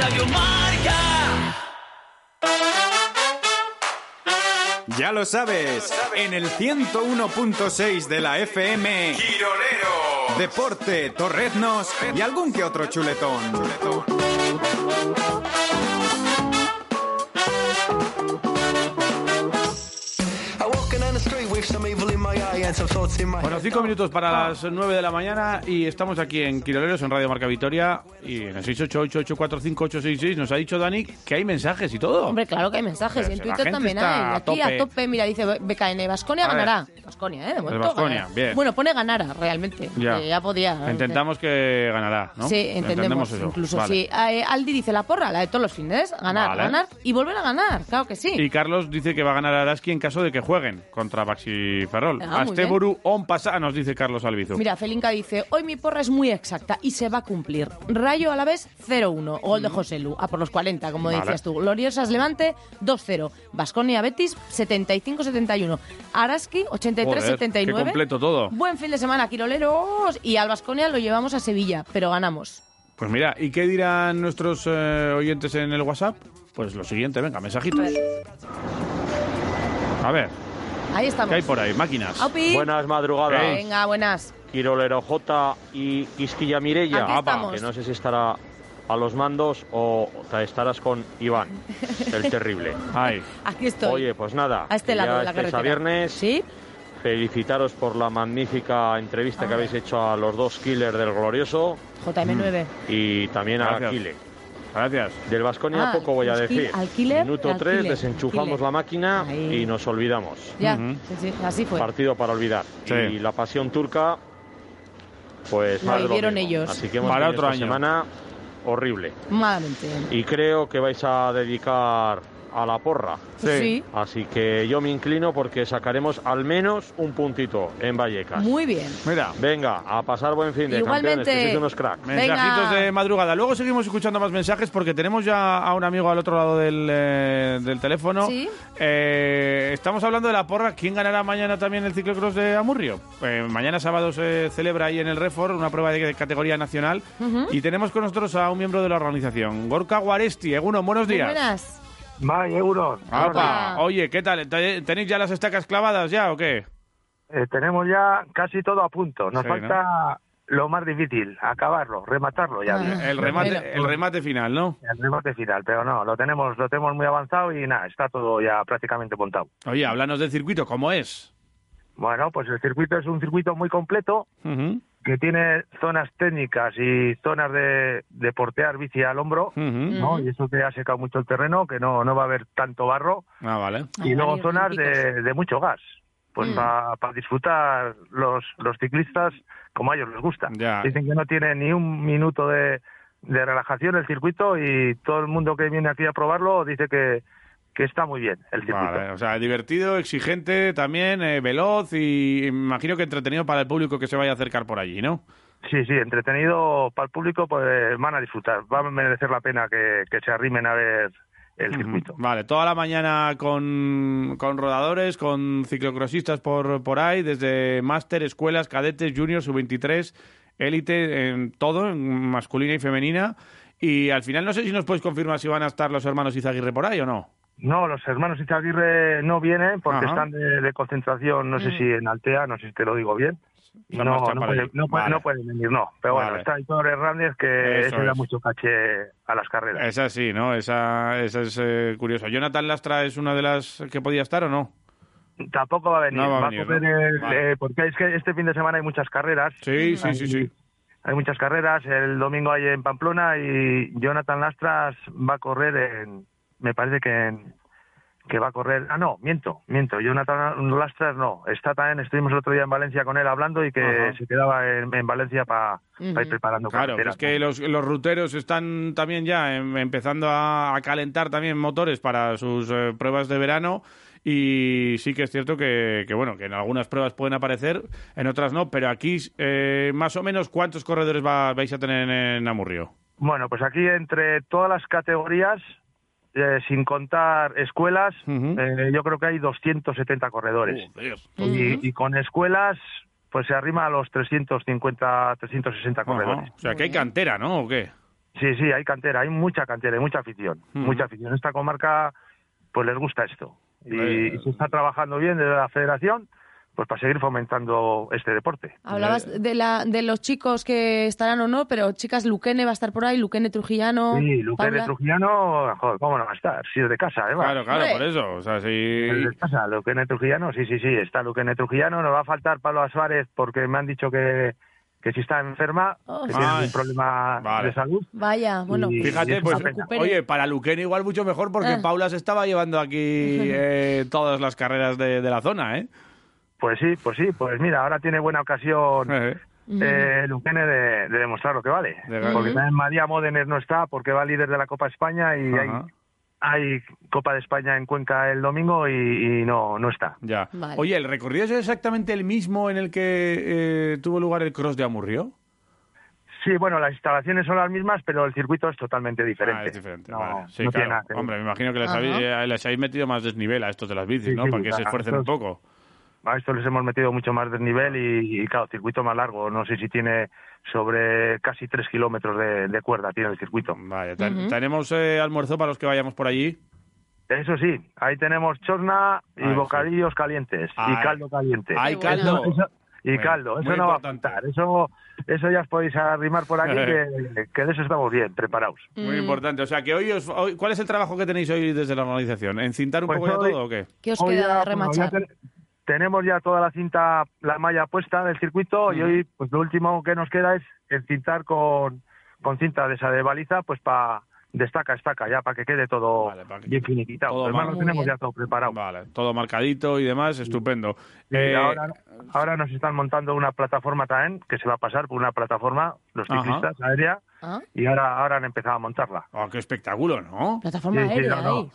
Speaker 1: Radio Ya lo sabes, en el 101.6 de la FM, Girolero, Deporte, Torreznos y algún que otro chuletón.
Speaker 3: Bueno, cinco minutos
Speaker 4: Ah.
Speaker 3: para las 9 de la mañana y estamos aquí en Quiroleros, en Radio Marca Vitoria y en el 688845866 nos ha dicho Dani que hay mensajes y todo.
Speaker 4: Hombre, claro que hay mensajes.
Speaker 3: Pero
Speaker 4: y en
Speaker 3: si la
Speaker 4: Twitter
Speaker 3: gente
Speaker 4: también
Speaker 3: está
Speaker 4: hay.
Speaker 3: a
Speaker 4: Aquí
Speaker 3: tope.
Speaker 4: a tope, mira, dice BKN, Vasconia
Speaker 3: A ver.
Speaker 4: ganará. Vasconia, ¿eh? De momento
Speaker 3: Baskonia,
Speaker 4: ganará.
Speaker 3: bien.
Speaker 4: Bueno, pone ganará, realmente.
Speaker 3: Ya.
Speaker 4: Eh, ya podía. ¿no?
Speaker 3: Intentamos que ganará, ¿no?
Speaker 4: Sí, entendemos.
Speaker 3: eso.
Speaker 4: Incluso
Speaker 3: Vale.
Speaker 4: sí. Eh, Aldi dice la porra, la de todos los fines. Ganar,
Speaker 3: Vale.
Speaker 4: ganar y volver a ganar. Claro que sí.
Speaker 3: Y Carlos dice que va a ganar Araski en caso de que jueguen contra Baxi Ferrol.
Speaker 4: Ah, muy
Speaker 3: Asteburu on pasa, nos dice Carlos Albizu.
Speaker 4: Mira, Felinka dice, hoy mi porra es muy exacta y se va a cumplir. Rayo a la vez 0-1, gol de José Lu, a por los 40, como
Speaker 3: Mm. Vale.
Speaker 4: decías tú. Gloriosas Levante 2-0, Vasconia Betis 75-71, Araski
Speaker 3: Joder, qué
Speaker 4: 83-79.
Speaker 3: completo todo.
Speaker 4: Buen fin de semana, Quiroleros. Y al Vasconia lo llevamos a Sevilla, pero ganamos.
Speaker 3: Pues mira, ¿y qué dirán nuestros eh, oyentes en el WhatsApp? Pues lo siguiente, venga, mensajitos. A ver,
Speaker 4: Ahí
Speaker 3: ¿qué
Speaker 4: estamos.
Speaker 3: hay por ahí? Máquinas.
Speaker 4: Aupi.
Speaker 17: Buenas madrugadas.
Speaker 4: Venga, buenas.
Speaker 17: Quirolero J y Quisquilla Mirella.
Speaker 4: Aquí estamos.
Speaker 17: Que no sé si estará a los mandos o te estarás con Iván, el terrible.
Speaker 4: Aquí estoy.
Speaker 17: Oye, pues nada.
Speaker 4: A este
Speaker 17: que
Speaker 4: lado
Speaker 17: ya
Speaker 4: de la
Speaker 17: estáis a
Speaker 4: carretera.
Speaker 17: viernes. Felicitaros por la magnífica entrevista que habéis hecho a los dos killers del glorioso
Speaker 3: Mm.
Speaker 4: JM9.
Speaker 17: y también a
Speaker 4: Gracias.
Speaker 17: Kile.
Speaker 3: Gracias.
Speaker 17: Del Vasconia
Speaker 4: Ah,
Speaker 17: poco voy a
Speaker 4: los
Speaker 17: decir.
Speaker 4: kill- al killer,
Speaker 17: Minuto
Speaker 4: al
Speaker 17: 3,
Speaker 4: killer,
Speaker 17: desenchufamos
Speaker 4: killer.
Speaker 17: la máquina
Speaker 4: Ahí.
Speaker 17: y nos olvidamos.
Speaker 4: Ya, sí, sí, así fue.
Speaker 17: Partido para olvidar. Y la pasión turca, pues
Speaker 4: La
Speaker 17: más de lo
Speaker 4: vivieron
Speaker 17: mismo.
Speaker 4: ellos.
Speaker 17: Así que hemos
Speaker 3: Para
Speaker 17: tenido
Speaker 3: otro
Speaker 17: esta
Speaker 3: año.
Speaker 17: semana horrible.
Speaker 4: Malamente.
Speaker 17: Y creo que vais a dedicar a la porra.
Speaker 4: Pues Sí. sí.
Speaker 17: Así que yo me inclino porque sacaremos al menos un puntito en Vallecas.
Speaker 4: Muy bien.
Speaker 3: Mira.
Speaker 17: Venga, a pasar buen fin de
Speaker 4: Igualmente.
Speaker 17: campeones, que sois unos cracks.
Speaker 3: Mensajitos de madrugada. Luego seguimos escuchando más mensajes porque tenemos ya a un amigo al otro lado del, eh, del teléfono.
Speaker 4: Sí.
Speaker 3: Eh, estamos hablando de la porra. ¿Quién ganará mañana también el ciclocross de Amurrio? Eh, mañana sábado se celebra ahí en el Refor una prueba de categoría nacional.
Speaker 4: Ujú.
Speaker 3: Y tenemos con nosotros a un miembro de la organización, Gorka Guaresti. Eguno, buenos
Speaker 4: Muy
Speaker 3: días.
Speaker 4: buenas.
Speaker 18: Vale, Euron.
Speaker 3: Apa, Oye, ¿qué tal? ¿Te- ¿Tenéis ya las estacas clavadas ya o qué?
Speaker 18: Eh, tenemos ya casi todo a punto. Nos
Speaker 3: Sí, ¿no?
Speaker 18: falta lo más difícil, acabarlo, rematarlo ya.
Speaker 19: Ah.
Speaker 18: bien.
Speaker 3: El remate, el remate final, ¿no?
Speaker 18: El remate final, pero no, lo tenemos, lo tenemos muy avanzado y nada, está todo ya prácticamente montado.
Speaker 3: Oye, háblanos del circuito, ¿cómo es?
Speaker 18: Bueno, pues el circuito es un circuito muy completo que tiene zonas técnicas y zonas de, de portear bici al hombro, ¿no? Y eso que ha secado mucho el terreno, que no, no va a haber tanto barro.
Speaker 3: Ah, vale.
Speaker 18: y luego zonas de, de mucho gas, pues
Speaker 3: Mm.
Speaker 18: para disfrutar los, los ciclistas como a ellos les gusta.
Speaker 3: Ya.
Speaker 18: Dicen que no tiene ni un minuto de, de relajación el circuito y todo el mundo que viene aquí a probarlo dice que, que está muy bien el circuito.
Speaker 3: Vale, o sea, divertido, exigente también, eh, veloz y imagino que entretenido para el público que se vaya a acercar por allí, ¿no?
Speaker 18: Sí, sí, entretenido para el público, pues van a disfrutar, va a merecer la pena que, que se arrimen a ver el circuito.
Speaker 3: Ujú. Vale, toda la mañana con, con rodadores, con ciclocrossistas por, por ahí, desde máster, escuelas, cadetes, juniors, sub-23, élite, en todo, en masculina y femenina. Y al final no sé si nos puedes confirmar si van a estar los hermanos Izaguirre por ahí o no.
Speaker 19: No, los hermanos Izaguirre no vienen porque
Speaker 3: Ajá.
Speaker 19: están de, Eh, de concentración, no sé
Speaker 3: Mm.
Speaker 19: si en Altea, no sé si te lo digo bien. Y
Speaker 3: No,
Speaker 19: No,
Speaker 3: no
Speaker 19: no,
Speaker 3: están para
Speaker 19: pueden,
Speaker 3: allí.
Speaker 19: no pueden-
Speaker 3: Vale.
Speaker 19: no pueden venir, no. Pero bueno,
Speaker 3: Vale.
Speaker 19: está Hitor Hernández que
Speaker 3: Eso
Speaker 19: eso le da
Speaker 3: es. Eh,
Speaker 19: mucho caché a las carreras.
Speaker 3: Esa sí, ¿no? Esa, esa es eh, curiosa. ¿Jonathan Lastra es una de las que podía estar o no?
Speaker 19: Tampoco va a venir,
Speaker 3: No va a
Speaker 19: va a
Speaker 3: venir,
Speaker 19: coger
Speaker 3: ¿no?
Speaker 19: el-
Speaker 3: Vale.
Speaker 19: eh, porque es que este fin de semana hay muchas carreras.
Speaker 3: Sí, sí, sí, sí.
Speaker 19: Hay muchas carreras, el domingo hay en Pamplona y Jonathan Lastras va a correr en, me parece que en- que va a correr, ah no, miento, miento, Jonathan Lastras no, está también, estuvimos el otro día en Valencia con él hablando y que
Speaker 3: Ajá.
Speaker 19: se quedaba en, en Valencia para ir preparando
Speaker 3: Claro,
Speaker 19: carreteras.
Speaker 3: es que los, los ruteros están también ya em- empezando a, a calentar también motores para sus eh, pruebas de verano y sí que es cierto que, que, bueno que en algunas pruebas pueden aparecer, en otras no, pero aquí eh, más o menos cuántos corredores va- vais a tener en Amurrio.
Speaker 19: Bueno, pues aquí entre todas las categorías, eh, sin contar escuelas, eh, yo creo que hay 270 corredores.
Speaker 3: Oh.
Speaker 19: Y, y con escuelas, pues se arrima a los 350, 360 corredores.
Speaker 3: O sea, que hay cantera, ¿no? ¿O qué?
Speaker 19: Sí, sí, hay cantera, hay mucha cantera, hay mucha afición,
Speaker 3: Ujú.
Speaker 19: mucha afición. Esta comarca, pues les gusta esto. Y, y se está trabajando bien desde la federación, pues para seguir fomentando este deporte.
Speaker 4: Hablabas de, la, de los chicos que estarán o no, pero chicas, Luquene va a estar por ahí, Luquene Trujillano.
Speaker 19: Sí, Luque de
Speaker 4: Paula.
Speaker 19: Trujillano, joder, ¿cómo no va a estar? Si es de casa, además.
Speaker 3: Claro, claro, por eso. O sea, sí.
Speaker 19: El de casa, Luquene Trujillano, sí, sí, sí, está Luquene Trujillano. Nos va a faltar Pablo Suárez porque me han dicho que, que si está enferma,
Speaker 4: Oh.
Speaker 19: que tiene
Speaker 3: Ay.
Speaker 19: algún problema
Speaker 3: Vale.
Speaker 19: de salud.
Speaker 4: Vaya, bueno.
Speaker 19: Y- y
Speaker 3: Fíjate,
Speaker 19: es
Speaker 3: pues,
Speaker 19: una pena.
Speaker 3: oye, para Luquén igual mucho mejor porque
Speaker 4: Ah.
Speaker 3: Paula se estaba llevando aquí eh, todas las carreras de, de la zona, ¿eh?
Speaker 19: Pues sí, pues sí, pues mira, ahora tiene buena ocasión eh, Luquene de, de demostrar lo que vale.
Speaker 3: ganar.
Speaker 19: Porque
Speaker 3: Ujú.
Speaker 19: también María Módenes no está porque va líder de la Copa España y hay,
Speaker 3: Ajá.
Speaker 19: hay Copa de España en Cuenca el domingo y, y no, no está.
Speaker 3: Ya. Oye, ¿el recorrido es exactamente el mismo en el que eh, tuvo lugar el cross de Amurrio?
Speaker 19: Sí, bueno, las instalaciones son las mismas, pero el circuito es totalmente diferente.
Speaker 3: Ah, es diferente.
Speaker 19: No,
Speaker 3: vale. Sí,
Speaker 19: no tiene
Speaker 3: claro.
Speaker 19: nada ¿eh? que ver.
Speaker 3: Hombre, me imagino que les
Speaker 19: Ajá.
Speaker 3: habéis, eh, les habéis metido más desnivel a estos de las bicis,
Speaker 19: Sí,
Speaker 3: ¿no?
Speaker 19: sí,
Speaker 3: Para que se
Speaker 19: a
Speaker 3: esfuercen un
Speaker 19: estos-
Speaker 3: poco.
Speaker 19: A esto les hemos metido mucho más desnivel y, y, claro, circuito más largo. No sé si tiene sobre casi tres kilómetros de, de cuerda tiene el circuito.
Speaker 3: Vale, Ten- ¿Tenemos eh, almuerzo para los que vayamos por allí?
Speaker 19: Eso sí, ahí tenemos chorna y
Speaker 3: Ay, sí.
Speaker 19: bocadillos calientes
Speaker 3: Ay.
Speaker 19: y caldo caliente.
Speaker 3: Ay,
Speaker 19: Eso-
Speaker 3: caldo.
Speaker 19: eso- y
Speaker 3: Bueno,
Speaker 19: caldo, eso
Speaker 3: muy
Speaker 19: no va a
Speaker 3: importante.
Speaker 19: faltar. Eso, eso ya os podéis arrimar por aquí, que, que de eso estamos bien, preparados.
Speaker 3: Muy importante. O sea, que hoy, os- hoy- ¿cuál es el trabajo que tenéis hoy desde la organización? ¿Encintar un
Speaker 19: Pues
Speaker 3: poco
Speaker 19: hoy-
Speaker 3: ya todo o qué?
Speaker 4: ¿Qué os
Speaker 19: Hoy
Speaker 4: queda
Speaker 19: ya, pues,
Speaker 4: de
Speaker 19: bueno, ya
Speaker 4: remachar?
Speaker 19: ten- tenemos ya toda la cinta, la malla puesta del circuito y hoy pues lo último que nos queda es encintar con, con cinta de esa de baliza pues para destaca, estaca ya para que quede todo bien finiquitado.
Speaker 3: todo
Speaker 19: Además
Speaker 3: mal.
Speaker 19: lo
Speaker 3: Muy
Speaker 19: tenemos
Speaker 3: bien.
Speaker 19: ya todo preparado.
Speaker 3: Vale, todo marcadito y demás, estupendo.
Speaker 19: Y
Speaker 3: Eh,
Speaker 19: ahora, ahora nos están montando una plataforma también que se va a pasar por una plataforma los
Speaker 3: Ajá.
Speaker 19: ciclistas aérea
Speaker 4: Ah.
Speaker 19: y ahora ahora han empezado a montarla.
Speaker 3: oh, qué espectáculo, ¿no?
Speaker 4: Plataforma
Speaker 19: Sí, sí,
Speaker 4: aérea,
Speaker 19: no, no.
Speaker 4: ahí.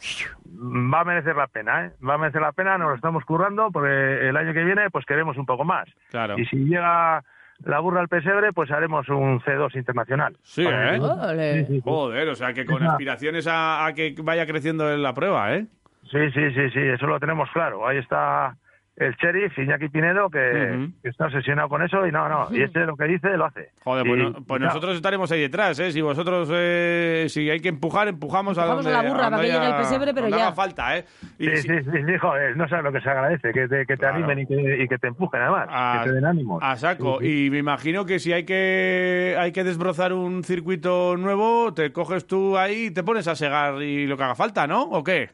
Speaker 19: va a merecer la pena, ¿eh? Va a merecer la pena, nos lo estamos currando, porque el año que viene pues queremos un poco más.
Speaker 3: Claro.
Speaker 19: Y si llega la burra al pesebre, pues haremos un C2 internacional.
Speaker 3: Sí,
Speaker 19: Para
Speaker 3: ¿eh?
Speaker 19: que- Sí, sí, sí.
Speaker 3: Joder, o sea, que con
Speaker 19: Esa-
Speaker 3: aspiraciones a, a que vaya creciendo en la prueba, ¿eh?
Speaker 19: Sí, sí, sí, sí, eso lo tenemos claro. Ahí está el sheriff Iñaki Pinedo, que, que está obsesionado con eso, y no, no, y este lo que dice, lo hace.
Speaker 3: Joder, pues,
Speaker 19: Y-
Speaker 3: no- pues
Speaker 19: y nada.
Speaker 3: nosotros estaremos ahí detrás, ¿eh? Si vosotros, eh, si hay que empujar,
Speaker 4: Empujamos
Speaker 3: empujamos, a
Speaker 4: a
Speaker 3: donde...
Speaker 4: la burra
Speaker 3: a donde
Speaker 4: para que llegue
Speaker 3: haya-
Speaker 4: al pesebre, pero
Speaker 3: donde
Speaker 4: ya.
Speaker 3: haga falta, ¿eh? Y
Speaker 19: Sí,
Speaker 3: si-
Speaker 19: sí, sí, sí, joder, no sabes lo que se agradece, que te, que te animen y que, y que te empujen, además,
Speaker 3: A-
Speaker 19: que te den ánimos.
Speaker 3: A Ah, saco. Y me imagino que si hay que hay que desbrozar un circuito nuevo, te coges tú ahí y te pones a segar y lo que haga falta, ¿no? ¿O qué?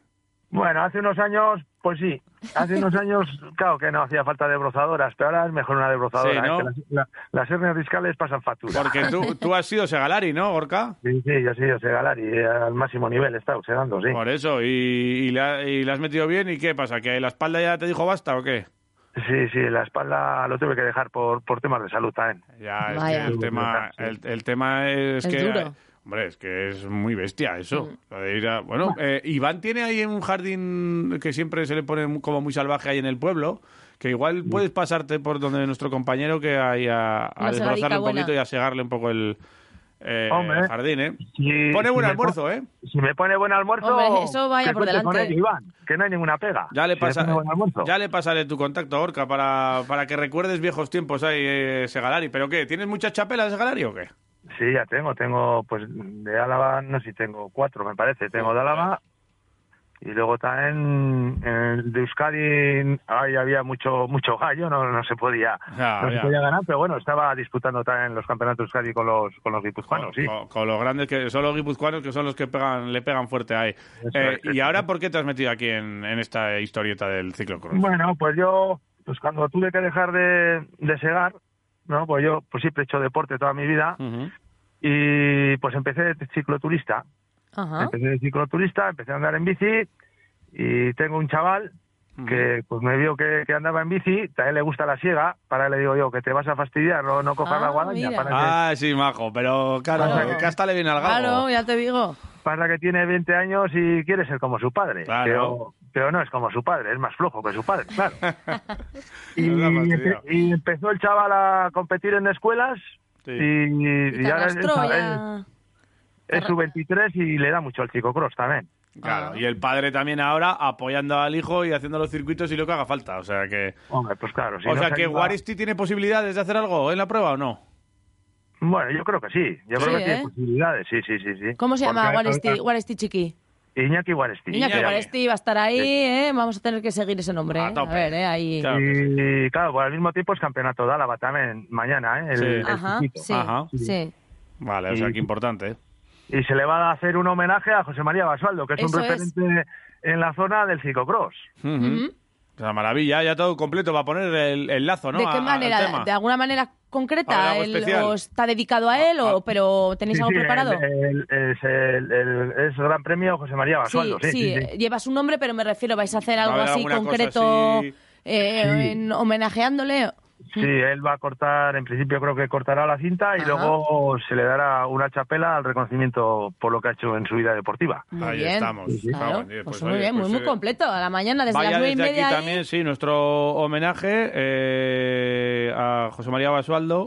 Speaker 19: Bueno, hace unos años, pues sí. Hace unos años, claro que no hacía falta desbrozadoras, pero ahora es mejor una desbrozadora.
Speaker 3: Sí, ¿no?
Speaker 19: ¿eh? Que las- la- las hernias discales pasan factura.
Speaker 3: Porque tú, tú has sido segalari, ¿no, Gorka?
Speaker 19: Sí, sí, yo sí, yo sé Galari, eh, al máximo nivel está observando, Pues sí.
Speaker 3: Por eso. Y, y, le ha- y le has metido bien y ¿qué pasa? ¿Que la espalda ya te dijo basta o qué?
Speaker 19: Sí, sí, la espalda lo tuve que dejar por, por temas de salud también.
Speaker 3: Ya, Ah, es
Speaker 19: Vaya.
Speaker 3: que el tema, el, el tema es,
Speaker 19: Es
Speaker 3: que...
Speaker 19: duro. Mm.
Speaker 3: Hombre, es que es muy bestia eso. Lo de ir a- Bueno, eh, Iván tiene ahí un jardín que siempre se le pone como muy salvaje ahí en el pueblo, que igual puedes pasarte por donde nuestro compañero que hay a, a
Speaker 19: Mm. Una
Speaker 3: desbrozarle
Speaker 19: segadica
Speaker 3: un poquito
Speaker 19: buena.
Speaker 3: y a segarle un poco el, eh,
Speaker 19: Hombre.
Speaker 3: el jardín, ¿eh?
Speaker 19: Sí,
Speaker 3: Pone buen
Speaker 19: si me
Speaker 3: almuerzo,
Speaker 19: po-
Speaker 3: ¿eh?
Speaker 19: Si me pone buen almuerzo,
Speaker 4: Hombre, eso vaya
Speaker 19: que
Speaker 4: por
Speaker 19: cuente con
Speaker 4: delante.
Speaker 19: ello, Iván, que no hay ninguna pega.
Speaker 3: Ya le,
Speaker 19: Si me
Speaker 3: pasa,
Speaker 19: pone buen almuerzo.
Speaker 3: ya le pasaré tu contacto, Orca, para, para que recuerdes viejos tiempos ahí, eh, Segalari. ¿Pero qué? ¿Tienes muchas chapelas, Segalari, o qué?
Speaker 19: Sí, ya tengo, tengo, pues de Álava, no sé si tengo cuatro, me parece. Tengo de Álava Y luego también eh, de Euskadi ahí había mucho mucho gallo, no, no se podía
Speaker 3: Ya,
Speaker 19: no se
Speaker 3: ya.
Speaker 19: podía ganar, pero bueno, estaba disputando también los campeonatos de Euskadi con los con los guipuzcoanos, sí.
Speaker 3: Con, con los grandes que son los guipuzcoanos que son los que pegan, le pegan fuerte ahí. Eh, ¿Y ahora por qué te has metido aquí en, en esta historieta del ciclocross?
Speaker 19: Bueno, pues yo, pues cuando tuve que dejar de, de segar, ¿no? Pues yo pues siempre he hecho deporte toda mi vida y pues empecé de cicloturista.
Speaker 7: Ah.
Speaker 4: Ajá.
Speaker 19: Empecé de cicloturista, empecé a andar en bici y tengo un chaval que pues me vio que, que andaba en bici, también le gusta la siega, para él le digo yo que te vas a fastidiar, no, no cojas la guadaña. Para que-
Speaker 3: Ah, sí, majo, pero claro,
Speaker 19: Claro.
Speaker 3: que hasta le viene al galgo.
Speaker 4: Claro, ya te digo.
Speaker 19: pasa que tiene 20 años y quiere ser como su padre.
Speaker 3: Claro.
Speaker 19: Pero, pero no es como su padre, es más flojo que su padre, claro. y,
Speaker 3: Nos ha
Speaker 19: empe-
Speaker 3: fastidiado.
Speaker 19: y empezó el chaval a competir en escuelas
Speaker 3: Sí.
Speaker 19: y, y
Speaker 4: Y te
Speaker 19: ahora es,
Speaker 4: arrastró
Speaker 19: es-
Speaker 4: ya.
Speaker 19: es su 23 y le da mucho al chico cross también.
Speaker 3: Claro, y el padre también ahora apoyando al hijo y haciendo los circuitos y lo que haga falta. O sea que.
Speaker 19: Hombre, pues claro. si
Speaker 3: o
Speaker 19: no
Speaker 3: sea
Speaker 19: se
Speaker 3: que
Speaker 19: anima-
Speaker 3: Guaristi tiene posibilidades de hacer algo en la prueba o no.
Speaker 19: Bueno, yo creo que sí. Yo
Speaker 4: Sí,
Speaker 19: creo que
Speaker 4: ¿eh?
Speaker 19: tiene posibilidades, sí, sí, sí. sí.
Speaker 4: ¿Cómo se llama
Speaker 19: Porque-
Speaker 4: Guaresti, Guaresti Chiqui?
Speaker 19: Iñaki Guaresti.
Speaker 4: Iñaki Guaresti va a estar ahí, ¿eh? Vamos a tener que seguir ese nombre. ¿eh? A, ver, ¿eh? Ahí.
Speaker 19: Y claro, pues, al mismo tiempo es campeonato de Álava también mañana, ¿eh? El-
Speaker 3: Sí.
Speaker 19: el
Speaker 4: Ajá,
Speaker 19: chiquito.
Speaker 4: sí, sí.
Speaker 3: Vale, o sea que importante. ¿eh?
Speaker 19: y se le va a hacer un homenaje a José María Basualdo, que es
Speaker 4: Eso
Speaker 19: un referente en la zona del ciclocross.
Speaker 3: Ujú. O sea, maravilla, ya todo completo. Va a poner el, el lazo, ¿no?
Speaker 4: ¿De
Speaker 3: A-
Speaker 4: qué
Speaker 3: al
Speaker 4: manera?
Speaker 3: tema.
Speaker 4: ¿De alguna manera
Speaker 3: Habrá
Speaker 4: concreta?
Speaker 3: algo
Speaker 4: él-
Speaker 3: especial.
Speaker 4: ¿O está dedicado a él, o, pero tenéis
Speaker 19: Sí,
Speaker 4: algo
Speaker 19: sí,
Speaker 4: preparado?
Speaker 19: el- el- es el, el- es el Gran Premio José María Basualdo. Sí, sí, sí.
Speaker 4: eh, lleva su nombre, pero me refiero, ¿vais a hacer
Speaker 19: Va a
Speaker 4: algo
Speaker 19: haber
Speaker 4: así
Speaker 19: alguna cosa
Speaker 4: concreto
Speaker 19: así.
Speaker 4: eh,
Speaker 19: Sí.
Speaker 4: en- homenajeándole?
Speaker 19: Sí, él va a cortar, en principio creo que cortará la cinta y
Speaker 4: Ajá.
Speaker 19: luego se le dará una chapela al reconocimiento por lo que ha hecho en su vida deportiva.
Speaker 4: Muy Ahí bien. estamos.
Speaker 19: Sí, sí.
Speaker 4: Claro,
Speaker 3: bueno,
Speaker 4: pues
Speaker 3: eh, pues,
Speaker 4: muy
Speaker 3: oye,
Speaker 4: bien,
Speaker 3: pues,
Speaker 4: muy, muy
Speaker 3: eh,
Speaker 4: completo. A la mañana, desde
Speaker 3: Vaya
Speaker 4: las nueve y
Speaker 3: desde
Speaker 4: media.
Speaker 3: aquí
Speaker 4: ahí.
Speaker 3: también, sí, nuestro homenaje eh, a José María Basualdo.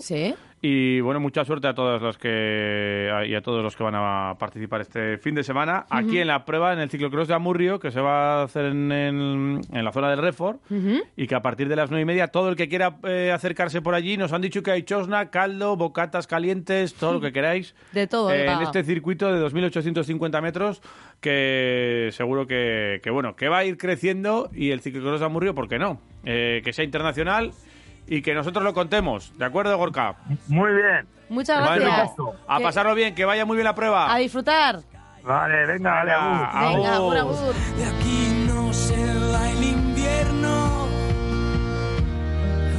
Speaker 3: Y bueno, mucha suerte a todos los que a- y a todos los que van a participar este fin de semana aquí
Speaker 4: Ujú.
Speaker 3: en la prueba en el ciclocross de Amurrio que se va a hacer en, en- en la zona del Refor
Speaker 4: Ujú.
Speaker 3: y que a partir de las nueve y media todo el que quiera eh, acercarse por allí nos han dicho que hay chosna, caldo, bocatas calientes, todo lo que queráis
Speaker 4: De todo,
Speaker 3: eh, en
Speaker 4: oiga.
Speaker 3: este circuito de 2.850 metros que seguro que, que, bueno que va a ir creciendo y el ciclocross de Amurrio, ¿por qué no? Eh, que sea internacional y que nosotros lo contemos, ¿de acuerdo, Gorka?
Speaker 19: Muy bien.
Speaker 4: Muchas
Speaker 3: Bueno,
Speaker 4: gracias.
Speaker 3: pues, a
Speaker 4: Que-
Speaker 3: pasarlo bien, que vaya muy bien la prueba.
Speaker 4: A disfrutar.
Speaker 19: Vale, venga, vale, agur.
Speaker 4: Venga, agur, agur.
Speaker 7: De aquí no se va el invierno.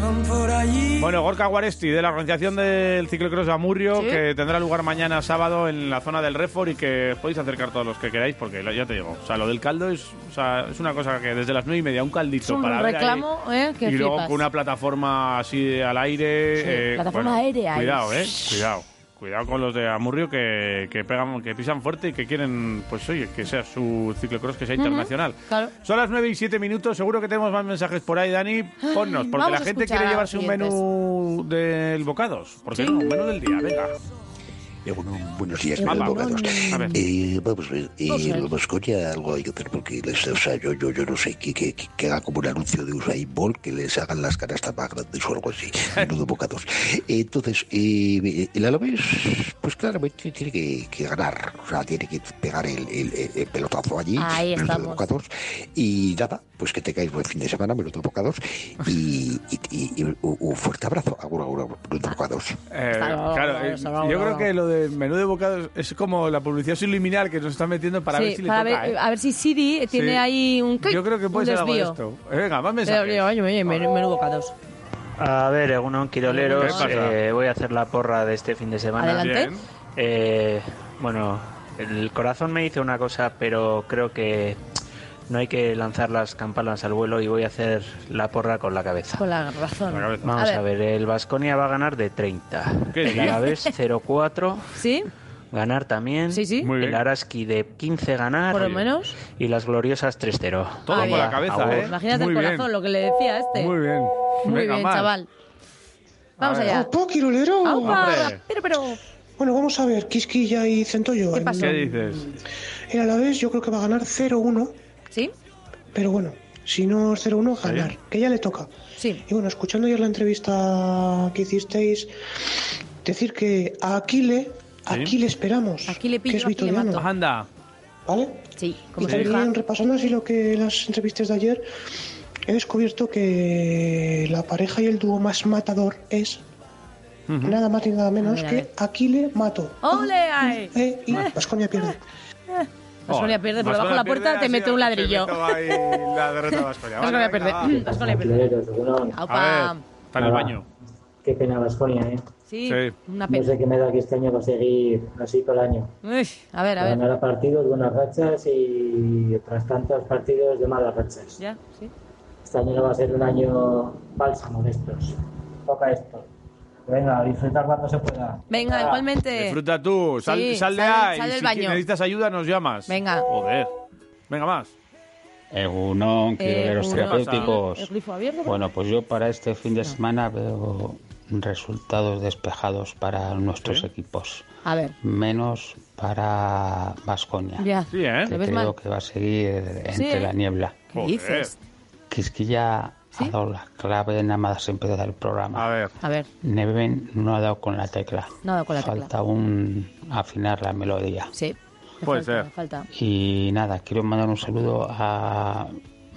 Speaker 7: Van por allí.
Speaker 3: Bueno, Gorka Guaresti, de la organización del ciclocross de Amurrio,
Speaker 7: Sí.
Speaker 3: que tendrá lugar mañana sábado en la zona del Refor y que os podéis acercar todos los que queráis, porque lo- ya te digo, o sea, lo del caldo es, o sea, es una cosa que desde las nueve y media, un caldito
Speaker 4: Es un
Speaker 3: para ver ahí.
Speaker 4: reclamo, ¿eh? Que
Speaker 3: y luego
Speaker 4: flipas.
Speaker 3: con una plataforma así al aire. eh,
Speaker 4: plataforma aérea, ahí.
Speaker 3: Cuidado, eh. Cuidado. Cuidado con los de Amurrio que, que pegan, que pisan fuerte y que quieren, pues oye, que sea su ciclocross que sea
Speaker 4: Ujú,
Speaker 3: internacional.
Speaker 4: claro.
Speaker 3: Son las 9 y 7 minutos, seguro que tenemos más mensajes por ahí, Dani. Ponnos,
Speaker 4: Ay,
Speaker 3: porque
Speaker 4: vamos
Speaker 3: la
Speaker 4: a
Speaker 3: gente
Speaker 4: escuchar
Speaker 3: quiere
Speaker 4: a
Speaker 3: llevarse un
Speaker 4: oyentes.
Speaker 3: menú del bocados. ¿Por qué no? Un menú del día, venga. Eh,
Speaker 2: Egunon, buenos días,
Speaker 3: Egunon.
Speaker 2: abogados.
Speaker 3: A ver.
Speaker 2: Eh, vamos a ver, eh,
Speaker 3: Vamos a ver.
Speaker 2: lo Vasconia algo hay que hacer porque les, o sea, yo, yo, yo no sé, que, que, que haga como un anuncio de Usain Bolt, que les hagan las canastas más grandes o algo así, menudo bocados. Entonces, eh, el Alavés, pues claramente tiene que, que ganar, o sea, tiene que pegar el, el- el- el pelotazo allí,
Speaker 4: Ahí
Speaker 2: menudo
Speaker 4: estamos.
Speaker 2: bocados. Y nada, pues que tengáis buen fin de semana, menudo bocados, y, y, y- y un- un fuerte abrazo, agur, agur, agur, menudo bocados.
Speaker 3: Eh,
Speaker 2: Hasta
Speaker 3: claro,
Speaker 2: luego, hasta
Speaker 3: eh,
Speaker 2: luego, hasta
Speaker 3: yo
Speaker 2: luego.
Speaker 3: creo que lo de menú de bocados es como la publicidad subliminal que nos están metiendo para
Speaker 4: Sí,
Speaker 3: ver si le
Speaker 4: para
Speaker 3: toca.
Speaker 4: ver-
Speaker 3: ¿eh?
Speaker 4: a ver si Siri tiene
Speaker 3: Sí.
Speaker 4: ahí un clic,
Speaker 3: Yo creo que
Speaker 4: un
Speaker 3: puede ser algo de
Speaker 4: desvío.
Speaker 3: esto. Eh, venga,
Speaker 4: Pero,
Speaker 3: más mensajes.
Speaker 4: oye, oye, oye, men- menudo cados.
Speaker 20: A ver, algunos
Speaker 3: ¿Qué
Speaker 20: quiroleros,
Speaker 3: pasa?
Speaker 20: eh, voy a hacer la porra de este fin de semana.
Speaker 4: Adelante. Bien.
Speaker 20: Eh, bueno, el corazón me dice una cosa, pero creo que no hay que lanzar las campanas al vuelo y voy a hacer la porra con la cabeza.
Speaker 4: Con la razón.
Speaker 20: Vamos a ver, el Vasconia va a ganar de 30.
Speaker 4: ¿Qué
Speaker 20: El
Speaker 4: dices?
Speaker 20: Alavés 0-4.
Speaker 4: ¿Sí?
Speaker 20: Ganar también. El Araski de 15 ganar.
Speaker 4: Por lo menos.
Speaker 20: Y las gloriosas 3-0.
Speaker 4: Todo con
Speaker 20: Venga,
Speaker 3: la cabeza,
Speaker 20: agur.
Speaker 3: ¿eh?
Speaker 4: Imagínate
Speaker 20: Muy
Speaker 4: el
Speaker 20: bien.
Speaker 4: corazón, lo que le decía este.
Speaker 3: Muy bien.
Speaker 4: Muy
Speaker 3: Venga,
Speaker 4: bien,
Speaker 3: más.
Speaker 4: chaval.
Speaker 21: Ah,
Speaker 4: Vamos
Speaker 3: ver.
Speaker 4: allá.
Speaker 21: ¡Opa, Quirolero!
Speaker 4: ¡Aupa!
Speaker 3: Hombre.
Speaker 4: Pero, pero...
Speaker 21: Bueno, vamos a ver, Quisquilla y Centollo.
Speaker 4: ¿Qué pasó?
Speaker 3: ¿Qué dices?
Speaker 21: El Alavés yo creo que va a ganar 0-1.
Speaker 4: ¿Sí?
Speaker 21: Pero bueno, si no es 0-1, ganar, que ya le toca.
Speaker 4: Sí.
Speaker 21: Y bueno, escuchando ayer la entrevista que hicisteis, decir que a Aquile, aquí le esperamos. Aquí le
Speaker 4: pillo,
Speaker 21: que es
Speaker 4: Aquile
Speaker 21: vitoriano.
Speaker 4: mato.
Speaker 3: Anda.
Speaker 21: ¿vale?
Speaker 4: Sí,
Speaker 21: y
Speaker 4: como se
Speaker 21: también repasando así lo que las entrevistas de ayer, he descubierto que la pareja y el dúo más matador es nada más ni nada menos
Speaker 4: A ver, a
Speaker 21: que
Speaker 4: ver.
Speaker 21: Aquile Mato.
Speaker 4: ¡Ole, ay!
Speaker 21: Eh, y Vasconia pierde.
Speaker 4: Vasconia pierde por debajo de la puerta, te mete un ladrillo.
Speaker 3: La derrota vascoña.
Speaker 4: Vasconia pierde. Vasconia pierde.
Speaker 3: A
Speaker 4: Aupa.
Speaker 3: ver, está en el
Speaker 22: Nada.
Speaker 3: baño.
Speaker 22: Qué pena Vasconia, ¿eh?
Speaker 4: Sí, una
Speaker 22: No
Speaker 4: pena.
Speaker 22: sé qué me da que este año va a seguir así todo el año.
Speaker 4: Uy, a ver, a ver.
Speaker 22: Ganar a partidos, buenas rachas y otras tantas partidos de malas rachas.
Speaker 4: Ya, sí.
Speaker 22: Este año no va a ser un año bálsamo de estos. Toca esto. Venga, a disfrutar cuando se pueda.
Speaker 4: Venga, igualmente.
Speaker 3: Disfruta tú, sal,
Speaker 4: Sí,
Speaker 3: sal de
Speaker 4: sal-
Speaker 3: ahí.
Speaker 4: sal del
Speaker 3: si
Speaker 4: baño.
Speaker 3: necesitas ayuda, nos llamas.
Speaker 4: Venga.
Speaker 3: Joder. Venga, más.
Speaker 23: Egunon, quiroleros
Speaker 4: Eh, ¿El
Speaker 23: terapéuticos.
Speaker 4: grifo abierto?
Speaker 23: Bueno, pues yo para este fin de semana veo resultados despejados para nuestros equipos,
Speaker 4: A ver.
Speaker 23: menos para Vasconia.
Speaker 4: Ya. Sí, ¿eh? ¿Le
Speaker 23: Que
Speaker 4: ves
Speaker 23: creo
Speaker 4: mal?
Speaker 23: que va a seguir entre
Speaker 4: Sí, ¿eh?
Speaker 23: la niebla.
Speaker 4: ¿Qué dices?
Speaker 23: Quisquilla ha dado la clave nada más empezar el programa.
Speaker 3: A ver.
Speaker 4: A ver.
Speaker 23: Neven no ha dado con la tecla.
Speaker 4: No ha dado con la tecla.
Speaker 23: Falta aún afinar la melodía.
Speaker 4: Sí. me
Speaker 23: Puede
Speaker 4: falta,
Speaker 23: ser.
Speaker 4: me Falta.
Speaker 23: Y nada, quiero mandar un saludo a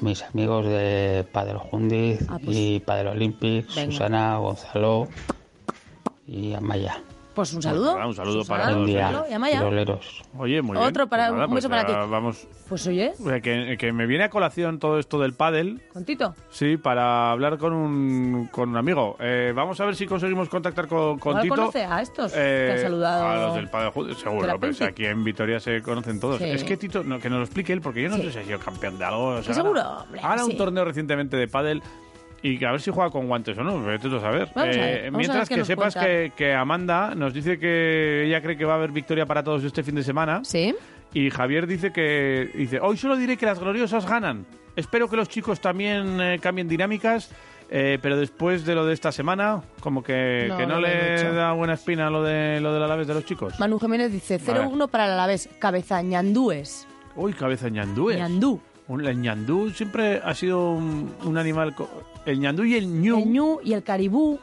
Speaker 23: mis amigos de Padel Jundiz
Speaker 4: Ah, pues.
Speaker 23: y Padel Olympics,
Speaker 4: Venga.
Speaker 23: Susana, Gonzalo y Amaya.
Speaker 4: Pues un saludo.
Speaker 23: Un
Speaker 3: saludo
Speaker 4: Susana, para
Speaker 23: Buen
Speaker 4: todos
Speaker 23: día,
Speaker 4: Gonzalo y Amaya.
Speaker 23: quiroleros.
Speaker 3: Oye, muy bien.
Speaker 4: Otro para-
Speaker 3: Pues nada,
Speaker 4: un beso
Speaker 3: pues
Speaker 4: para
Speaker 3: ya
Speaker 4: ti.
Speaker 3: Vamos.
Speaker 4: Pues oye,
Speaker 3: O sea, que, que me viene a colación todo esto del pádel,
Speaker 4: contito.
Speaker 3: sí, para hablar con un, con un amigo. Eh, vamos a ver si conseguimos contactar con, con
Speaker 4: Igual
Speaker 3: Tito.
Speaker 4: conoce a estos que
Speaker 3: Eh,
Speaker 4: han saludado.
Speaker 3: A los del pádel, joder, seguro.
Speaker 4: Terapéutico.
Speaker 3: Pero si aquí en Vitoria se conocen todos.
Speaker 4: Sí.
Speaker 3: Es que Tito, no, que nos lo explique él, porque yo no
Speaker 4: Sí.
Speaker 3: sé si ha sido campeón de algo. o sea,
Speaker 4: Que seguro, hombre,
Speaker 3: Ahora
Speaker 4: sí.
Speaker 3: un torneo recientemente de pádel y que a ver si juega con guantes o no, vete tú a saber.
Speaker 4: Vamos a ver, vamos a ver
Speaker 3: mientras
Speaker 4: qué
Speaker 3: que
Speaker 4: nos
Speaker 3: sepas
Speaker 4: cuenta.
Speaker 3: que, que Amanda nos dice que ella cree que va a haber victoria para todos este fin de semana.
Speaker 4: Sí.
Speaker 3: Y Javier dice que dice, hoy solo diré que las gloriosas ganan. Espero que los chicos también eh, cambien dinámicas. eh, pero después de lo de esta semana, como que que
Speaker 4: No,
Speaker 3: no,
Speaker 4: no lo
Speaker 3: le
Speaker 4: he hecho.
Speaker 3: da buena espina lo de lo de la Alaves de los chicos.
Speaker 4: Manu Jiménez dice
Speaker 3: ver.
Speaker 4: 0-1 para el Alavés. Cabeza Ñandúes.
Speaker 3: Uy, cabeza ñandú.
Speaker 4: Ñandú.
Speaker 3: El ñandú siempre ha sido un, un animal. co- El ñandú y el ñu.
Speaker 4: El Ñu y el Caribú.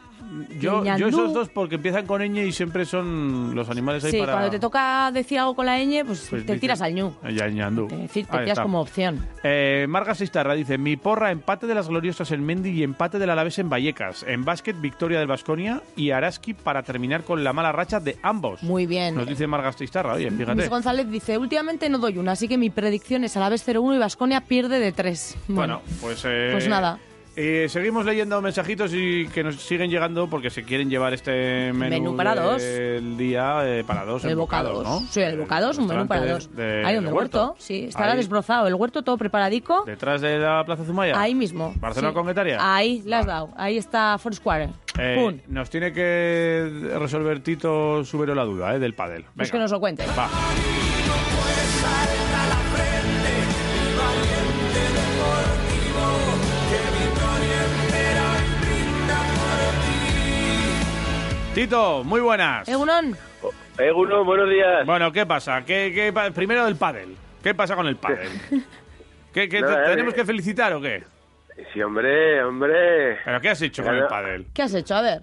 Speaker 4: y
Speaker 3: Yo,
Speaker 4: el ñandú.
Speaker 3: yo esos dos porque empiezan con ñ y siempre son los animales ahí
Speaker 4: Sí,
Speaker 3: para.
Speaker 4: cuando te toca decir algo con la ñ, pues,
Speaker 3: Pues
Speaker 4: te
Speaker 3: dices-
Speaker 4: tiras al ñu.
Speaker 3: Ya, el ñandú.
Speaker 4: Es decir, te
Speaker 3: Ahí
Speaker 4: tiras
Speaker 3: está.
Speaker 4: como opción.
Speaker 3: Eh, Marga Sistarra dice: Mi porra, empate de las gloriosas en Mendy y empate del Alavés en Vallecas. En básquet, victoria del Vasconia y Araski para terminar con la mala racha de ambos.
Speaker 4: Muy bien.
Speaker 3: Nos dice Marga Sistarra, oye,
Speaker 4: Luis
Speaker 3: fíjate.
Speaker 4: González dice, últimamente no doy una, así que mi predicción es Alavés 0-1 y Vasconia pierde de 3.
Speaker 3: Bueno, pues. eh,
Speaker 4: Pues nada.
Speaker 3: eh, seguimos leyendo mensajitos y que nos siguen llegando porque se quieren llevar este menú,
Speaker 4: Menú para dos.
Speaker 3: El día eh, para dos.
Speaker 4: el
Speaker 3: en bocados,
Speaker 4: bocados.
Speaker 3: ¿no?
Speaker 4: Sí, el bocados, un menú para dos.
Speaker 3: restaurante de-
Speaker 4: ahí donde el
Speaker 3: del
Speaker 4: huerto,
Speaker 3: huerto.
Speaker 4: sí, estará
Speaker 3: Ahí.
Speaker 4: desbrozado. El huerto todo preparadico.
Speaker 3: Detrás de la Plaza Zumaya.
Speaker 4: Ahí mismo.
Speaker 3: Barcelona
Speaker 4: sí.
Speaker 3: con Getaria.
Speaker 4: Ahí, la has dado. Ahí está Foursquare.
Speaker 3: Eh,
Speaker 4: Pum.
Speaker 3: nos tiene que resolver Tito Subero la duda eh, del pádel.
Speaker 4: Pues
Speaker 3: Venga.
Speaker 4: que nos lo cuente.
Speaker 3: Va. Tito, muy buenas.
Speaker 4: Egunon.
Speaker 3: Eguno, buenos días. Bueno, ¿qué pasa? ¿Qué, qué pa- primero del pádel. ¿Qué pasa con el pádel? ¿Qué, qué-
Speaker 24: Nada,
Speaker 3: te-
Speaker 24: eh.
Speaker 3: ¿Tenemos que felicitar o qué?
Speaker 24: Sí, hombre, hombre.
Speaker 3: ¿Pero qué has hecho con el pádel?
Speaker 4: ¿Qué has hecho? A ver.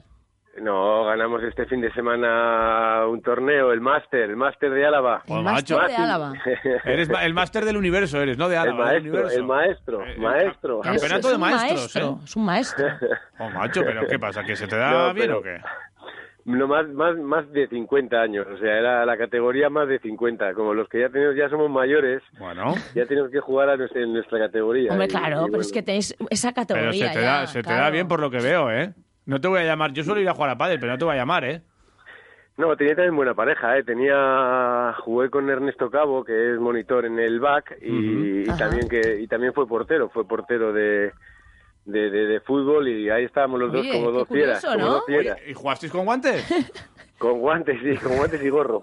Speaker 24: No, ganamos este fin de semana un torneo, el máster, el máster de Álava.
Speaker 3: Joder, Pues, macho. máster de
Speaker 4: Álava.
Speaker 3: Eres ma- el máster del universo, eres, ¿no? De Álava,
Speaker 24: el maestro,
Speaker 3: del universo. Eh,
Speaker 24: el maestro, maestro.
Speaker 3: Campeonato de maestros,
Speaker 4: maestro, Es un maestro.
Speaker 3: ¿eh? Oh, macho, pero ¿qué pasa? ¿Que se te da
Speaker 24: No,
Speaker 3: bien
Speaker 24: pero-
Speaker 3: o qué?
Speaker 24: No, más, más, más de 50 años, o sea, era la categoría más de 50. Como los que ya tenemos, ya somos mayores,
Speaker 3: bueno.
Speaker 24: ya tenemos que jugar a nuestra, en nuestra categoría.
Speaker 4: Hombre,
Speaker 24: Y-
Speaker 4: claro,
Speaker 24: y
Speaker 4: pero es
Speaker 24: bueno.
Speaker 4: que tenéis esa categoría
Speaker 24: Pero
Speaker 3: Pero se te,
Speaker 4: ya,
Speaker 3: da, se te
Speaker 4: claro.
Speaker 3: da bien por lo que veo, ¿eh? No te voy a llamar. Yo suelo ir a jugar a pádel, pero no te voy a llamar, ¿eh?
Speaker 24: No, tenía también buena pareja, ¿eh? Tenía, jugué con Ernesto Cabo, que es monitor en el back, y, y
Speaker 4: Ajá.
Speaker 24: también que y también fue portero, fue portero de, de, de- de fútbol y ahí estábamos los
Speaker 4: Oye,
Speaker 24: dos como
Speaker 4: qué
Speaker 24: dos fieras,
Speaker 4: curioso,
Speaker 24: como
Speaker 4: ¿no?
Speaker 24: dos fieras.
Speaker 3: ¿Y jugasteis con guantes?
Speaker 24: Con guantes, sí, con guantes y gorro.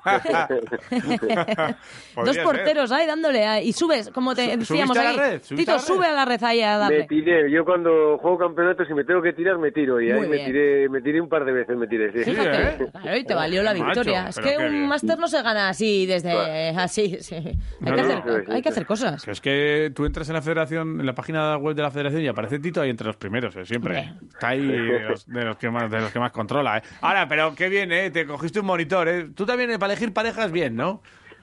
Speaker 4: Dos porteros ahí dándole a- y subes, como te decíamos
Speaker 24: a la
Speaker 4: ahí.
Speaker 24: red? ¿Subiste
Speaker 4: Tito,
Speaker 24: a la red?
Speaker 4: sube a la red ahí a
Speaker 24: Me
Speaker 4: darle.
Speaker 24: tiré, yo cuando juego campeonatos y me tengo que tirar, me tiro, y
Speaker 4: Muy
Speaker 24: ahí me
Speaker 4: bien.
Speaker 24: tiré, me tiré un par de veces, me tiré, sí.
Speaker 4: Fíjate, claro, y te valió la
Speaker 24: Macho,
Speaker 4: victoria. es
Speaker 24: pero
Speaker 4: que
Speaker 24: qué
Speaker 4: un
Speaker 24: bien.
Speaker 4: máster no se gana así desde así. sí. Hay,
Speaker 3: No,
Speaker 4: que
Speaker 3: no,
Speaker 4: hacer,
Speaker 3: no, no, no.
Speaker 4: hay que hacer cosas.
Speaker 3: Que es que tú entras en la federación, en la página web de la federación y aparece Tito ahí entre los primeros, ¿eh? siempre. Está ahí de los, de los que más, de los que más controla, ¿eh? Ahora, pero qué bien, ¿eh? Te cogiste un monitor, ¿eh? Tú también eh, para elegir parejas bien, ¿no?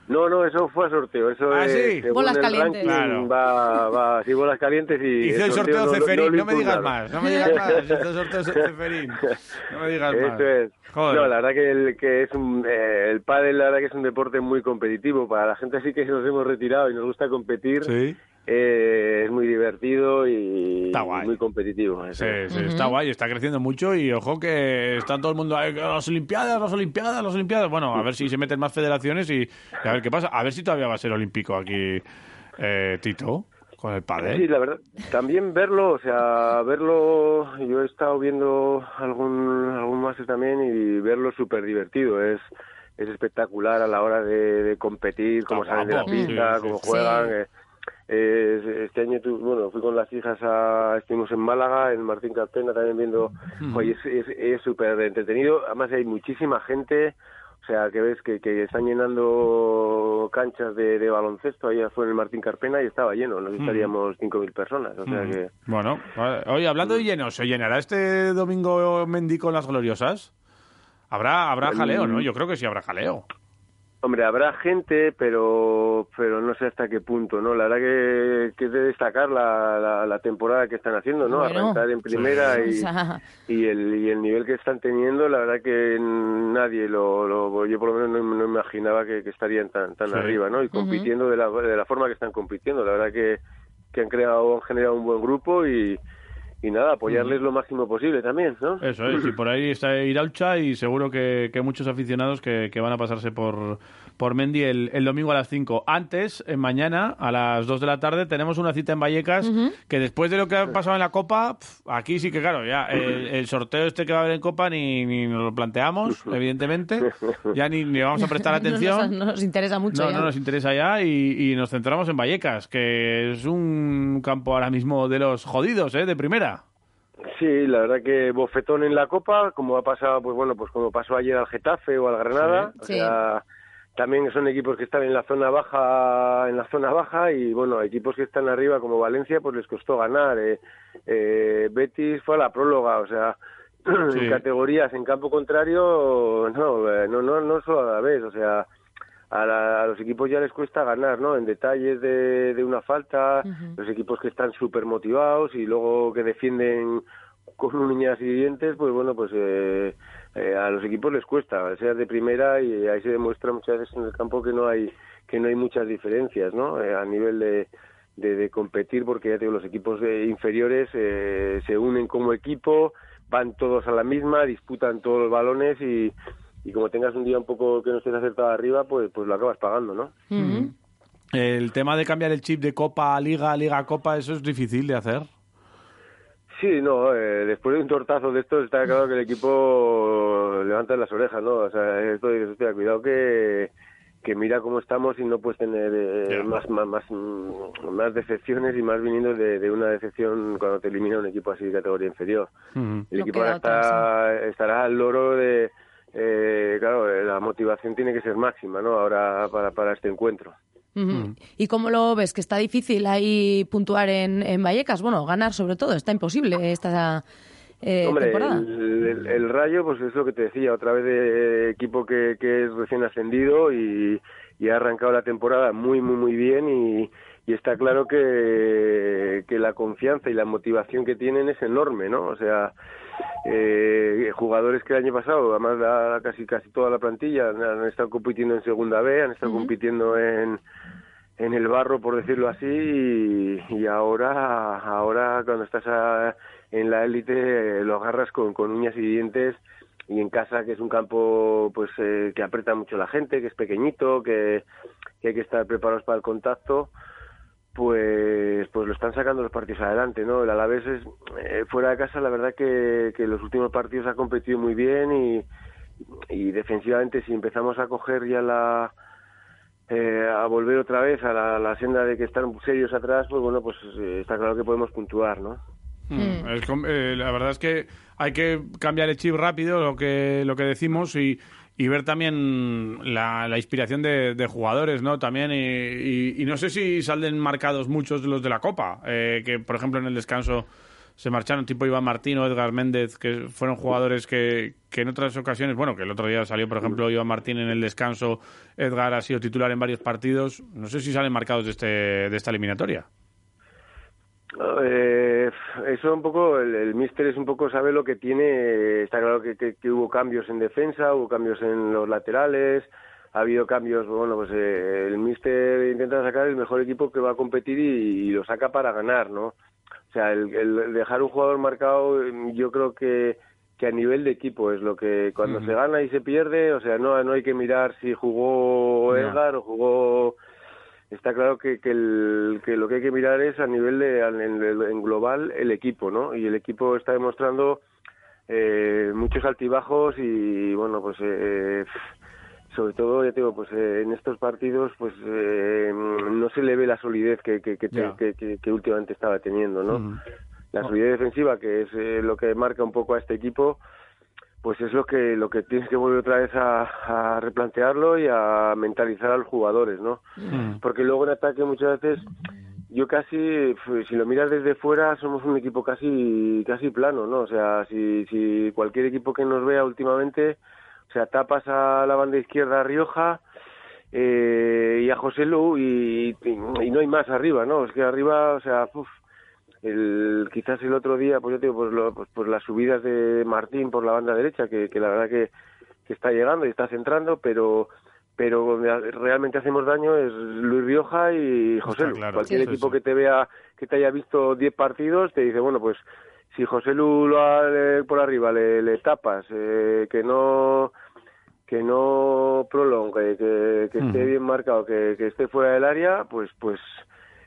Speaker 24: No, no, eso fue a sorteo. Eso
Speaker 3: ¿Ah,
Speaker 24: es,
Speaker 3: sí?
Speaker 24: según
Speaker 3: Bolas
Speaker 24: el
Speaker 3: calientes.
Speaker 24: ranking,
Speaker 3: Claro.
Speaker 24: Va, va, sí, bolas calientes y.
Speaker 3: Hizo el sorteo
Speaker 24: lo-
Speaker 3: Ceferín,
Speaker 24: lo
Speaker 3: no me digas
Speaker 24: impugnaron.
Speaker 3: más, no me digas más, hizo el sorteo Ceferín. No me digas más.
Speaker 24: Eso es.
Speaker 3: Joder.
Speaker 24: No, la verdad que, el, que es un, eh, el pádel, la verdad que es un deporte muy competitivo. Para la gente así que nos hemos retirado y nos gusta competir, eh, es muy divertido y muy competitivo. eso
Speaker 3: Sí,
Speaker 24: es.
Speaker 3: sí, está guay, está creciendo mucho y ojo que está todo el mundo "Ay, que las Olimpiadas, las Olimpiadas, las Olimpiadas. Bueno, a ver si se meten más federaciones y, y a ver qué pasa. A ver si todavía va a ser olímpico aquí eh, Tito con el
Speaker 24: Sí,
Speaker 3: pádel.
Speaker 24: la verdad. También verlo, o sea, verlo. Yo he estado viendo algún, algún máster también y verlo es súper divertido. Es, es espectacular a la hora de, de competir, cómo salen de la
Speaker 3: guapo.
Speaker 24: pista,
Speaker 3: Sí, sí,
Speaker 24: cómo
Speaker 3: sí.
Speaker 24: juegan. eh. Es- este año, tu- bueno, fui con las hijas a. Estuvimos en Málaga, en Martín Carpena también viendo.
Speaker 3: Mm.
Speaker 9: Ujú.
Speaker 24: Oye, es- es es súper entretenido. Además, hay muchísima gente. O sea, que ves que, que están llenando canchas de, de baloncesto. Ahí fue en el Martín Carpena y estaba lleno. Nos
Speaker 3: Mm.
Speaker 24: estaríamos 5.000 personas. O sea
Speaker 3: Mm.
Speaker 24: que.
Speaker 3: Bueno, vale. oye, hablando de lleno, ¿se llenará este domingo Mendy con las gloriosas? Habrá, habrá jaleo, ¿no? Yo creo que sí habrá jaleo.
Speaker 24: Hombre, habrá gente, pero pero no sé hasta qué punto, ¿no? La verdad que, que es de destacar la, la, la temporada que están haciendo, ¿no?
Speaker 4: Bueno. pues,
Speaker 24: Arrancar en primera
Speaker 4: O
Speaker 24: y,
Speaker 4: sea,
Speaker 24: y el, y el nivel que están teniendo, la verdad que nadie lo, lo- yo por lo menos no, no imaginaba que, que estarían tan, tan
Speaker 3: Sí.
Speaker 24: arriba, ¿no? Y
Speaker 3: Ujú.
Speaker 24: compitiendo de, la, de la forma que están compitiendo, la verdad que, que han creado, han generado un buen grupo y, y nada, apoyarles lo máximo posible también, ¿no?
Speaker 3: Eso es, y por ahí está Iraucha y seguro que, que muchos aficionados que, que van a pasarse por, por Mendy el, el domingo a las 5. Antes, eh, mañana a las 2 de la tarde, tenemos una cita en Vallecas
Speaker 4: Ujú.
Speaker 3: que después de lo que ha pasado en la Copa, pf, aquí sí que claro, ya el, el sorteo este que va a haber en Copa ni, ni nos lo planteamos, evidentemente, ya ni, ni vamos a prestar
Speaker 4: no nos-
Speaker 3: atención.
Speaker 4: No nos, interesa mucho.
Speaker 3: No,
Speaker 4: ya.
Speaker 3: no nos interesa ya y, y nos centramos en Vallecas, que es un campo ahora mismo de los jodidos, ¿eh? De primera.
Speaker 24: Sí, la verdad que bofetón en la Copa, como ha pasado, pues bueno, pues como pasó ayer al Getafe o al Granada,
Speaker 4: Sí.
Speaker 24: o sea, también son equipos que están en la zona baja, en la zona baja y bueno, equipos que están arriba como Valencia, pues les costó ganar. eh. Eh, Betis fue a la próloga, o sea,
Speaker 3: Sí.
Speaker 24: en categorías en campo contrario, no, eh, no, no, no solo a la vez, o sea. A, la- a los equipos ya les cuesta ganar, ¿no? En detalles de, de una falta, los equipos que están súper motivados y luego que defienden con uñas y dientes, pues bueno, pues eh, eh, a los equipos les cuesta, sea de primera y ahí se demuestra muchas veces en el campo que no hay que no hay muchas diferencias, ¿no? Eh, a nivel de, de, de competir, porque ya te digo, los equipos eh, inferiores eh, se unen como equipo, van todos a la misma, disputan todos los balones y, y como tengas un día un poco que no estés acertado arriba, pues pues lo acabas pagando, ¿no?
Speaker 3: El tema de cambiar el chip de Copa a Liga, Liga a Copa, eso es difícil de hacer.
Speaker 24: Sí, no, eh, después de un tortazo de estos está claro que el equipo levanta las orejas, ¿no? O sea, esto dices, hostia, cuidado que, que mira cómo estamos y no puedes tener eh, más, más, más, mm, más decepciones y más viniendo de, de una decepción cuando te elimina un equipo así de categoría inferior. El
Speaker 8: No
Speaker 24: equipo
Speaker 8: queda
Speaker 24: ahora
Speaker 8: otra,
Speaker 24: está- estará al loro de... eh, claro, eh, la motivación tiene que ser máxima, ¿no? Ahora para, para este encuentro.
Speaker 4: Ujú.
Speaker 3: Mm.
Speaker 4: ¿Y cómo lo ves? Que está difícil ahí puntuar en, en Vallecas. Bueno, ganar sobre todo. Está imposible esta eh,
Speaker 24: Hombre,
Speaker 4: temporada.
Speaker 24: el, el- el Rayo, pues es lo que te decía, otra vez de equipo que, que es recién ascendido y, y ha arrancado la temporada muy, muy, muy bien y, y está claro que, que la confianza y la motivación que tienen es enorme, ¿no? O sea, eh, jugadores que el año pasado, además la- casi, casi toda la plantilla, han, han estado compitiendo en Segunda B, han estado compitiendo en en el barro, por decirlo así, y, y ahora, ahora cuando estás a- en la élite eh, lo agarras con, con uñas y dientes y en casa que es un campo pues eh, que aprieta mucho la gente, que es pequeñito, que, que hay que estar preparados para el contacto, pues pues lo están sacando los partidos adelante, ¿no? El Alavés es eh, fuera de casa, la verdad que, que los últimos partidos ha competido muy bien y, y defensivamente si empezamos a coger ya la eh, a volver otra vez a la, la senda de que están serios atrás, pues bueno, pues eh, está claro que podemos puntuar, ¿no?
Speaker 3: Mm. Es com- eh, la verdad es que hay que cambiar el chip rápido, lo que, lo que decimos, y, y ver también la, la inspiración de, de jugadores, ¿no? También, y, y- y no sé si salen marcados muchos de los de la Copa, eh, que por ejemplo en el descanso se marcharon, tipo Iván Martino, Edgar Méndez, que fueron jugadores que, que en otras ocasiones, bueno, que el otro día salió, por ejemplo, Iván Martín en el descanso, Edgar ha sido titular en varios partidos. No sé si salen marcados de, este, de esta eliminatoria.
Speaker 24: Eh, eso un poco, el, el míster es un poco sabe lo que tiene. Está claro que, que, que, hubo cambios en defensa, hubo cambios en los laterales, ha habido cambios. Bueno, pues eh, el míster intenta sacar el mejor equipo que va a competir y, y lo saca para ganar, ¿no? O sea, el, el, dejar un jugador marcado, yo creo que, que a nivel de equipo es lo que cuando uh -huh. se gana y se pierde, o sea, no, no hay que mirar si jugó Edgar no. o jugó está claro que, que, el, que, lo que hay que mirar es a nivel de en, en global el equipo, ¿no? Y el equipo está demostrando eh, muchos altibajos y bueno, pues eh, sobre todo ya te digo, pues eh, en estos partidos pues no se le ve la solidez que, que, que, yeah. que últimamente estaba teniendo, ¿no? Mm. La solidez defensiva que es eh, lo que marca un poco a este equipo pues es lo que lo que tienes que volver otra vez a, a replantearlo y a mentalizar a los jugadores, ¿no? Mm.
Speaker 25: Pues
Speaker 24: Porque luego en ataque muchas veces yo casi si lo miras desde fuera somos un equipo casi casi plano, ¿no? O sea, si si cualquier equipo que nos vea últimamente, o sea, tapas a la banda izquierda a Rioja eh, y a José Lu y, y, y, no hay más arriba, ¿no? Es que arriba, o sea, uf, el, quizás el otro día, pues yo te digo, pues, lo, pues, pues, las subidas de Martín por la banda derecha, que, que la verdad que, que, está llegando y está centrando, pero pero realmente hacemos daño es Luis Rioja y José Lu. Claro, Cualquier sí, equipo sí. que te vea, que te haya visto 10 partidos, te dice, bueno, pues si José Lu lo ha, le, por arriba le, le tapas, eh, que no que no prolongue, que, que mm. esté bien marcado, que, que esté fuera del área, pues pues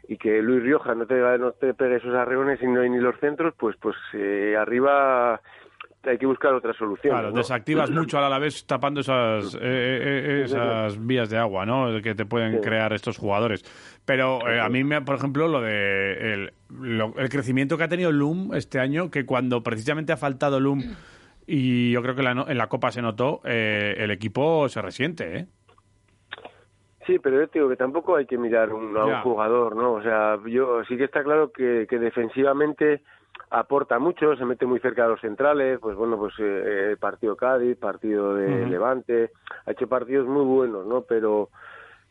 Speaker 24: y que Luis Rioja no te, no te pegue esos arreones y no hay ni los centros, pues, pues eh, arriba hay que buscar otra solución.
Speaker 3: Claro,
Speaker 24: ¿no?
Speaker 3: desactivas mucho a la vez tapando esas, eh, eh, esas vías de agua ¿no? que te pueden sí. crear estos jugadores. Pero eh, a mí, me, por ejemplo, lo de el, lo, el crecimiento que ha tenido Loom este año, que cuando precisamente ha faltado Loom, y yo creo que la, en la Copa se notó, eh, el equipo se resiente, ¿eh?
Speaker 24: Sí, pero yo te digo que tampoco hay que mirar un, a un yeah. jugador, ¿no? O sea, yo sí que está claro que, que, defensivamente aporta mucho, se mete muy cerca de los centrales, pues bueno, pues eh, partido Cádiz, partido de uh -huh. Levante, ha hecho partidos muy buenos, ¿no? Pero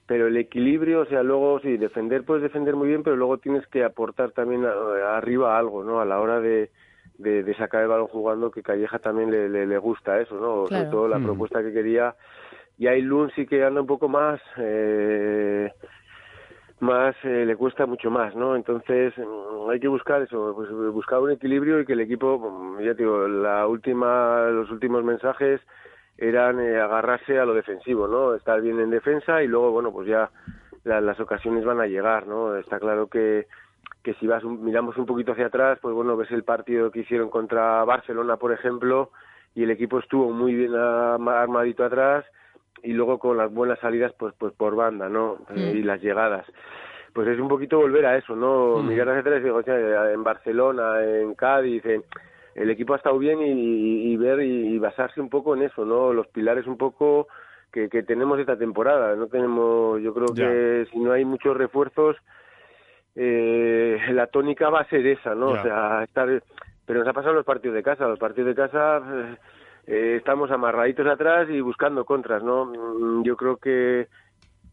Speaker 24: pero el equilibrio, o sea, luego sí, defender puedes defender muy bien, pero luego tienes que aportar también a, a arriba algo, ¿no? A la hora de, de, de, sacar el balón jugando, que Calleja también le, le, le gusta eso, ¿no? Claro. Sobre todo la mm. propuesta que quería y ahí Lund sí que anda un poco más eh, más eh, le cuesta mucho más no entonces mm, hay que buscar eso pues buscar un equilibrio y que el equipo mm, ya te digo la última los últimos mensajes eran eh, agarrarse a lo defensivo no estar bien en defensa y luego bueno pues ya la, las ocasiones van a llegar no está claro que que si vas miramos un poquito hacia atrás pues bueno ves el partido que hicieron contra Barcelona por ejemplo y el equipo estuvo muy bien armadito atrás y luego con las buenas salidas pues pues por banda no mm. y las llegadas pues es un poquito volver a eso no mm. mirar hacia atrás digo en Barcelona en Cádiz en... el equipo ha estado bien y, y ver y, y, basarse un poco en eso no los pilares un poco que, que tenemos esta temporada no tenemos yo creo yeah. que si no hay muchos refuerzos eh, la tónica va a ser esa no yeah. o sea estar pero nos ha pasado los partidos de casa los partidos de casa eh, eh, estamos amarraditos atrás y buscando contras, ¿no? Mm, Yo creo que,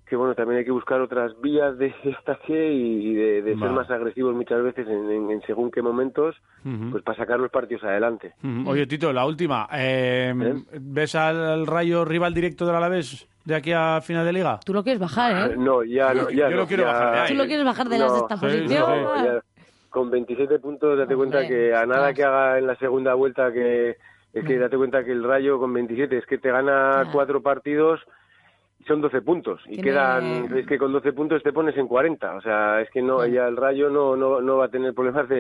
Speaker 24: que bueno, también hay que buscar otras vías de estaje y de, de ser más agresivos muchas veces en, en, en según qué momentos, uh -huh. pues para sacar los partidos adelante.
Speaker 3: Uh -huh. Oye, Tito, la última. Eh, ¿Eh? ¿Ves al Rayo rival directo del Alavés? de aquí a final de liga?
Speaker 4: Tú lo quieres bajar, ¿eh?
Speaker 24: No, ya
Speaker 3: yo,
Speaker 24: no. Ya
Speaker 3: yo
Speaker 24: no,
Speaker 3: lo quiero
Speaker 24: ya...
Speaker 3: bajar. De ahí.
Speaker 4: Tú lo quieres bajar de la sexta no, posición.
Speaker 24: No, ya, con 27 puntos, date Hombre, cuenta que a nada que haga en la segunda vuelta que, es que date cuenta que el Rayo con 27 es que te gana ah. cuatro partidos y son 12 puntos y Tiene... quedan es que con 12 puntos te pones en 40, o sea, es que no mm. ya el Rayo no, no no va a tener problemas de,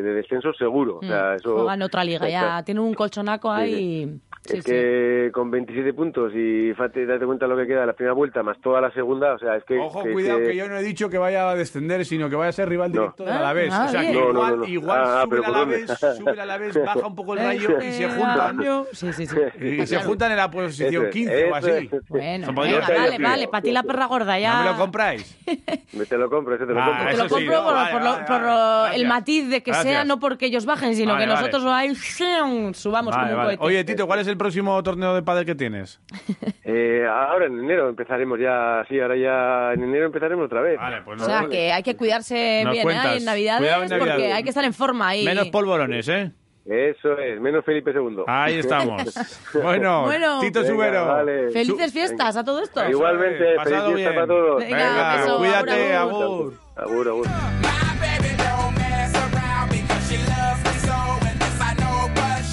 Speaker 24: de descenso seguro, mm. o sea, eso
Speaker 4: juega en otra liga ya, tiene un colchonaco ahí.
Speaker 24: es que con 27 puntos y fate, date cuenta lo que queda de la primera vuelta más toda la segunda, o sea, es que...
Speaker 3: Ojo, cuidado, que yo no he dicho que vaya a descender, sino que vaya a ser rival directo de
Speaker 24: Ah,
Speaker 3: Alavés.
Speaker 24: ah,
Speaker 3: o sea, que
Speaker 24: bien. No, no,
Speaker 3: igual,
Speaker 24: no, no.
Speaker 3: igual
Speaker 24: Ah,
Speaker 3: sube
Speaker 24: pero
Speaker 3: el
Speaker 24: ¿por dónde?
Speaker 3: Alavés, sube el Alavés, baja un poco el rayo y se juntan. Y se juntan en la posición 15 o así.
Speaker 4: Bueno,
Speaker 3: Se podría
Speaker 4: venga,
Speaker 3: hacer
Speaker 4: vale,
Speaker 3: así.
Speaker 4: vale, para ti la perra gorda ya.
Speaker 3: ¿No me lo compráis?
Speaker 24: Te lo compro, ese te lo
Speaker 3: Ah,
Speaker 24: compro.
Speaker 4: Te lo compro por, por lo- por lo- el matiz de que
Speaker 3: Gracias.
Speaker 4: sea, no porque ellos bajen, sino
Speaker 3: Vale,
Speaker 4: que
Speaker 3: vale.
Speaker 4: nosotros ahí ¡shium! subamos
Speaker 3: Vale,
Speaker 4: como un
Speaker 3: vale.
Speaker 4: cohete.
Speaker 3: Oye, Tito, ¿cuál es el próximo torneo de pádel que tienes?
Speaker 24: Eh, ahora en enero empezaremos ya, sí, ahora ya en enero empezaremos otra vez. Vale,
Speaker 3: pues
Speaker 4: o sea, que hay que cuidarse
Speaker 24: Nos
Speaker 4: bien
Speaker 24: cuentas.
Speaker 4: ¿eh? en Navidades
Speaker 24: Cuidado en
Speaker 4: porque
Speaker 24: Navidades.
Speaker 4: hay que estar en forma ahí.
Speaker 3: Menos polvorones, ¿eh?
Speaker 24: Eso es, menos Felipe II.
Speaker 3: Ahí estamos. Bueno,
Speaker 4: Bueno.
Speaker 3: Tito
Speaker 4: Venga,
Speaker 3: Subero.
Speaker 24: vale.
Speaker 4: Felices fiestas a todo esto.
Speaker 24: Igualmente, feliz
Speaker 3: Pasado
Speaker 24: fiesta
Speaker 3: bien.
Speaker 24: para todos.
Speaker 4: Venga, Venga, beso,
Speaker 3: cuídate,
Speaker 4: agur,
Speaker 3: agur.
Speaker 24: Agur, agur.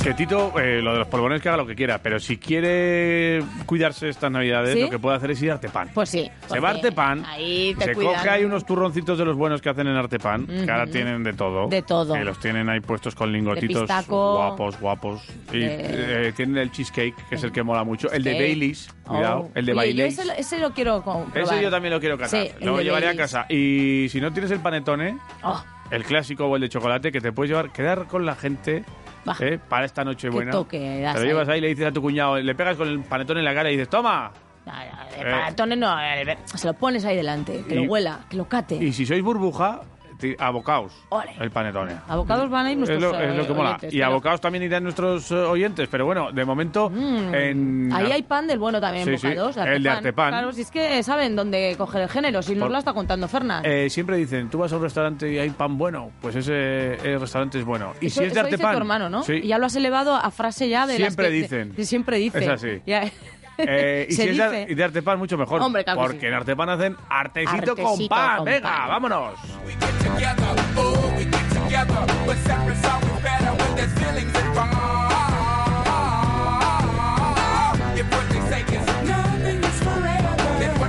Speaker 3: Que Tito, eh, lo de los polvorones que haga lo que quiera, pero si quiere cuidarse estas navidades,
Speaker 4: ¿Sí?
Speaker 3: lo que puede hacer es ir a Artepan.
Speaker 4: Pues sí.
Speaker 3: se
Speaker 4: porque
Speaker 3: va a Artepan,
Speaker 4: Ahí te
Speaker 3: se
Speaker 4: cuidan.
Speaker 3: coge ahí unos turroncitos de los buenos que hacen en Artepan, que ahora
Speaker 4: Ujú.
Speaker 3: tienen de todo.
Speaker 4: De todo.
Speaker 3: Que los tienen ahí puestos con lingotitos
Speaker 4: De pistaco.
Speaker 3: guapos, guapos. Y
Speaker 4: De-
Speaker 3: eh, tienen el cheesecake, que es el que mola mucho. El de
Speaker 4: Cheesecake.
Speaker 3: Baileys,
Speaker 4: Oh.
Speaker 3: cuidado. El
Speaker 4: Oye,
Speaker 3: de
Speaker 4: yo
Speaker 3: Baileys.
Speaker 4: ese, lo- ese lo quiero comprar.
Speaker 3: Ese yo también lo quiero
Speaker 4: Sí,
Speaker 3: catar.
Speaker 4: el
Speaker 3: lo
Speaker 4: de
Speaker 3: llevaré a
Speaker 4: Baileys.
Speaker 3: casa. Y si no tienes el panetone,
Speaker 4: Oh,
Speaker 3: el clásico o el de chocolate que te puedes llevar, quedar con la gente
Speaker 4: Bah.
Speaker 3: eh, para esta noche buena.
Speaker 4: Qué toque das eh.
Speaker 3: te lo
Speaker 4: ahí.
Speaker 3: llevas ahí, le dices a tu cuñado, le pegas con el panetón en la cara y dices, toma.
Speaker 4: eh, para Tony no, eh, se lo pones ahí delante, que
Speaker 3: Y-
Speaker 4: lo huela, que lo cate.
Speaker 3: Y si sois burbuja, ti- abocaos el panetone.
Speaker 4: Abocados van a ir
Speaker 3: Es
Speaker 4: nuestros
Speaker 3: lo, es lo
Speaker 4: eh,
Speaker 3: que mola.
Speaker 4: oyentes,
Speaker 3: y
Speaker 4: pero-
Speaker 3: abocados también irán nuestros eh, oyentes, pero bueno, de momento en...
Speaker 4: Mm, Ahí hay pan del bueno también,
Speaker 3: Sí, sí,
Speaker 4: bocados.
Speaker 3: el de Artepan.
Speaker 4: Claro, si es que saben dónde coger el género, si nos
Speaker 3: Por-
Speaker 4: lo está contando Fernán.
Speaker 3: Eh, siempre dicen, tú vas a un restaurante y hay pan bueno, pues ese, eh, restaurante es bueno. Y
Speaker 4: Eso-
Speaker 3: si es
Speaker 4: eso dice
Speaker 3: de Artepan,
Speaker 4: tu hermano, ¿no?
Speaker 3: sí.
Speaker 4: Y ya lo has elevado a frase ya de las
Speaker 3: Siempre
Speaker 4: que-
Speaker 3: dicen.
Speaker 4: que siempre dicen.
Speaker 3: Es así.
Speaker 4: Ya-
Speaker 3: Eh, y
Speaker 4: Se
Speaker 3: si es de,
Speaker 4: dice.
Speaker 3: ar- y de Artepan, mucho mejor.
Speaker 4: Hombre, claro que
Speaker 3: porque
Speaker 4: sí.
Speaker 3: en Artepan hacen artesito, con
Speaker 4: Artesito
Speaker 3: pan.
Speaker 4: con
Speaker 3: Venga,
Speaker 4: pan.
Speaker 3: vámonos.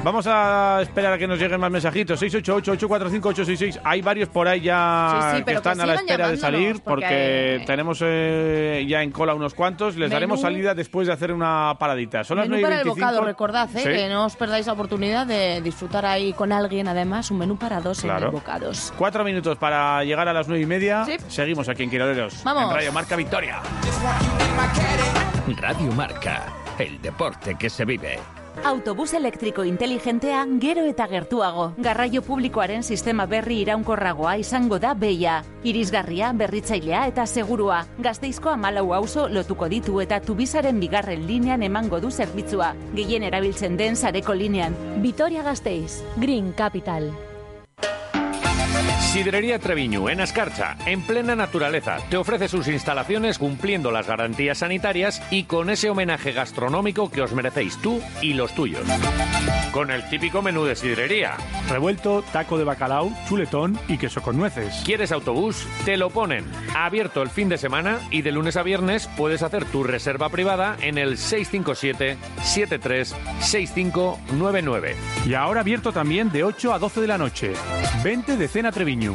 Speaker 3: Vamos a esperar a que nos lleguen más mensajitos. 688-845-866. Hay varios por ahí ya
Speaker 4: Sí, sí,
Speaker 3: que
Speaker 4: pero que
Speaker 3: están a la
Speaker 4: sigan
Speaker 3: espera de
Speaker 4: llamándonos,
Speaker 3: salir porque,
Speaker 4: porque-
Speaker 3: tenemos eh, ya en cola unos cuantos. Les
Speaker 4: Menú-
Speaker 3: daremos salida después de hacer una paradita. Son las
Speaker 4: menú para el
Speaker 3: 9
Speaker 4: bocado, recordad, ¿eh?
Speaker 3: Sí.
Speaker 4: que no os perdáis la oportunidad de disfrutar ahí con alguien, además, un menú para dos en el
Speaker 3: Claro.
Speaker 4: bocado.
Speaker 3: Cuatro minutos para llegar a las nueve y media.
Speaker 4: Sí.
Speaker 3: Seguimos aquí en Quiroleros.
Speaker 4: Vamos.
Speaker 3: En Radio Marca Victoria.
Speaker 26: Radio Marca, el deporte que se vive.
Speaker 27: Autobus elektriko inteligentea gero eta gertuago. Garraio publikoaren sistema berri iraunkorragoa izango da beia. Irisgarria, berritzailea eta segurua. Gasteizko amalau auzo lotuko ditu eta tubizaren bigarren linean emango du zerbitzua. Gehien erabiltzen den sareko linean. Vitoria Gasteiz, Green Capital.
Speaker 11: Sidrería Treviñu, en Ascarcha, en plena naturaleza, te ofrece sus instalaciones cumpliendo las garantías sanitarias y con ese homenaje gastronómico que os merecéis tú y los tuyos. Con el típico menú de sidrería.
Speaker 28: Revuelto, taco de bacalao, chuletón y queso con nueces.
Speaker 11: ¿Quieres autobús? Te lo ponen. Abierto el fin de semana y de lunes a viernes puedes hacer tu reserva privada en el 657-736599.
Speaker 28: Y ahora abierto también de 8 a 12 de la noche. 20 de cena Treviñu.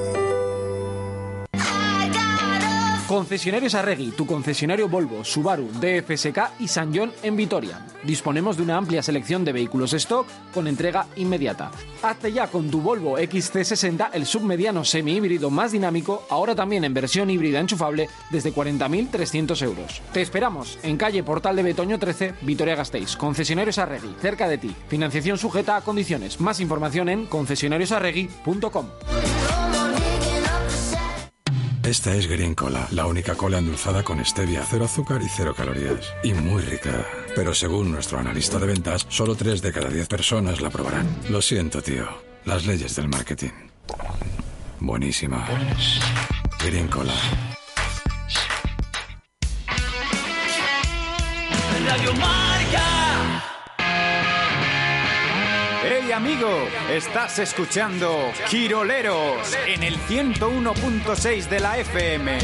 Speaker 29: Concesionarios Arregui, tu concesionario Volvo, Subaru, DFSK y San John en Vitoria. Disponemos de una amplia selección de vehículos stock con entrega inmediata. Hazte ya con tu Volvo XC60 el submediano semi-híbrido más dinámico, ahora también en versión híbrida enchufable, desde 40.300 euros. Te esperamos en calle Portal de Betoño 13, Vitoria-Gasteiz. Concesionarios Arregui, cerca de ti. Financiación sujeta a condiciones. Más información en concesionariosarregui.com.
Speaker 30: Esta es Green Cola, la única cola endulzada con stevia, cero azúcar y cero calorías. Y muy rica. Pero según nuestro analista de ventas, solo 3 de cada 10 personas la probarán. Lo siento, tío. Las leyes del marketing. Buenísima. Green Cola.
Speaker 7: Radio Marca.
Speaker 1: Hey, y amigo, estás escuchando Quiroleros en el 101.6 de la FM.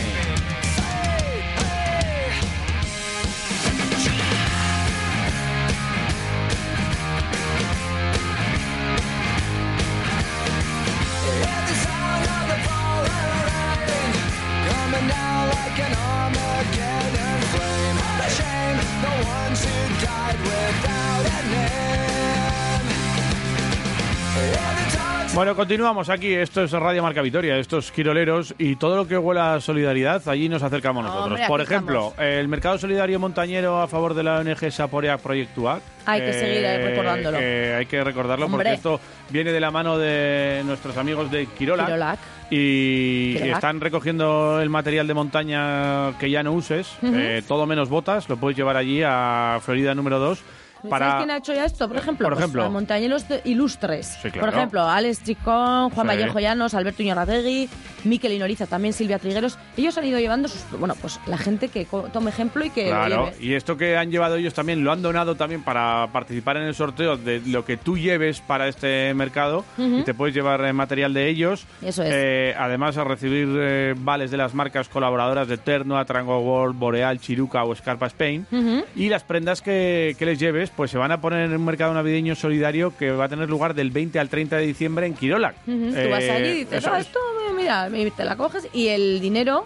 Speaker 3: Bueno, continuamos aquí. Esto es Radio Marca Vitoria, estos quiroleros y todo lo que huela a solidaridad, allí nos acercamos nosotros.
Speaker 4: Hombre, aquí
Speaker 3: Por ejemplo, el Mercado Solidario Montañero a favor de la ONG Saporea Proyectua.
Speaker 4: Hay que seguir, eh, recordándolo.
Speaker 3: que hay que recordarlo
Speaker 4: Hombre.
Speaker 3: porque esto viene de la mano de nuestros amigos de Quirola.
Speaker 4: Kirolak.
Speaker 3: Y
Speaker 4: Kirolak.
Speaker 3: están recogiendo el material de montaña que ya no uses,
Speaker 4: Ujú.
Speaker 3: eh, todo menos botas, lo puedes llevar allí a Florida número 2.
Speaker 4: ¿Sabes
Speaker 3: Para... Eh,
Speaker 4: quién ha hecho ya esto? Por ejemplo,
Speaker 3: por
Speaker 4: pues,
Speaker 3: ejemplo.
Speaker 4: a montañeros de- ilustres.
Speaker 3: Sí, claro.
Speaker 4: Por ejemplo, Alex Chicón, Juan
Speaker 3: Sí.
Speaker 4: Vallejo Llanos, Alberto Iñarrategui, Miquel Inoriza, también Silvia Trigueros. Ellos han ido llevando sus, bueno, pues la gente que co- tome ejemplo y que lo
Speaker 3: Claro,
Speaker 4: lleve.
Speaker 3: y esto que han llevado ellos también lo han donado también para participar en el sorteo de lo que tú lleves para este mercado
Speaker 4: Ujú.
Speaker 3: y te puedes llevar eh, material de ellos.
Speaker 4: Eso es.
Speaker 3: Eh, además, a recibir eh, vales de las marcas colaboradoras de Terno, Trango World, Boreal, Chiruca o Scarpa Spain.
Speaker 4: Ujú.
Speaker 3: Y las prendas que, que les lleves, pues se van a poner en un mercado navideño solidario que va a tener lugar del 20 al 30 de diciembre en Quirola.
Speaker 4: Ujú, Tú vas allí y
Speaker 3: Eh,
Speaker 4: dices, "Ah, esto, mira, y te la coges y el dinero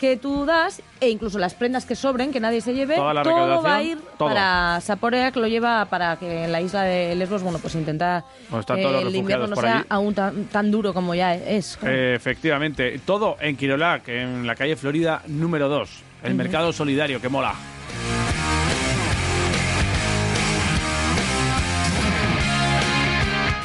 Speaker 4: que tú das e incluso las prendas que sobren, que nadie se lleve,
Speaker 3: Toda la
Speaker 4: todo
Speaker 3: recaudación,
Speaker 4: va a ir
Speaker 3: todo.
Speaker 4: para Saporea, que lo lleva para que en la isla de Lesbos, bueno, pues intenta
Speaker 3: Bueno, están
Speaker 4: eh,
Speaker 3: todos los
Speaker 4: el invierno
Speaker 3: refugiados
Speaker 4: no
Speaker 3: por
Speaker 4: sea
Speaker 3: allí.
Speaker 4: aún tan, tan duro como ya es.
Speaker 3: Eh, Efectivamente, todo en Quirolac, en la calle Florida número 2, el
Speaker 4: Ujú.
Speaker 3: mercado solidario, que mola.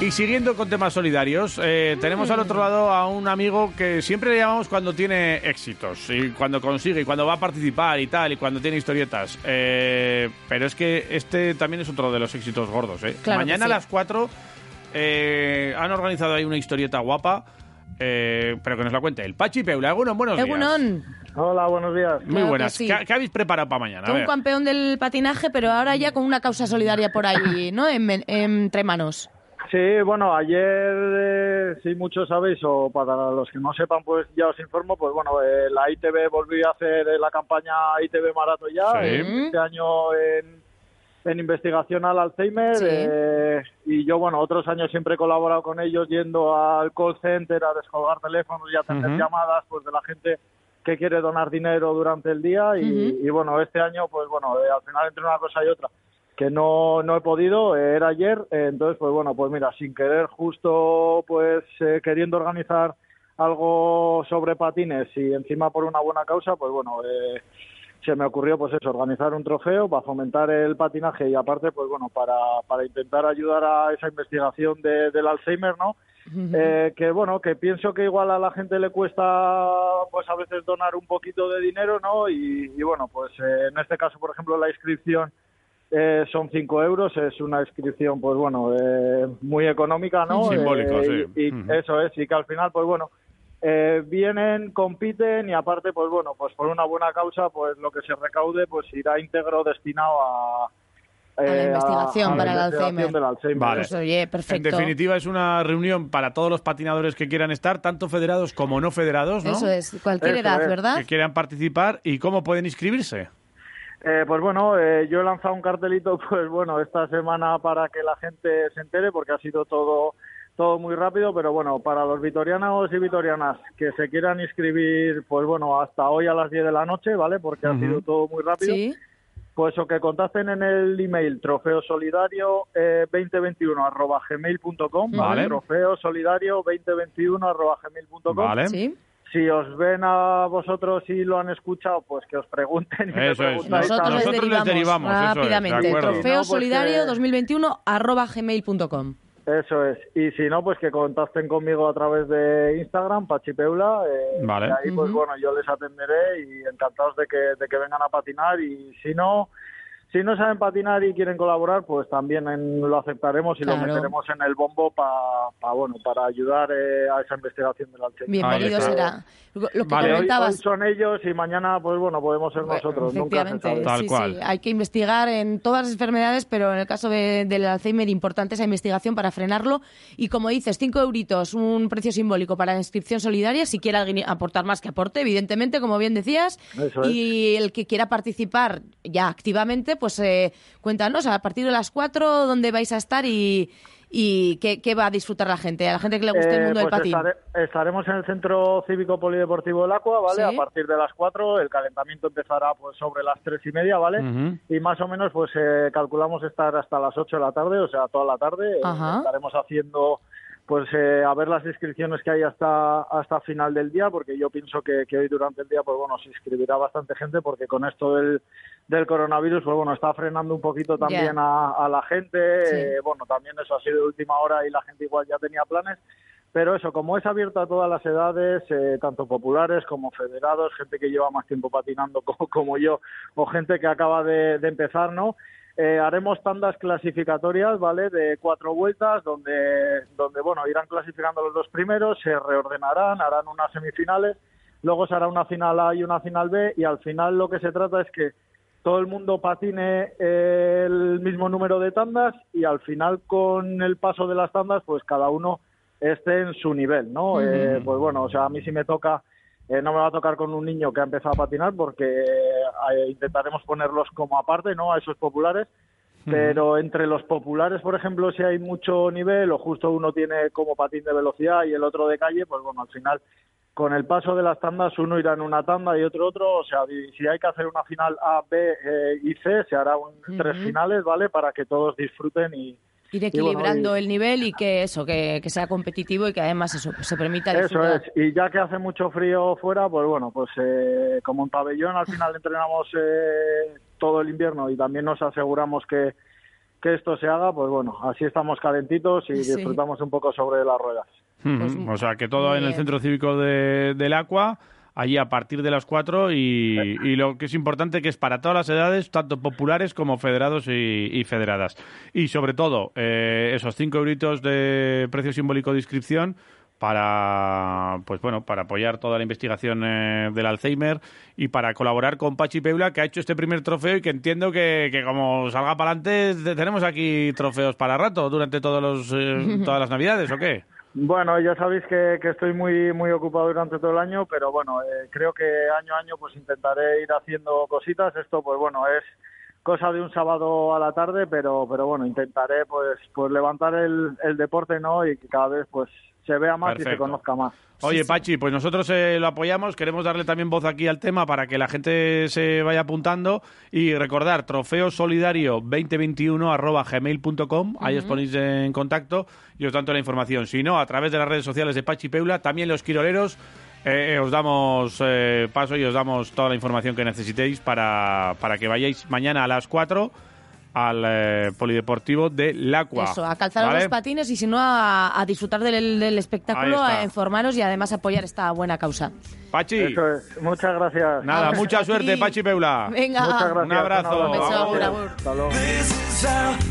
Speaker 3: Y siguiendo con temas solidarios,
Speaker 4: Mm.
Speaker 3: eh, tenemos al otro lado a un amigo que siempre le llamamos cuando tiene éxitos, y cuando consigue, y cuando va a participar y tal, y cuando tiene historietas. Eh, pero es que este también es otro de los éxitos gordos. ¿eh?
Speaker 4: Claro que
Speaker 3: Mañana
Speaker 4: sí.
Speaker 3: a las 4 eh, han organizado ahí una historieta guapa, eh, pero que nos la cuente el Pachi Peula. Egunon, buenos días.
Speaker 4: Egunon,
Speaker 25: Hola, buenos días.
Speaker 3: Muy
Speaker 4: Claro que
Speaker 3: buenas.
Speaker 4: sí.
Speaker 3: ¿Qué, qué habéis preparado para mañana? A
Speaker 4: un
Speaker 3: ver.
Speaker 4: campeón del patinaje, pero ahora ya con una causa solidaria por ahí, ¿no? En- en- entre manos.
Speaker 25: Sí, bueno, ayer, eh, si muchos sabéis, o para los que no sepan, pues ya os informo, pues bueno, eh, la ITV volvió a hacer eh, la campaña ITV Marato ya,
Speaker 19: Sí.
Speaker 25: eh, este año en, en investigación al Alzheimer,
Speaker 19: Sí.
Speaker 25: eh, y yo, bueno, otros años siempre he colaborado con ellos yendo al call center a descolgar teléfonos y a atender
Speaker 19: Ujú.
Speaker 25: llamadas, pues de la gente que quiere donar dinero durante el día, y,
Speaker 19: Ujú.
Speaker 25: y bueno, este año, pues bueno, eh, al final entre una cosa y otra que no, no he podido, eh, era ayer, eh, entonces pues bueno, pues mira, sin querer, justo pues eh, queriendo organizar algo sobre patines y encima por una buena causa, pues bueno, eh, se me ocurrió pues eso, organizar un trofeo para fomentar el patinaje y aparte pues bueno, para, para intentar ayudar a esa investigación de- del Alzheimer, ¿no? Eh, que bueno, que pienso que igual a la gente le cuesta pues a veces donar un poquito de dinero, ¿no? Y, y bueno, pues eh, en este caso, por ejemplo, la inscripción eh, son 5 euros, es una inscripción, pues bueno, eh, muy económica, ¿no?
Speaker 19: Simbólico,
Speaker 25: Eh,
Speaker 19: sí.
Speaker 25: Y, y
Speaker 19: Ujú.
Speaker 25: eso es, y que al final, pues bueno, eh, vienen, compiten y aparte, pues bueno, pues por una buena causa, pues lo que se recaude, pues irá íntegro destinado a...
Speaker 4: A la
Speaker 25: eh,
Speaker 4: investigación
Speaker 25: a la
Speaker 4: para el
Speaker 25: investigación
Speaker 4: Alzheimer.
Speaker 25: del Alzheimer.
Speaker 3: Vale.
Speaker 4: Pues, oye, perfecto.
Speaker 3: En definitiva, es una reunión para todos los patinadores que quieran estar, tanto federados como no federados, ¿no?
Speaker 4: Eso es, cualquier edad, ¿verdad?
Speaker 3: Que quieran participar y cómo pueden inscribirse.
Speaker 25: Eh, pues bueno, eh, yo he lanzado un cartelito, pues bueno, esta semana para que la gente se entere, porque ha sido todo todo muy rápido, pero bueno, para los vitorianos y vitorianas que se quieran inscribir, pues bueno, hasta hoy a las 10 de la noche, ¿vale? Porque
Speaker 19: Ujú.
Speaker 25: ha sido todo muy rápido.
Speaker 19: Sí.
Speaker 25: Pues o que contacten en el email trofeosolidario eh, 2021 arroba gmail.com,
Speaker 19: Vale.
Speaker 25: Trofeosolidario 2021 arroba gmail.com.
Speaker 19: Vale. Sí.
Speaker 25: Si os ven a vosotros y lo han escuchado, pues que os pregunten. Y me
Speaker 3: Eso es.
Speaker 25: preguntáis
Speaker 3: Nosotros
Speaker 25: también.
Speaker 3: les Nosotros les derivamos, eso es, de
Speaker 4: rápidamente.
Speaker 3: acuerdo.
Speaker 4: Trofeo solidario
Speaker 25: eh,
Speaker 4: 2021 arroba gmail.com.
Speaker 25: Eso es. Y si no, pues que contacten conmigo a través de Instagram, Pachipeula. eh,
Speaker 19: Vale.
Speaker 25: y ahí, pues
Speaker 19: Ujú.
Speaker 25: bueno, yo les atenderé y encantados de que, de que vengan a patinar. Y si no, si no saben patinar y quieren colaborar, pues también en- lo aceptaremos y lo
Speaker 4: Claro.
Speaker 25: meteremos en el bombo para bueno, para ayudar eh, a esa investigación del alcheimia.
Speaker 4: Bienvenido será. Lo que
Speaker 25: Vale, hoy-
Speaker 4: comentabas.
Speaker 25: hoy son ellos y mañana, pues bueno, podemos ser nosotros. pues Nunca se sabe.
Speaker 4: Efectivamente, sí, sí. Hay que investigar en todas las enfermedades, pero en el caso de- del Alzheimer importante esa investigación para frenarlo. Y como dices, cinco euritos, un precio simbólico para la inscripción solidaria. Si quiere alguien aportar más que aporte, evidentemente, como bien decías.
Speaker 25: Eso es.
Speaker 4: Y el que quiera participar ya activamente, pues eh, cuéntanos a partir de las cuatro dónde vais a estar y, y qué, qué va a disfrutar la gente. A la gente que le guste el
Speaker 25: Eh,
Speaker 4: mundo del
Speaker 25: pues
Speaker 4: patín.
Speaker 25: estare- estaremos en el Centro Cívico Polideportivo del Acua, ¿vale?
Speaker 4: Sí.
Speaker 25: A partir de las 4, el calentamiento empezará pues sobre las tres y media, ¿vale?
Speaker 7: Ujú.
Speaker 25: Y más o menos pues eh, calculamos estar hasta las 8 de la tarde, o sea, toda la tarde. Eh,
Speaker 7: Ajá.
Speaker 25: estaremos haciendo pues eh, a ver las inscripciones que hay hasta hasta final del día, porque yo pienso que, que hoy durante el día, pues bueno, se inscribirá bastante gente, porque con esto del, del coronavirus, pues bueno, está frenando un poquito
Speaker 19: Ya.
Speaker 25: también a, a la gente.
Speaker 19: Sí.
Speaker 25: eh, bueno, también eso ha sido de última hora y la gente igual ya tenía planes. Pero eso, como es abierto a todas las edades, eh, tanto populares como federados, gente que lleva más tiempo patinando como, como yo, o gente que acaba de, de empezar, ¿no? Eh, haremos tandas clasificatorias, ¿vale? De cuatro vueltas, donde, donde, bueno, irán clasificando los dos primeros, se reordenarán, harán unas semifinales, luego se hará una final A y una final B, y al final lo que se trata es que todo el mundo patine eh, el mismo número de tandas y al final con el paso de las tandas pues cada uno esté en su nivel, ¿no?
Speaker 19: Ujú.
Speaker 25: Eh, pues bueno, o sea, a mí si me toca, eh, no me va a tocar con un niño que ha empezado a patinar porque eh, intentaremos ponerlos como aparte, ¿no? A esos populares. Pero entre los populares, por ejemplo, si hay mucho nivel o justo uno tiene este como patín de velocidad y el otro de calle, pues bueno, al final con el paso de las tandas uno irá en una tanda y otro otro, o sea, y si hay que hacer una final A, B eh, y C, se hará un, tres
Speaker 4: Ujú.
Speaker 25: finales, ¿vale? Para que todos disfruten y...
Speaker 4: Ir
Speaker 25: y bueno,
Speaker 4: equilibrando
Speaker 25: y-
Speaker 4: el nivel y que eso, que, que sea competitivo y que además eso, pues, se permita
Speaker 25: Eso
Speaker 4: disfrutar.
Speaker 25: es, y ya que hace mucho frío fuera, pues bueno, pues eh, como en pabellón al final entrenamos eh, todo el invierno y también nos aseguramos que, que esto se haga, pues bueno, así estamos calentitos y
Speaker 3: Sí.
Speaker 25: disfrutamos un poco sobre las ruedas.
Speaker 3: Ujú, o sea, que todo en el
Speaker 25: bien.
Speaker 3: centro cívico de, del Aqua, allí a partir de las 4 y, y lo que es importante que es para todas las edades, tanto populares como federados y, y federadas. Y sobre todo, eh, esos 5 euritos de precio simbólico de inscripción para pues bueno para apoyar toda la investigación eh, del Alzheimer y para colaborar con Pachi Peula que ha hecho este primer trofeo y que entiendo que, que como salga para adelante te- tenemos aquí trofeos para rato durante todos los eh, todas las navidades o qué
Speaker 25: Bueno, ya sabéis que, que estoy muy muy ocupado durante todo el año, pero bueno, eh, creo que año a año pues intentaré ir haciendo cositas. Esto pues bueno, es cosa de un sábado a la tarde, pero pero bueno, intentaré pues pues levantar el, el deporte, ¿no? Y que cada vez pues se vea más y se
Speaker 3: Perfecto.
Speaker 25: conozca más.
Speaker 3: Oye, Pachi, pues nosotros eh, lo apoyamos, queremos darle también voz aquí al tema para que la gente se vaya apuntando y recordar trofeosolidario2021 arroba gmail.com, ahí os
Speaker 31: Ujú.
Speaker 3: ponéis en contacto y os dan toda la información. Si no, a través de las redes sociales de Pachi Peula, también los quiroleros, eh, eh, os damos eh, paso y os damos toda la información que necesitéis para, para que vayáis mañana a las 4 al eh, Polideportivo de Lacua.
Speaker 4: Eso, a calzar
Speaker 3: ¿vale?
Speaker 4: los patines y si no a, a disfrutar del, del espectáculo,
Speaker 3: Ahí está.
Speaker 4: a informaros y además apoyar esta buena causa.
Speaker 3: Pachi.
Speaker 25: Eso es. Muchas gracias.
Speaker 3: Nada,
Speaker 4: Vamos,
Speaker 3: mucha
Speaker 4: Pachi.
Speaker 3: suerte, Pachi Peula.
Speaker 4: Venga. Muchas gracias,
Speaker 3: Ah. Un abrazo.
Speaker 4: un abrazo.
Speaker 3: Agur.
Speaker 4: Agur, agur.
Speaker 25: Hasta luego.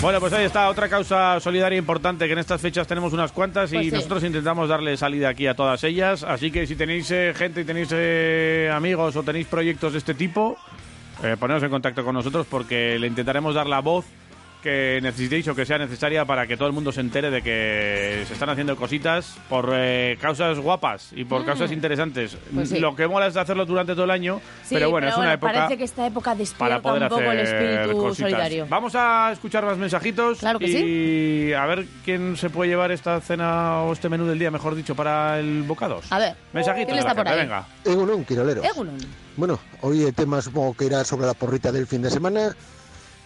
Speaker 3: Bueno, pues ahí está otra causa solidaria importante que en estas fechas tenemos unas cuantas
Speaker 31: Pues
Speaker 3: y
Speaker 31: sí.
Speaker 3: nosotros intentamos darle salida aquí a todas ellas. Así que si tenéis eh, gente y tenéis eh, amigos o tenéis proyectos de este tipo, eh, poneros en contacto con nosotros porque le intentaremos dar la voz que necesitéis o que sea necesaria para que todo el mundo se entere de que se están haciendo cositas por eh, causas guapas y por
Speaker 4: Mm.
Speaker 3: causas interesantes.
Speaker 4: Pues sí.
Speaker 3: Lo que mola es hacerlo durante todo el año,
Speaker 4: Sí,
Speaker 3: pero bueno, es una época
Speaker 4: Parece que esta época
Speaker 3: para
Speaker 4: despierta
Speaker 3: poder
Speaker 4: un poco
Speaker 3: hacer
Speaker 4: el espíritu
Speaker 3: cositas.
Speaker 4: solidario.
Speaker 3: Vamos a escuchar más mensajitos
Speaker 4: Claro que
Speaker 3: y a ver quién se puede llevar esta cena o este menú del día, mejor dicho, para el bocados.
Speaker 4: A ver,
Speaker 3: mensajitos
Speaker 4: ¿quién
Speaker 3: de
Speaker 4: está
Speaker 3: la
Speaker 4: por
Speaker 3: gente,
Speaker 4: ahí?
Speaker 3: venga.
Speaker 2: Egunon, quiroleros.
Speaker 4: Egunon.
Speaker 2: Bueno, hoy el tema supongo que irá sobre la porrita del fin de semana.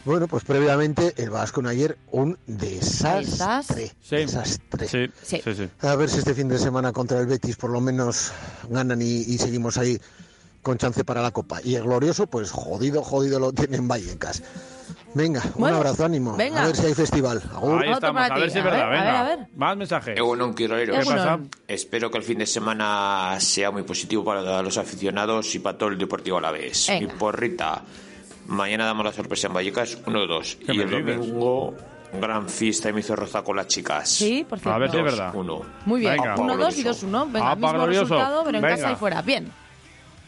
Speaker 2: Bueno, pues previamente el Vasco ayer un desastre. Desastre.
Speaker 4: Sí.
Speaker 3: Sí, sí.
Speaker 2: A ver si este fin de semana contra el Betis por lo menos ganan y, y seguimos ahí con chance para la Copa. Y el glorioso, pues jodido, jodido lo tienen Vallecas. Venga, un abrazo, ánimo.
Speaker 4: venga.
Speaker 2: A ver si hay festival. Agur.
Speaker 3: Ahí estamos, a ver si es verdad. Venga, más mensajes.
Speaker 17: Egunon, quiero
Speaker 3: ¿Qué pasa?
Speaker 17: Espero que el fin de semana sea muy positivo para los aficionados y para todo el deportivo a la vez.
Speaker 4: Venga.
Speaker 17: Mi porrita, mañana damos la sorpresa en Vallecas, uno de dos.
Speaker 4: ¿Qué
Speaker 17: Y
Speaker 4: me
Speaker 17: el
Speaker 4: dices?
Speaker 17: domingo, gran fiesta y me hizo roza con las chicas.
Speaker 4: Sí, por cierto.
Speaker 17: Dos, Uno.
Speaker 4: Muy bien. 1-2 y 2-1. Venga,
Speaker 17: Ah,
Speaker 4: mismo
Speaker 17: glorioso.
Speaker 4: resultado, pero en casa
Speaker 17: Venga.
Speaker 4: y fuera. Bien,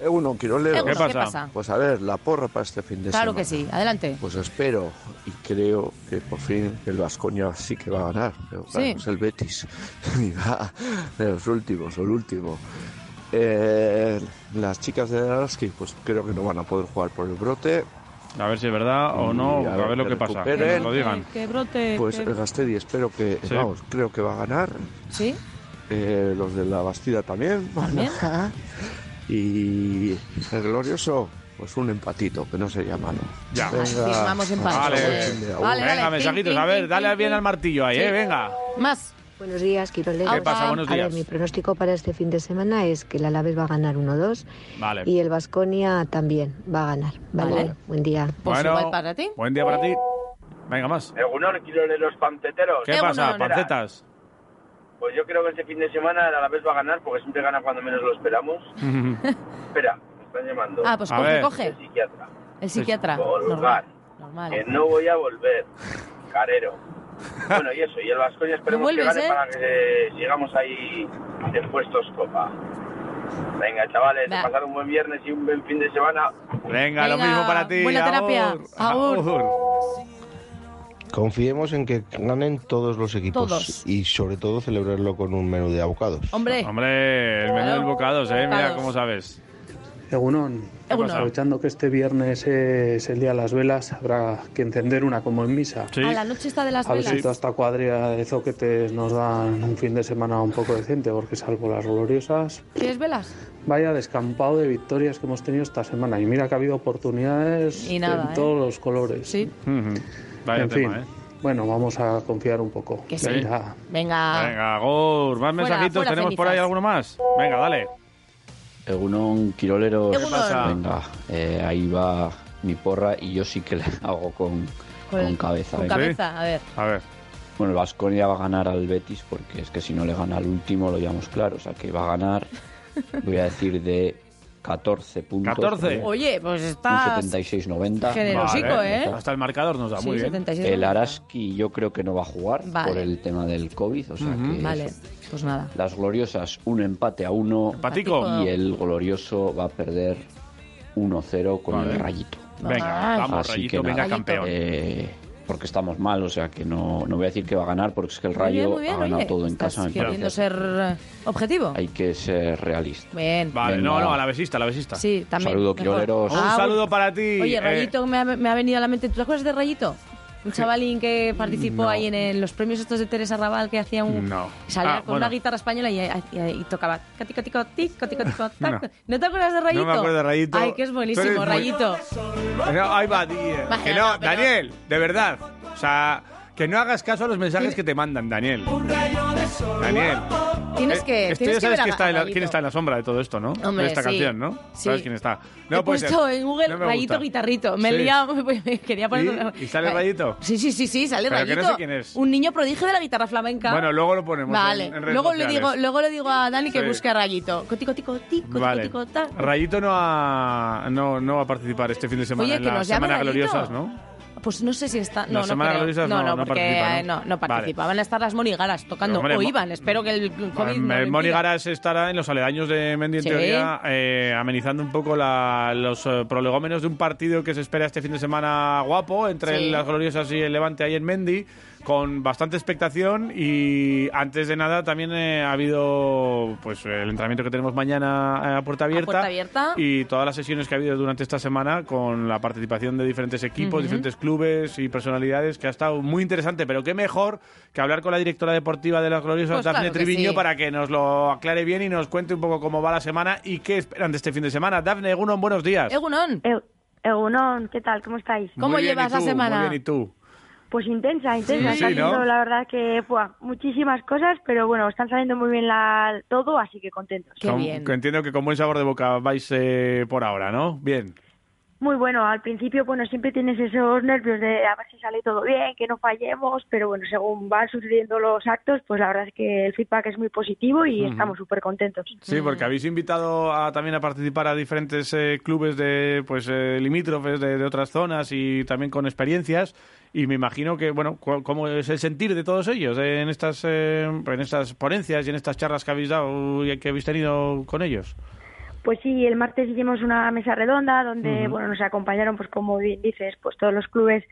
Speaker 32: Egunon, Quiroleros.
Speaker 4: Egunon, Eh, ¿Qué ¿qué pasa? pasa?
Speaker 32: Eh, Pues a ver, la porra para este fin de
Speaker 4: claro
Speaker 32: semana.
Speaker 4: que sí. Adelante.
Speaker 32: Pues espero y creo que por fin el Vascoña sí que va a ganar. Pero claro,
Speaker 4: Sí.
Speaker 32: es el Betis. Y va de los últimos, o el último. Eh, las chicas de Naraski, pues creo que no van a poder jugar por el brote.
Speaker 3: A ver si es verdad o
Speaker 32: Y
Speaker 12: Mm,
Speaker 3: no,
Speaker 32: a
Speaker 3: a
Speaker 32: ver
Speaker 3: ver lo
Speaker 32: que
Speaker 3: que pasa. Que
Speaker 32: recuperen.
Speaker 3: nos lo digan.
Speaker 4: Que brote.
Speaker 32: Pues
Speaker 4: que-
Speaker 32: el Gastedi espero que,
Speaker 3: Sí.
Speaker 32: vamos, creo que va a ganar.
Speaker 4: Sí.
Speaker 32: Eh, los de la Bastida también.
Speaker 4: También.
Speaker 32: Y el glorioso, pues un empatito, que no sería malo.
Speaker 3: Ya.
Speaker 4: Firmamos empate.
Speaker 3: Vale.
Speaker 4: Vale,
Speaker 3: venga,
Speaker 4: dale.
Speaker 3: mensajitos.
Speaker 4: Tin,
Speaker 3: A ver,
Speaker 4: tin,
Speaker 3: dale
Speaker 4: tin,
Speaker 3: bien
Speaker 4: tin.
Speaker 3: al martillo ahí,
Speaker 4: Sí.
Speaker 3: ¿eh? Venga.
Speaker 4: Más.
Speaker 7: Buenos días, Quiroleros.
Speaker 3: ¿Qué pasa? Buenos
Speaker 7: A
Speaker 3: días.
Speaker 7: ver, mi pronóstico para este fin de semana es que el Alavés va a ganar 1-2
Speaker 3: Vale.
Speaker 7: y el Vasconia también va a ganar. Vale,
Speaker 3: Vale.
Speaker 7: buen día.
Speaker 4: Pues
Speaker 3: Buen día para ti. Venga, más.
Speaker 12: Egunon, quiroleros panteteros.
Speaker 3: ¿Qué pasa? Pancetas.
Speaker 12: Pues yo creo que este fin de semana el Alavés va a ganar porque siempre gana cuando menos lo esperamos. Espera, me están llamando.
Speaker 4: Ah, pues coge, coge. El psiquiatra.
Speaker 12: Colgar,
Speaker 4: Normal.
Speaker 12: que no voy a volver. Carero. Bueno, y eso, y el Vascoña esperemos
Speaker 4: No vuelves,
Speaker 12: que gane
Speaker 4: ¿eh?
Speaker 12: para que sigamos ahí en puestos copa. Venga, chavales,
Speaker 4: Va.
Speaker 12: pasar un buen viernes y un buen fin de semana.
Speaker 3: Venga, lo mismo para ti.
Speaker 4: Buena terapia.
Speaker 3: agur.
Speaker 4: Agur.
Speaker 12: Confiemos en que ganen todos los equipos
Speaker 4: Todos.
Speaker 12: y sobre todo celebrarlo con un menú de abocados.
Speaker 4: Hombre.
Speaker 3: Hombre, el menú del bocados, ¿eh? Mira
Speaker 4: Bocados.
Speaker 3: cómo sabes.
Speaker 12: Egunon,
Speaker 3: Egunon.
Speaker 12: aprovechando que este viernes es el día de las velas, habrá que encender una como en misa.
Speaker 4: A la noche está de las
Speaker 12: A ver
Speaker 4: velas.
Speaker 12: si toda esta cuadrilla de zoquetes nos dan un fin de semana un poco decente, porque salvo las gloriosas,
Speaker 4: ¿Quieres velas?
Speaker 12: vaya descampado de victorias que hemos tenido esta semana. Y mira que ha habido oportunidades
Speaker 4: Y nada,
Speaker 12: en
Speaker 4: ¿eh?
Speaker 12: todos los colores.
Speaker 4: Sí.
Speaker 3: Vaya
Speaker 12: en
Speaker 3: tema,
Speaker 12: fin,
Speaker 3: ¿eh?
Speaker 12: bueno, vamos a confiar un poco.
Speaker 4: Que sí.
Speaker 12: Venga.
Speaker 4: Venga.
Speaker 3: Venga, Agur. Más
Speaker 4: Fuera,
Speaker 3: mensajitos.
Speaker 4: fuera
Speaker 3: ¿Tenemos por
Speaker 4: cenizas.
Speaker 3: ahí alguno más? Venga, dale.
Speaker 23: Egunon, Quiroleros.
Speaker 4: ¿Qué pasa?
Speaker 23: Venga, eh, ahí va mi porra y yo sí que la hago con,
Speaker 4: Con-
Speaker 23: con cabeza.
Speaker 4: Con
Speaker 23: ¿eh?
Speaker 4: cabeza, a ver.
Speaker 3: A ver.
Speaker 23: Bueno, el Vasconia va a ganar al Betis porque es que si no le gana al último lo llevamos claro. O sea que va a ganar, voy a decir, de 14 puntos. Eh,
Speaker 4: Oye, pues está.
Speaker 23: Un 76-90.
Speaker 4: generosico, Vale. ¿eh?
Speaker 3: Hasta el marcador nos da
Speaker 4: Sí, muy bien. 76-90.
Speaker 23: El Araski yo creo que no va a jugar
Speaker 4: Vale.
Speaker 23: por el tema del COVID. O sea
Speaker 4: Ujú.
Speaker 23: que
Speaker 4: Vale,
Speaker 23: eso.
Speaker 4: pues nada.
Speaker 23: Las gloriosas, un empate a uno.
Speaker 4: Empatico.
Speaker 23: Y el glorioso va a perder 1-0 con
Speaker 3: Vale.
Speaker 23: el rayito.
Speaker 3: Venga, Ay. vamos, Rayito, venga,
Speaker 23: nada,
Speaker 3: campeón.
Speaker 23: eh, porque estamos mal, o sea que no, no voy a decir que va a ganar, porque es que el
Speaker 4: Muy bien,
Speaker 23: rayo
Speaker 4: muy bien,
Speaker 23: ha ganado
Speaker 4: oye.
Speaker 23: todo en
Speaker 4: Estás
Speaker 23: casa. me
Speaker 4: queriendo
Speaker 23: parece.
Speaker 4: ser eh, objetivo.
Speaker 23: Hay que ser realista.
Speaker 4: Bien.
Speaker 23: Vale,
Speaker 3: Vale, no, no, a la besista, a la besista.
Speaker 4: Sí, también.
Speaker 23: Saludo,
Speaker 4: mejor.
Speaker 23: quiroleros.
Speaker 3: Un
Speaker 4: Ah,
Speaker 3: saludo para ti.
Speaker 4: Oye,
Speaker 3: eh,
Speaker 4: Rayito, me ha, me ha venido a la mente. ¿Tú te acuerdas de Rayito? Un chavalín que participó
Speaker 3: No.
Speaker 4: ahí en, el- los premios estos de Teresa Raval que hacía un...
Speaker 3: No.
Speaker 4: Salía
Speaker 3: Ah,
Speaker 4: con
Speaker 3: bueno.
Speaker 4: una guitarra española y, y- y tocaba... Catico, tico, tico, tico, tico, tac. no. te acuerdas de Rayito?
Speaker 3: No me acuerdo de Rayito.
Speaker 4: Ay, que es
Speaker 3: Tú eres
Speaker 4: buenísimo,
Speaker 3: muy-
Speaker 4: Rayito.
Speaker 33: No, ahí va, Daniel.
Speaker 4: Vaya,
Speaker 33: Que no,
Speaker 4: no, pero-
Speaker 33: Daniel, de verdad. O sea, que no hagas caso a los mensajes que te mandan, Daniel. Daniel.
Speaker 4: Tienes
Speaker 3: eh,
Speaker 4: que,
Speaker 3: esto
Speaker 4: tienes
Speaker 3: ya
Speaker 4: que
Speaker 3: sabes
Speaker 4: ver a-
Speaker 3: que está
Speaker 4: a
Speaker 3: en la-
Speaker 4: Rayito.
Speaker 3: quién está en la sombra de todo esto, ¿no?
Speaker 4: Hombre,
Speaker 3: de esta
Speaker 4: sí.
Speaker 3: canción, ¿no?
Speaker 4: Sí.
Speaker 3: Sabes quién está.
Speaker 4: He
Speaker 3: No, puede ser.
Speaker 4: puesto en Google
Speaker 3: No me
Speaker 4: Rayito
Speaker 3: gusta.
Speaker 4: Guitarrito. Me he
Speaker 3: Sí.
Speaker 4: liado, pues, quería poner...
Speaker 3: ¿Y? ¿Y sale Rayito?
Speaker 4: Sí, sí, sí, sí, sale
Speaker 3: Pero que
Speaker 4: Rayito.
Speaker 3: no sé quién es.
Speaker 4: Un niño prodigio de la guitarra flamenca.
Speaker 3: Bueno, luego lo ponemos.
Speaker 4: Vale,
Speaker 3: en- en redes
Speaker 4: luego, le
Speaker 3: sociales.
Speaker 4: digo, luego le digo a Dani que
Speaker 3: Sí.
Speaker 4: busque a Rayito. Cotico, tico, tico,
Speaker 3: Vale.
Speaker 4: tico, tico, tac.
Speaker 3: Rayito no, ha, no, no va a participar este fin de semana
Speaker 4: Oye,
Speaker 3: en
Speaker 4: que
Speaker 3: las
Speaker 4: nos llame
Speaker 3: Semanas
Speaker 4: Rayito.
Speaker 3: Gloriosas, ¿no?
Speaker 4: Pues no sé si está.
Speaker 3: La
Speaker 4: No, no,
Speaker 3: Semana
Speaker 4: creo.
Speaker 3: Gloriosa
Speaker 4: no,
Speaker 3: no- no
Speaker 4: porque
Speaker 3: participa,
Speaker 4: eh,
Speaker 3: ¿no?
Speaker 4: no, no participa. Van a estar las monigaras tocando.
Speaker 3: Hombre,
Speaker 4: o
Speaker 3: mo-
Speaker 4: iban, espero que el COVID. no lo
Speaker 3: eh, Moni
Speaker 4: impida.
Speaker 3: Garas estará en los aledaños de Mendy, en
Speaker 4: Sí.
Speaker 3: teoría, eh, amenizando un poco la- los eh, prolegómenos de un partido que se espera este fin de semana guapo entre
Speaker 4: Sí.
Speaker 3: las gloriosas y el Levante ahí en Mendy, con bastante expectación. Y antes de nada, también eh, ha habido pues el entrenamiento que tenemos mañana eh, a puerta abierta.
Speaker 4: puerta abierta.
Speaker 3: Y todas las sesiones que ha habido durante esta semana con la participación de diferentes equipos,
Speaker 4: Ujú.
Speaker 3: diferentes clubes y personalidades, que ha estado muy interesante. Pero qué mejor que hablar con la directora deportiva de las gloriosas,
Speaker 4: Pues
Speaker 3: Dafne
Speaker 4: claro que
Speaker 3: Triviño,
Speaker 4: sí.
Speaker 3: para que nos lo aclare bien y nos cuente un poco cómo va la semana y qué esperan de este fin de semana. Dafne Egunon, buenos días.
Speaker 4: Egunon.
Speaker 18: Egunon, ¿qué tal? ¿Cómo estáis?
Speaker 3: Muy bien, ¿y tú? Muy bien, ¿y tú?
Speaker 18: Pues intensa, intensa.
Speaker 3: Sí,
Speaker 18: Está
Speaker 3: sí, ¿no?
Speaker 18: haciendo, la verdad que buah, muchísimas cosas, pero bueno, están saliendo muy bien la, todo, así que contentos.
Speaker 3: Con- que entiendo que con buen sabor de boca vais eh, por ahora, ¿no? Bien.
Speaker 18: muy bueno. Al principio, bueno, siempre tienes esos nervios de a ver si sale todo bien, que no fallemos, pero bueno, según van sucediendo los actos, pues la verdad es que el feedback es muy positivo y
Speaker 3: Ujú.
Speaker 18: estamos súper contentos.
Speaker 3: Sí, porque habéis invitado a, también a participar a diferentes eh, clubes de pues eh, limítrofes de, de otras zonas y también con experiencias. Y me imagino que, bueno, cu- ¿cómo es el sentir de todos ellos eh, en estas eh, en estas ponencias y en estas charlas que habéis dado y que habéis tenido con ellos?
Speaker 18: Pues sí, el martes hicimos una mesa redonda donde
Speaker 3: Ujú.
Speaker 18: bueno nos acompañaron, pues como bien dices, pues todos los clubes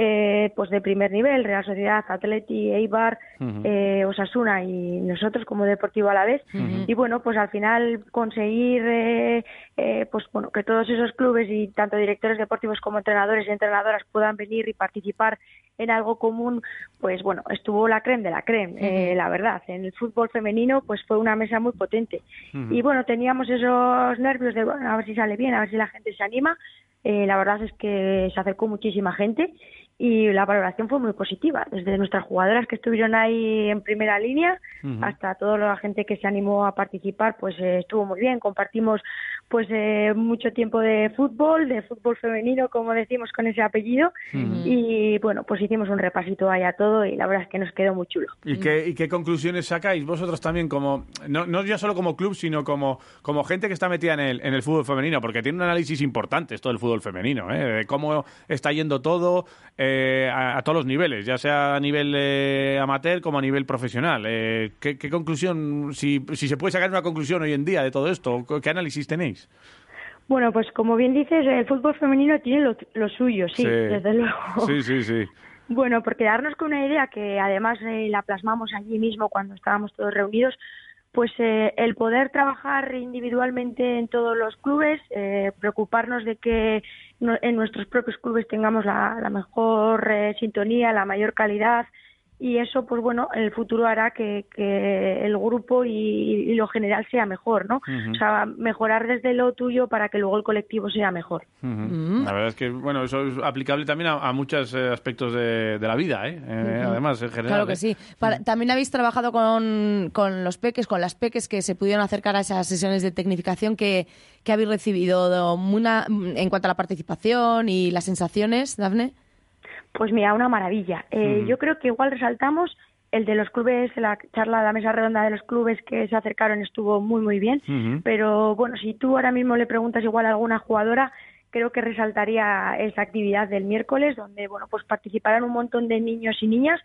Speaker 18: eh, pues de primer nivel, Real Sociedad, Atleti, Eibar,
Speaker 11: Ujú.
Speaker 18: eh, Osasuna y nosotros como Deportivo a la vez.
Speaker 11: Ujú.
Speaker 18: Y bueno, pues al final conseguir eh, eh, pues bueno que todos esos clubes y tanto directores deportivos como entrenadores y entrenadoras puedan venir y participar en algo común, pues bueno, estuvo la creme de la creme, eh, la verdad. En el fútbol femenino, pues fue una mesa muy potente.
Speaker 11: Ujú.
Speaker 18: Y bueno, teníamos esos nervios de bueno, a ver si sale bien, a ver si la gente se anima. Eh, la verdad es que se acercó muchísima gente y la valoración fue muy positiva, desde nuestras jugadoras que estuvieron ahí en primera línea
Speaker 11: Ujú.
Speaker 18: hasta toda la gente que se animó a participar, pues eh, estuvo muy bien. Compartimos pues eh, mucho tiempo de fútbol, de fútbol femenino, como decimos con ese apellido,
Speaker 3: Ujú.
Speaker 18: y bueno, pues hicimos un repasito ahí a todo y la verdad es que nos quedó muy chulo.
Speaker 5: Mm.
Speaker 3: ¿Y qué, ¿Y qué conclusiones sacáis vosotros también, como no, no ya solo como club, sino como, como gente que está metida en el, en el fútbol femenino? Porque tiene un análisis importante esto del fútbol femenino, ¿eh? de cómo está yendo todo eh, a, a todos los niveles, ya sea a nivel eh, amateur como a nivel profesional. Eh, ¿qué, qué conclusión, si, si se puede sacar una conclusión hoy en día de todo esto, qué análisis tenéis?
Speaker 18: Bueno, pues como bien dices, el fútbol femenino tiene lo, lo suyo, sí, desde luego.
Speaker 3: Sí, sí, sí.
Speaker 18: Bueno, porque darnos con una idea que además eh, la plasmamos allí mismo cuando estábamos todos reunidos, pues eh, el poder trabajar individualmente en todos los clubes, eh, preocuparnos de que no- en nuestros propios clubes tengamos la, la mejor eh, sintonía, la mayor calidad y eso, pues bueno, en el futuro hará que, que el grupo y, y lo general sea mejor, ¿no?
Speaker 3: Ujú.
Speaker 18: O sea, mejorar desde lo tuyo para que luego el colectivo sea mejor.
Speaker 3: Ujú.
Speaker 5: Mm.
Speaker 3: La verdad es que, bueno, eso es aplicable también a, a muchos eh, aspectos de, de la vida, ¿eh? Eh,
Speaker 5: Ujú.
Speaker 3: Además, en general.
Speaker 5: Claro
Speaker 3: ¿eh?
Speaker 5: que sí. Para- también habéis trabajado con, con los peques, con las peques que se pudieron acercar a esas sesiones de tecnificación que, que habéis recibido una, en cuanto a la participación y las sensaciones, Dafne.
Speaker 18: Pues mira, una maravilla. Eh,
Speaker 5: Ujú.
Speaker 18: Yo creo que igual resaltamos el de los clubes, la charla, la mesa redonda de los clubes que se acercaron estuvo muy, muy bien.
Speaker 11: Ujú.
Speaker 18: Pero bueno, si tú ahora mismo le preguntas igual a alguna jugadora, creo que resaltaría esa actividad del miércoles, donde bueno, pues participarán un montón de niños y niñas.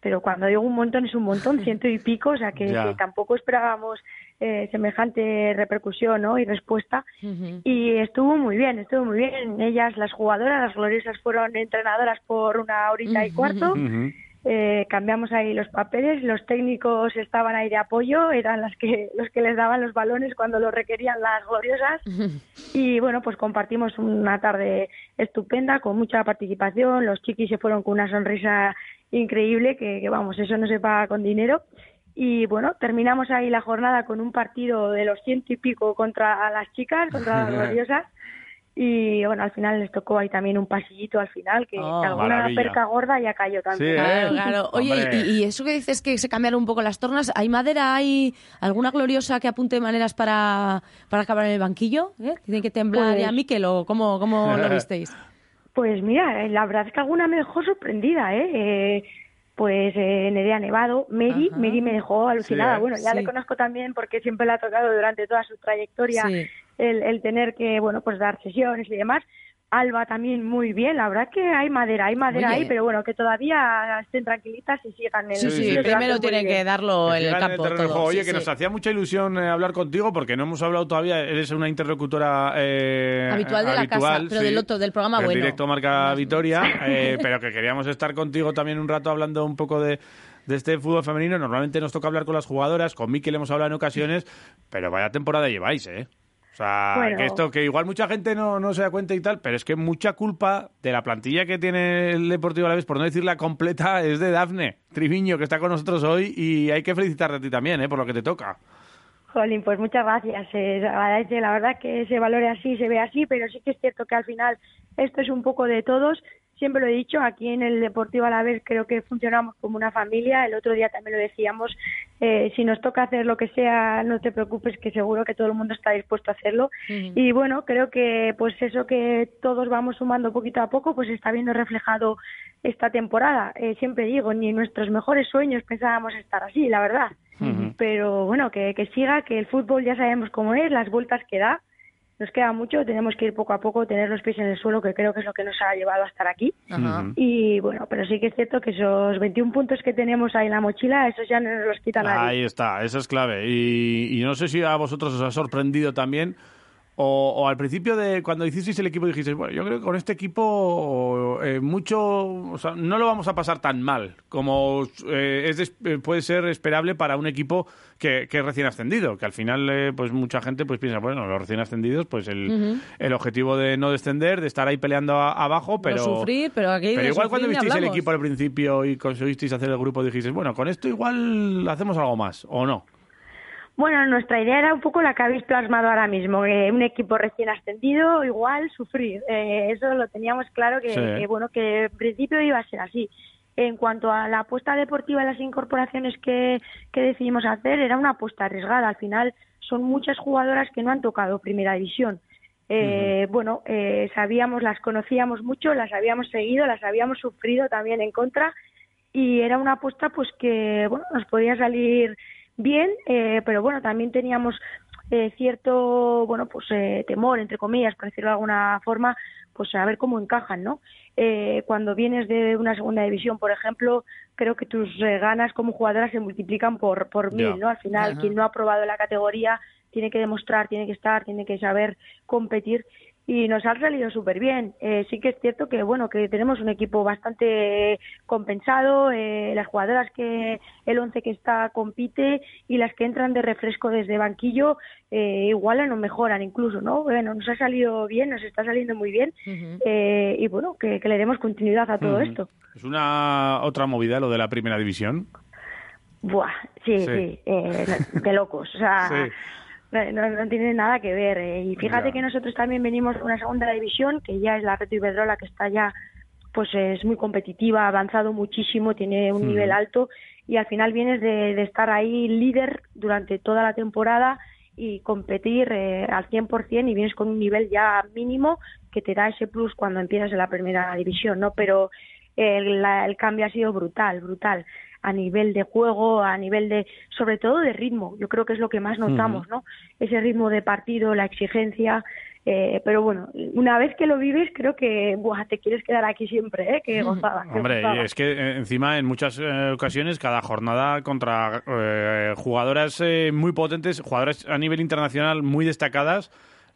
Speaker 18: Pero cuando digo un montón es un montón, ciento y pico, o sea que,
Speaker 11: Ya.
Speaker 18: que tampoco esperábamos eh, semejante repercusión ¿no? y respuesta.
Speaker 7: Mm.
Speaker 18: Y estuvo muy bien, estuvo muy bien. Ellas, las jugadoras, las gloriosas, fueron entrenadoras por una horita y cuarto.
Speaker 11: Ujú.
Speaker 18: Eh, cambiamos ahí los papeles, los técnicos estaban ahí de apoyo, eran las que, los que les daban los balones cuando lo requerían las gloriosas. Y bueno, pues compartimos una tarde estupenda con mucha participación. Los chiquis se fueron con una sonrisa increíble, que, que, vamos, eso no se paga con dinero. Y bueno, terminamos ahí la jornada con un partido de los ciento y pico contra las chicas, contra las gloriosas. Y bueno, al final les tocó ahí también un pasillito al final, que, que
Speaker 4: Ah,
Speaker 3: Oh,
Speaker 18: alguna
Speaker 5: maravilla.
Speaker 18: perca gorda ya cayó
Speaker 3: ¿eh?
Speaker 18: también.
Speaker 5: Claro, claro. Oye, y, y eso que dices que se cambiaron un poco las tornas, ¿hay madera? ¿Hay alguna gloriosa que apunte maneras para, para acabar en el banquillo? ¿Eh? ¿Tiene que temblar
Speaker 18: Pues-
Speaker 5: ya Miquel o cómo, cómo lo visteis?
Speaker 18: Pues mira, eh, la verdad es que alguna me dejó sorprendida, ¿eh? Eh, pues eh, Nerea Nevado, Mary, Mary me dejó alucinada. Pues
Speaker 11: ¿eh?
Speaker 18: Bueno, ya le
Speaker 11: Sí.
Speaker 18: conozco también porque siempre le ha tocado durante toda su trayectoria
Speaker 11: Sí.
Speaker 18: el, el tener que, bueno, pues dar sesiones y demás. Alba también muy bien, la verdad que hay madera, hay madera
Speaker 5: Oye.
Speaker 18: ahí, pero bueno, que todavía estén tranquilitas y sigan el
Speaker 5: Sí, sí,
Speaker 3: sí, sí.
Speaker 5: primero tiene que darlo en
Speaker 3: Que
Speaker 5: el
Speaker 3: sigan
Speaker 5: campo.
Speaker 3: terreno de
Speaker 5: todo.
Speaker 3: juego. Oye,
Speaker 5: Sí,
Speaker 3: que
Speaker 5: sí.
Speaker 3: nos hacía mucha ilusión eh, hablar contigo porque no hemos hablado todavía. Eres una interlocutora eh,
Speaker 5: Habitual de la
Speaker 3: habitual,
Speaker 5: casa, pero
Speaker 3: sí.
Speaker 5: del otro, del programa
Speaker 3: Del
Speaker 5: bueno.
Speaker 3: directo marca Vitoria, eh, pero que queríamos estar contigo también un rato hablando un poco de, de este fútbol femenino. Normalmente nos toca hablar con las jugadoras, con Mikel hemos hablado en ocasiones, pero vaya temporada lleváis, ¿eh? O sea,
Speaker 18: Bueno.
Speaker 3: que esto que igual mucha gente no, no se da cuenta y tal, pero es que mucha culpa de la plantilla que tiene el Deportivo Alavés, por no decir la completa, es de Dafne Triviño, que está con nosotros hoy y hay que felicitarte a ti también, ¿eh? Por lo que te toca.
Speaker 18: Jolín, pues muchas gracias. eh, Se agradece, la verdad que se valore así, se ve así, pero sí que es cierto que al final esto es un poco de todos. siempre lo he dicho, aquí en el Deportivo Alavés creo que funcionamos como una familia, el otro día también lo decíamos, eh, si nos toca hacer lo que sea, no te preocupes, que seguro que todo el mundo está dispuesto a hacerlo.
Speaker 11: Ujú.
Speaker 18: Y bueno, creo que pues eso que todos vamos sumando poquito a poco, pues está viendo reflejado esta temporada. Eh, siempre digo, ni en nuestros mejores sueños pensábamos estar así, la verdad.
Speaker 7: Ujú.
Speaker 18: Pero bueno, que, que siga, que el fútbol ya sabemos cómo es, las vueltas que da. Nos queda mucho, tenemos que ir poco a poco, tener los pies en el suelo, que creo que es lo que nos ha llevado a estar aquí.
Speaker 7: Ajá. Ujú.
Speaker 18: Y bueno, pero sí que es cierto que esos 21 puntos que tenemos ahí en la mochila, esos ya no nos los quita nadie.
Speaker 3: Ahí está, eso es clave. Y, y no sé si a vosotros os ha sorprendido también. O, o al principio de cuando hicisteis el equipo dijisteis, bueno, yo creo que con este equipo eh, mucho, o sea, no lo vamos a pasar tan mal como eh, es des- eh, puede ser esperable para un equipo que, que es recién ascendido, que al final eh, pues mucha gente pues piensa, bueno, los recién ascendidos pues el,
Speaker 5: Ujú.
Speaker 3: el objetivo de no descender, de estar ahí peleando a- abajo, pero
Speaker 5: sufrir, pero aquí de
Speaker 3: pero igual
Speaker 5: sufrir
Speaker 3: cuando
Speaker 5: ni
Speaker 3: visteis el
Speaker 5: hablamos.
Speaker 3: equipo al principio y conseguisteis hacer el grupo dijisteis, bueno, con esto igual hacemos algo más o no.
Speaker 18: Bueno, nuestra idea era un poco la que habéis plasmado ahora mismo, que un equipo recién ascendido, igual sufrir. Eh, eso lo teníamos claro que,
Speaker 7: Sí.
Speaker 18: que, bueno, que en principio iba a ser así. En cuanto a la apuesta deportiva y las incorporaciones que, que decidimos hacer, era una apuesta arriesgada. Al final son muchas jugadoras que no han tocado primera división. Eh, Bueno, eh, sabíamos, las conocíamos mucho, las habíamos seguido, las habíamos sufrido también en contra y era una apuesta pues que bueno nos podía salir bien eh, pero bueno también teníamos eh, cierto bueno pues eh, temor entre comillas por decirlo de alguna forma pues a ver cómo encajan no Eh, cuando vienes de una segunda división por ejemplo creo que tus eh, ganas como jugadora se multiplican por por
Speaker 7: Ya.
Speaker 18: mil no al final
Speaker 7: Ajá.
Speaker 18: quien no ha probado la categoría tiene que demostrar tiene que estar tiene que saber competir y nos han salido súper bien. Eh, sí que es cierto que bueno que tenemos un equipo bastante compensado, eh, las jugadoras que el 11 que está compite y las que entran de refresco desde banquillo eh, igualan o mejoran incluso, ¿no? Bueno, nos ha salido bien, nos está saliendo muy bien eh, y bueno que, que le demos continuidad a todo
Speaker 3: Ujú.
Speaker 18: esto.
Speaker 3: Es una otra movida lo de la primera división.
Speaker 18: Buah, sí,
Speaker 3: Sí.
Speaker 18: sí, eh, no, de locos, o sea. No, no- no tiene nada que ver. eh. Y fíjate
Speaker 7: Ya.
Speaker 18: que nosotros también venimos de una segunda división, que ya es la Reto Iberdrola, que está ya, pues es muy competitiva, ha avanzado muchísimo, tiene un
Speaker 7: Ujú.
Speaker 18: nivel alto. Y al final vienes de, de estar ahí líder durante toda la temporada y competir eh, al 100% y vienes con un nivel ya mínimo que te da ese plus cuando empiezas en la primera división, ¿no? Pero el, la- el cambio ha sido brutal, brutal, a nivel de juego, a nivel de, sobre todo de ritmo, yo creo que es lo que más notamos,
Speaker 7: Ujú.
Speaker 18: ¿no? Ese ritmo de partido, la exigencia, eh, pero bueno, una vez que lo vives, creo que, buah, te quieres quedar aquí siempre, ¿eh? Que gozada. que
Speaker 3: Hombre, y
Speaker 18: gozada.
Speaker 3: es que eh, encima en muchas eh, ocasiones cada jornada contra eh, jugadoras eh, muy potentes, jugadoras a nivel internacional muy destacadas.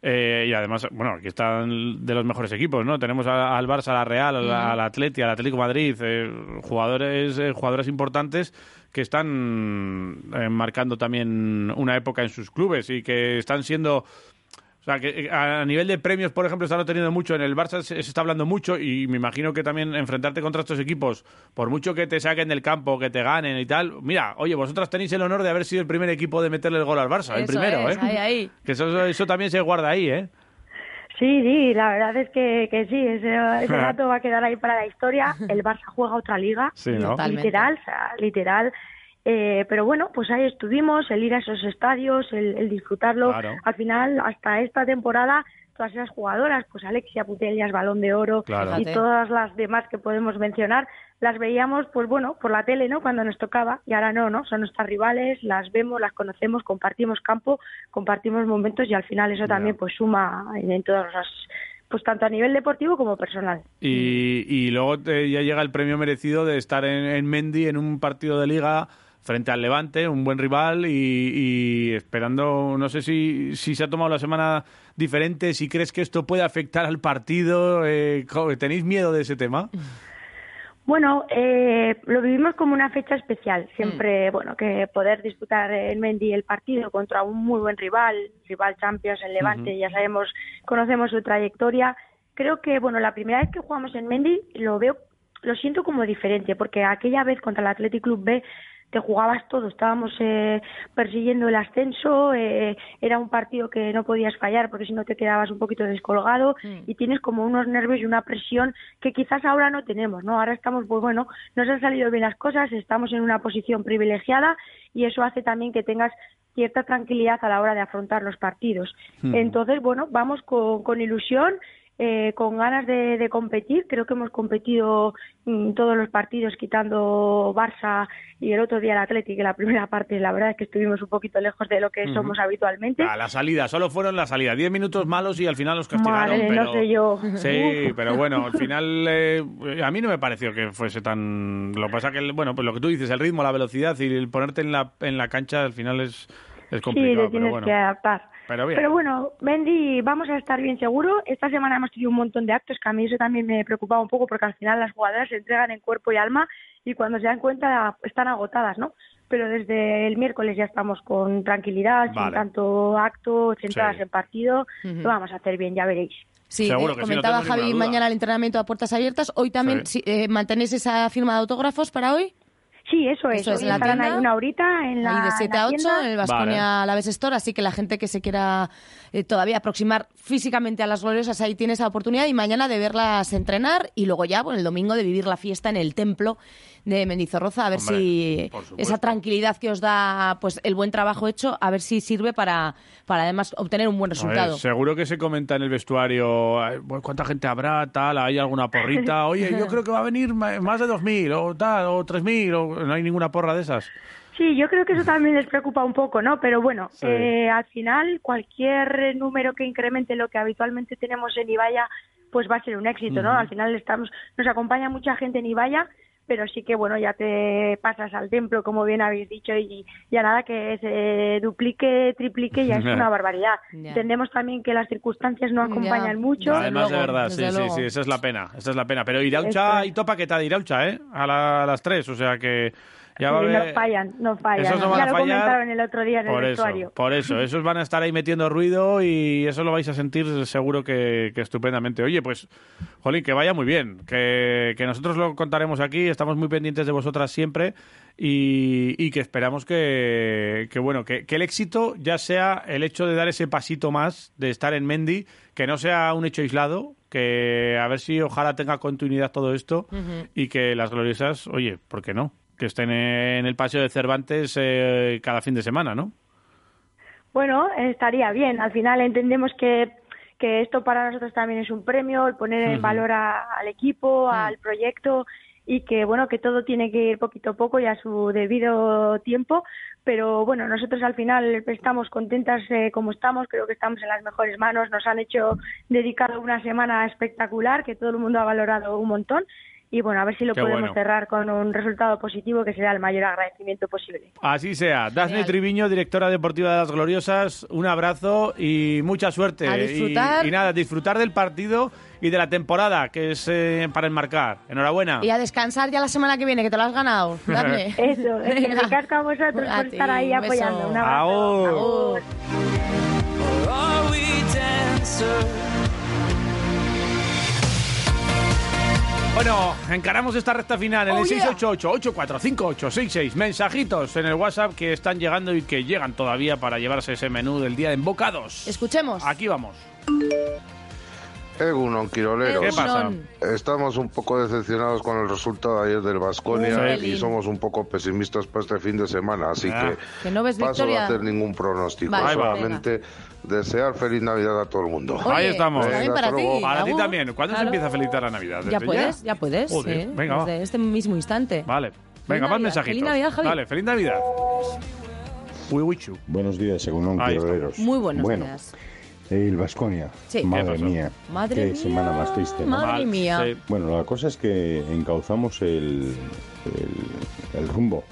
Speaker 3: eh, y además, bueno, aquí están de los mejores equipos, ¿no? Tenemos a- al Barça, a la Real, al
Speaker 8: Ujú.
Speaker 3: al Atleti, al Atlético Madrid, eh, jugadores, eh, jugadoras importantes que están eh, marcando también una época en sus clubes y que están siendo o sea, que eh, a nivel de premios, por ejemplo, están obteniendo mucho. En el Barça se, se está hablando mucho y me imagino que también enfrentarte contra estos equipos, por mucho que te saquen del campo, que te ganen y tal. Mira, oye, vosotras tenéis el honor de haber sido el primer equipo de meterle el gol al Barça, el
Speaker 18: Eso
Speaker 3: primero,
Speaker 18: es,
Speaker 3: ¿eh?
Speaker 18: ahí, ahí.
Speaker 3: Que eso, eso también se guarda ahí, ¿eh?
Speaker 18: Sí, sí, la verdad es que, que sí, ese, ese dato va a quedar ahí para la historia. El Barça juega otra liga,
Speaker 3: Sí, ¿no? Totalmente.
Speaker 18: literal, o sea, literal. Eh, pero bueno, pues ahí estuvimos, el ir a esos estadios, el, el disfrutarlo.
Speaker 7: Claro.
Speaker 18: Al final, hasta esta temporada, todas esas jugadoras, pues Alexia Putellas, Balón de Oro
Speaker 7: Claro.
Speaker 18: y
Speaker 7: Fíjate.
Speaker 18: todas las demás que podemos mencionar, las veíamos, pues bueno, por la tele, ¿no? Cuando nos tocaba y ahora no, ¿no? Son nuestras rivales, las vemos, las conocemos, compartimos campo, compartimos momentos y al final eso también pues suma en, en todas las pues tanto a nivel deportivo como personal.
Speaker 3: Y, y luego te- ya llega el premio merecido de estar en, en Mendy en un partido de liga frente al Levante, un buen rival y, y esperando, no sé si, si se ha tomado la semana diferente, si crees que esto puede afectar al partido, eh, co- ¿tenéis miedo de ese tema?
Speaker 18: Bueno, eh, lo vivimos como una fecha especial. Siempre, bueno, que poder disputar en Mendy el partido contra un muy buen rival, rival Champions, el Levante,
Speaker 7: Ujú.
Speaker 18: ya sabemos, conocemos su trayectoria. Creo que, bueno, la primera vez que jugamos en Mendy lo veo, lo siento como diferente, porque aquella vez contra el Athletic Club B te jugabas todo. Estábamos eh, persiguiendo el ascenso, eh, era un partido que no podías fallar porque si no te quedabas un poquito descolgado y tienes como unos nervios y una presión que quizás ahora no tenemos, ¿no? Ahora estamos, pues bueno, nos han salido bien las cosas, estamos en una posición privilegiada y eso hace también que tengas cierta tranquilidad a la hora de afrontar los partidos.
Speaker 34: Hmm.
Speaker 18: Entonces, bueno, vamos con, con ilusión, eh, con ganas de, de competir. Creo que hemos competido mm, todos los partidos, quitando Barça y el otro día el Atlético, en la primera parte. La verdad es que estuvimos un poquito lejos de lo que
Speaker 3: Ujú.
Speaker 18: somos habitualmente.
Speaker 3: A la salida, solo fueron la salida. Diez minutos malos y al final los castigaron.
Speaker 18: Madre,
Speaker 3: pero...
Speaker 18: no sé yo.
Speaker 3: Sí,
Speaker 18: Uf.
Speaker 3: pero bueno, al final eh, a mí no me pareció que fuese tan... Lo que pasa que, el- bueno, pues lo que tú dices, el ritmo, la velocidad y el ponerte en la, en la cancha al final es, es
Speaker 18: Sí,
Speaker 3: complicado.
Speaker 18: te
Speaker 3: pero
Speaker 18: tienes
Speaker 3: bueno,
Speaker 18: que adaptar.
Speaker 3: pero bien.
Speaker 18: Pero bueno, Mendy, vamos a estar bien seguro. Esta semana hemos tenido un montón de actos que a mí eso también me preocupaba un poco porque al final las jugadoras se entregan en cuerpo y alma y cuando se dan cuenta están agotadas, ¿no? Pero desde el miércoles ya estamos con tranquilidad, sin
Speaker 3: Vale.
Speaker 18: tanto acto, centradas
Speaker 3: Sí.
Speaker 18: en partido.
Speaker 4: Ujú.
Speaker 18: Lo vamos a hacer bien, ya veréis.
Speaker 4: Sí,
Speaker 3: Seguro
Speaker 4: eh,
Speaker 3: que sí, no
Speaker 4: comentaba
Speaker 3: tengo
Speaker 4: Javi
Speaker 3: ninguna duda.
Speaker 4: mañana el entrenamiento a puertas abiertas. Hoy también,
Speaker 3: Sí.
Speaker 4: si- eh, ¿mantenéis esa firma de autógrafos para hoy?
Speaker 18: Sí, eso es.
Speaker 4: Eso es,
Speaker 18: Hoy
Speaker 4: en la
Speaker 18: estarán ahí
Speaker 4: tienda.
Speaker 18: una horita en la-
Speaker 4: Ahí de 7
Speaker 18: en
Speaker 4: a
Speaker 18: la
Speaker 4: 8
Speaker 18: tienda.
Speaker 4: en el Vasconia la Store, así que la gente que se quiera eh, todavía aproximar físicamente a las gloriosas, ahí tiene esa oportunidad y mañana de verlas entrenar y luego ya, bueno, el domingo de vivir la fiesta en el templo de Mendizorroza, a ver
Speaker 16: Hombre,
Speaker 4: si
Speaker 16: por supuesto.
Speaker 4: esa tranquilidad que os da pues el buen trabajo hecho, a ver si sirve para, para además obtener un buen
Speaker 3: A ver,
Speaker 4: resultado.
Speaker 3: seguro que se comenta en el vestuario "Ay, bueno, cuánta gente habrá, tal, hay alguna porrita. Oye, yo creo que va a venir ma- más de 2.000 o tal, o 3.000, o no hay ninguna porra de esas.
Speaker 18: Sí, yo creo que eso también les preocupa un poco, ¿no? Pero bueno,
Speaker 3: Sí.
Speaker 18: eh, al final cualquier número que incremente lo que habitualmente tenemos en Ibaya, pues va a ser un éxito, ¿no?
Speaker 35: Ujú.
Speaker 18: Al final estamos, nos acompaña mucha gente en Ibaya, pero sí que bueno, ya te pasas al templo, como bien habéis dicho, y ya nada que se duplique, triplique, ya es una barbaridad.
Speaker 3: Ya.
Speaker 18: Entendemos también que las circunstancias no acompañan mucho.
Speaker 3: Además, de verdad, sí, sí, sí, esa es la pena, esa es la pena. Pero
Speaker 18: Este
Speaker 3: Iraucha y topa que tal Iraucha, ¿eh? A, la- a las 3, o sea que ya va a
Speaker 18: Sí,
Speaker 3: haber...
Speaker 18: no fallan, no fallan.
Speaker 3: Esos no van
Speaker 18: ya
Speaker 3: a
Speaker 18: lo
Speaker 3: fallar
Speaker 18: comentaron el otro día en
Speaker 3: Por
Speaker 18: el
Speaker 3: eso,
Speaker 18: vestuario.
Speaker 3: por eso, esos van a estar ahí metiendo ruido y eso lo vais a sentir seguro que, que estupendamente. Oye, pues, Jolín, que vaya muy bien, que, que nosotros lo contaremos aquí, estamos muy pendientes de vosotras siempre y, y que esperamos que, que bueno, que, que el éxito ya sea el hecho de dar ese pasito más, de estar en Mendy, que no sea un hecho aislado, que a ver si ojalá tenga continuidad todo esto
Speaker 13: Ujú.
Speaker 3: y que las gloriosas, oye, ¿por qué no? Que estén en el paseo de Cervantes eh, cada fin de semana, ¿no?
Speaker 18: Bueno, estaría bien. Al final entendemos que, que esto para nosotros también es un premio, el poner en
Speaker 3: Ujú.
Speaker 18: valor a- al equipo, al proyecto y que bueno que todo tiene que ir poquito a poco y a su debido tiempo pero bueno nosotros al final estamos contentas eh, como estamos creo que estamos en las mejores manos nos han hecho dedicado una semana espectacular que todo el mundo ha valorado un montón y bueno a ver si lo
Speaker 3: Qué
Speaker 18: podemos
Speaker 3: bueno.
Speaker 18: cerrar con un resultado positivo que será el mayor agradecimiento posible
Speaker 3: Así sea. Dafne Triviño, directora deportiva de las Gloriosas, un abrazo y mucha suerte.
Speaker 4: A disfrutar.
Speaker 3: Y, y nada, disfrutar del partido y de la temporada, que es eh, para enmarcar. Enhorabuena.
Speaker 4: Y a descansar ya la semana que viene, que te lo has ganado. Dafne.
Speaker 18: Eso, es que
Speaker 4: Venga.
Speaker 18: ricasco a vosotros
Speaker 4: A
Speaker 18: por
Speaker 4: ti,
Speaker 18: estar ahí
Speaker 4: un beso.
Speaker 18: apoyando. Un abrazo.
Speaker 3: Agur.
Speaker 18: Agur.
Speaker 7: Or are we dancers?
Speaker 28: Oh,
Speaker 3: Bueno, encaramos esta recta final en
Speaker 7: Oh,
Speaker 3: el
Speaker 7: yeah.
Speaker 3: 688-845866. Mensajitos en el WhatsApp que están llegando y que llegan todavía para llevarse ese menú del día de embocados.
Speaker 4: Escuchemos.
Speaker 3: Aquí vamos.
Speaker 36: Egunon, Quiroleros.
Speaker 3: ¿Qué pasa?
Speaker 36: Estamos un poco decepcionados con el resultado ayer del
Speaker 4: Un
Speaker 36: Vasconia
Speaker 4: pelín.
Speaker 36: y somos un poco pesimistas para este fin de semana, así
Speaker 4: Ah.
Speaker 36: que
Speaker 4: Que no ves
Speaker 36: paso de
Speaker 4: victoria.
Speaker 36: hacer ningún pronóstico,
Speaker 4: Vale, Ahí va.
Speaker 36: solamente desear feliz Navidad a todo el mundo.
Speaker 4: Oye, Ahí estamos. pues también
Speaker 36: Venga,
Speaker 4: para
Speaker 36: hasta
Speaker 4: ti,
Speaker 36: luego.
Speaker 4: Para ti Raúl. también.
Speaker 3: ¿Cuándo
Speaker 4: Claro.
Speaker 3: se empieza a felicitar la Navidad?
Speaker 4: Ya
Speaker 3: ¿Desde
Speaker 4: puedes, ya, puedes.
Speaker 3: Joder,
Speaker 4: sí.
Speaker 3: venga, va.
Speaker 4: Desde este mismo instante.
Speaker 3: Vale. Venga, más
Speaker 4: Navidad,
Speaker 3: mensajitos.
Speaker 4: feliz Navidad, Javi.
Speaker 3: Vale, feliz Navidad. Uy, uy, chu.
Speaker 37: Buenos días, según un
Speaker 3: Ahí está.
Speaker 37: Quiroleros.
Speaker 4: Muy buenos
Speaker 37: bueno,
Speaker 4: días.
Speaker 37: El Vasconia.
Speaker 4: Sí. ¿Qué
Speaker 37: Madre
Speaker 4: pasó?
Speaker 37: mía.
Speaker 4: Madre
Speaker 37: qué
Speaker 4: mía,
Speaker 37: semana más triste. ¿no?
Speaker 4: madre mía. Sí.
Speaker 37: Bueno, la cosa es que encauzamos el, el, el rumbo.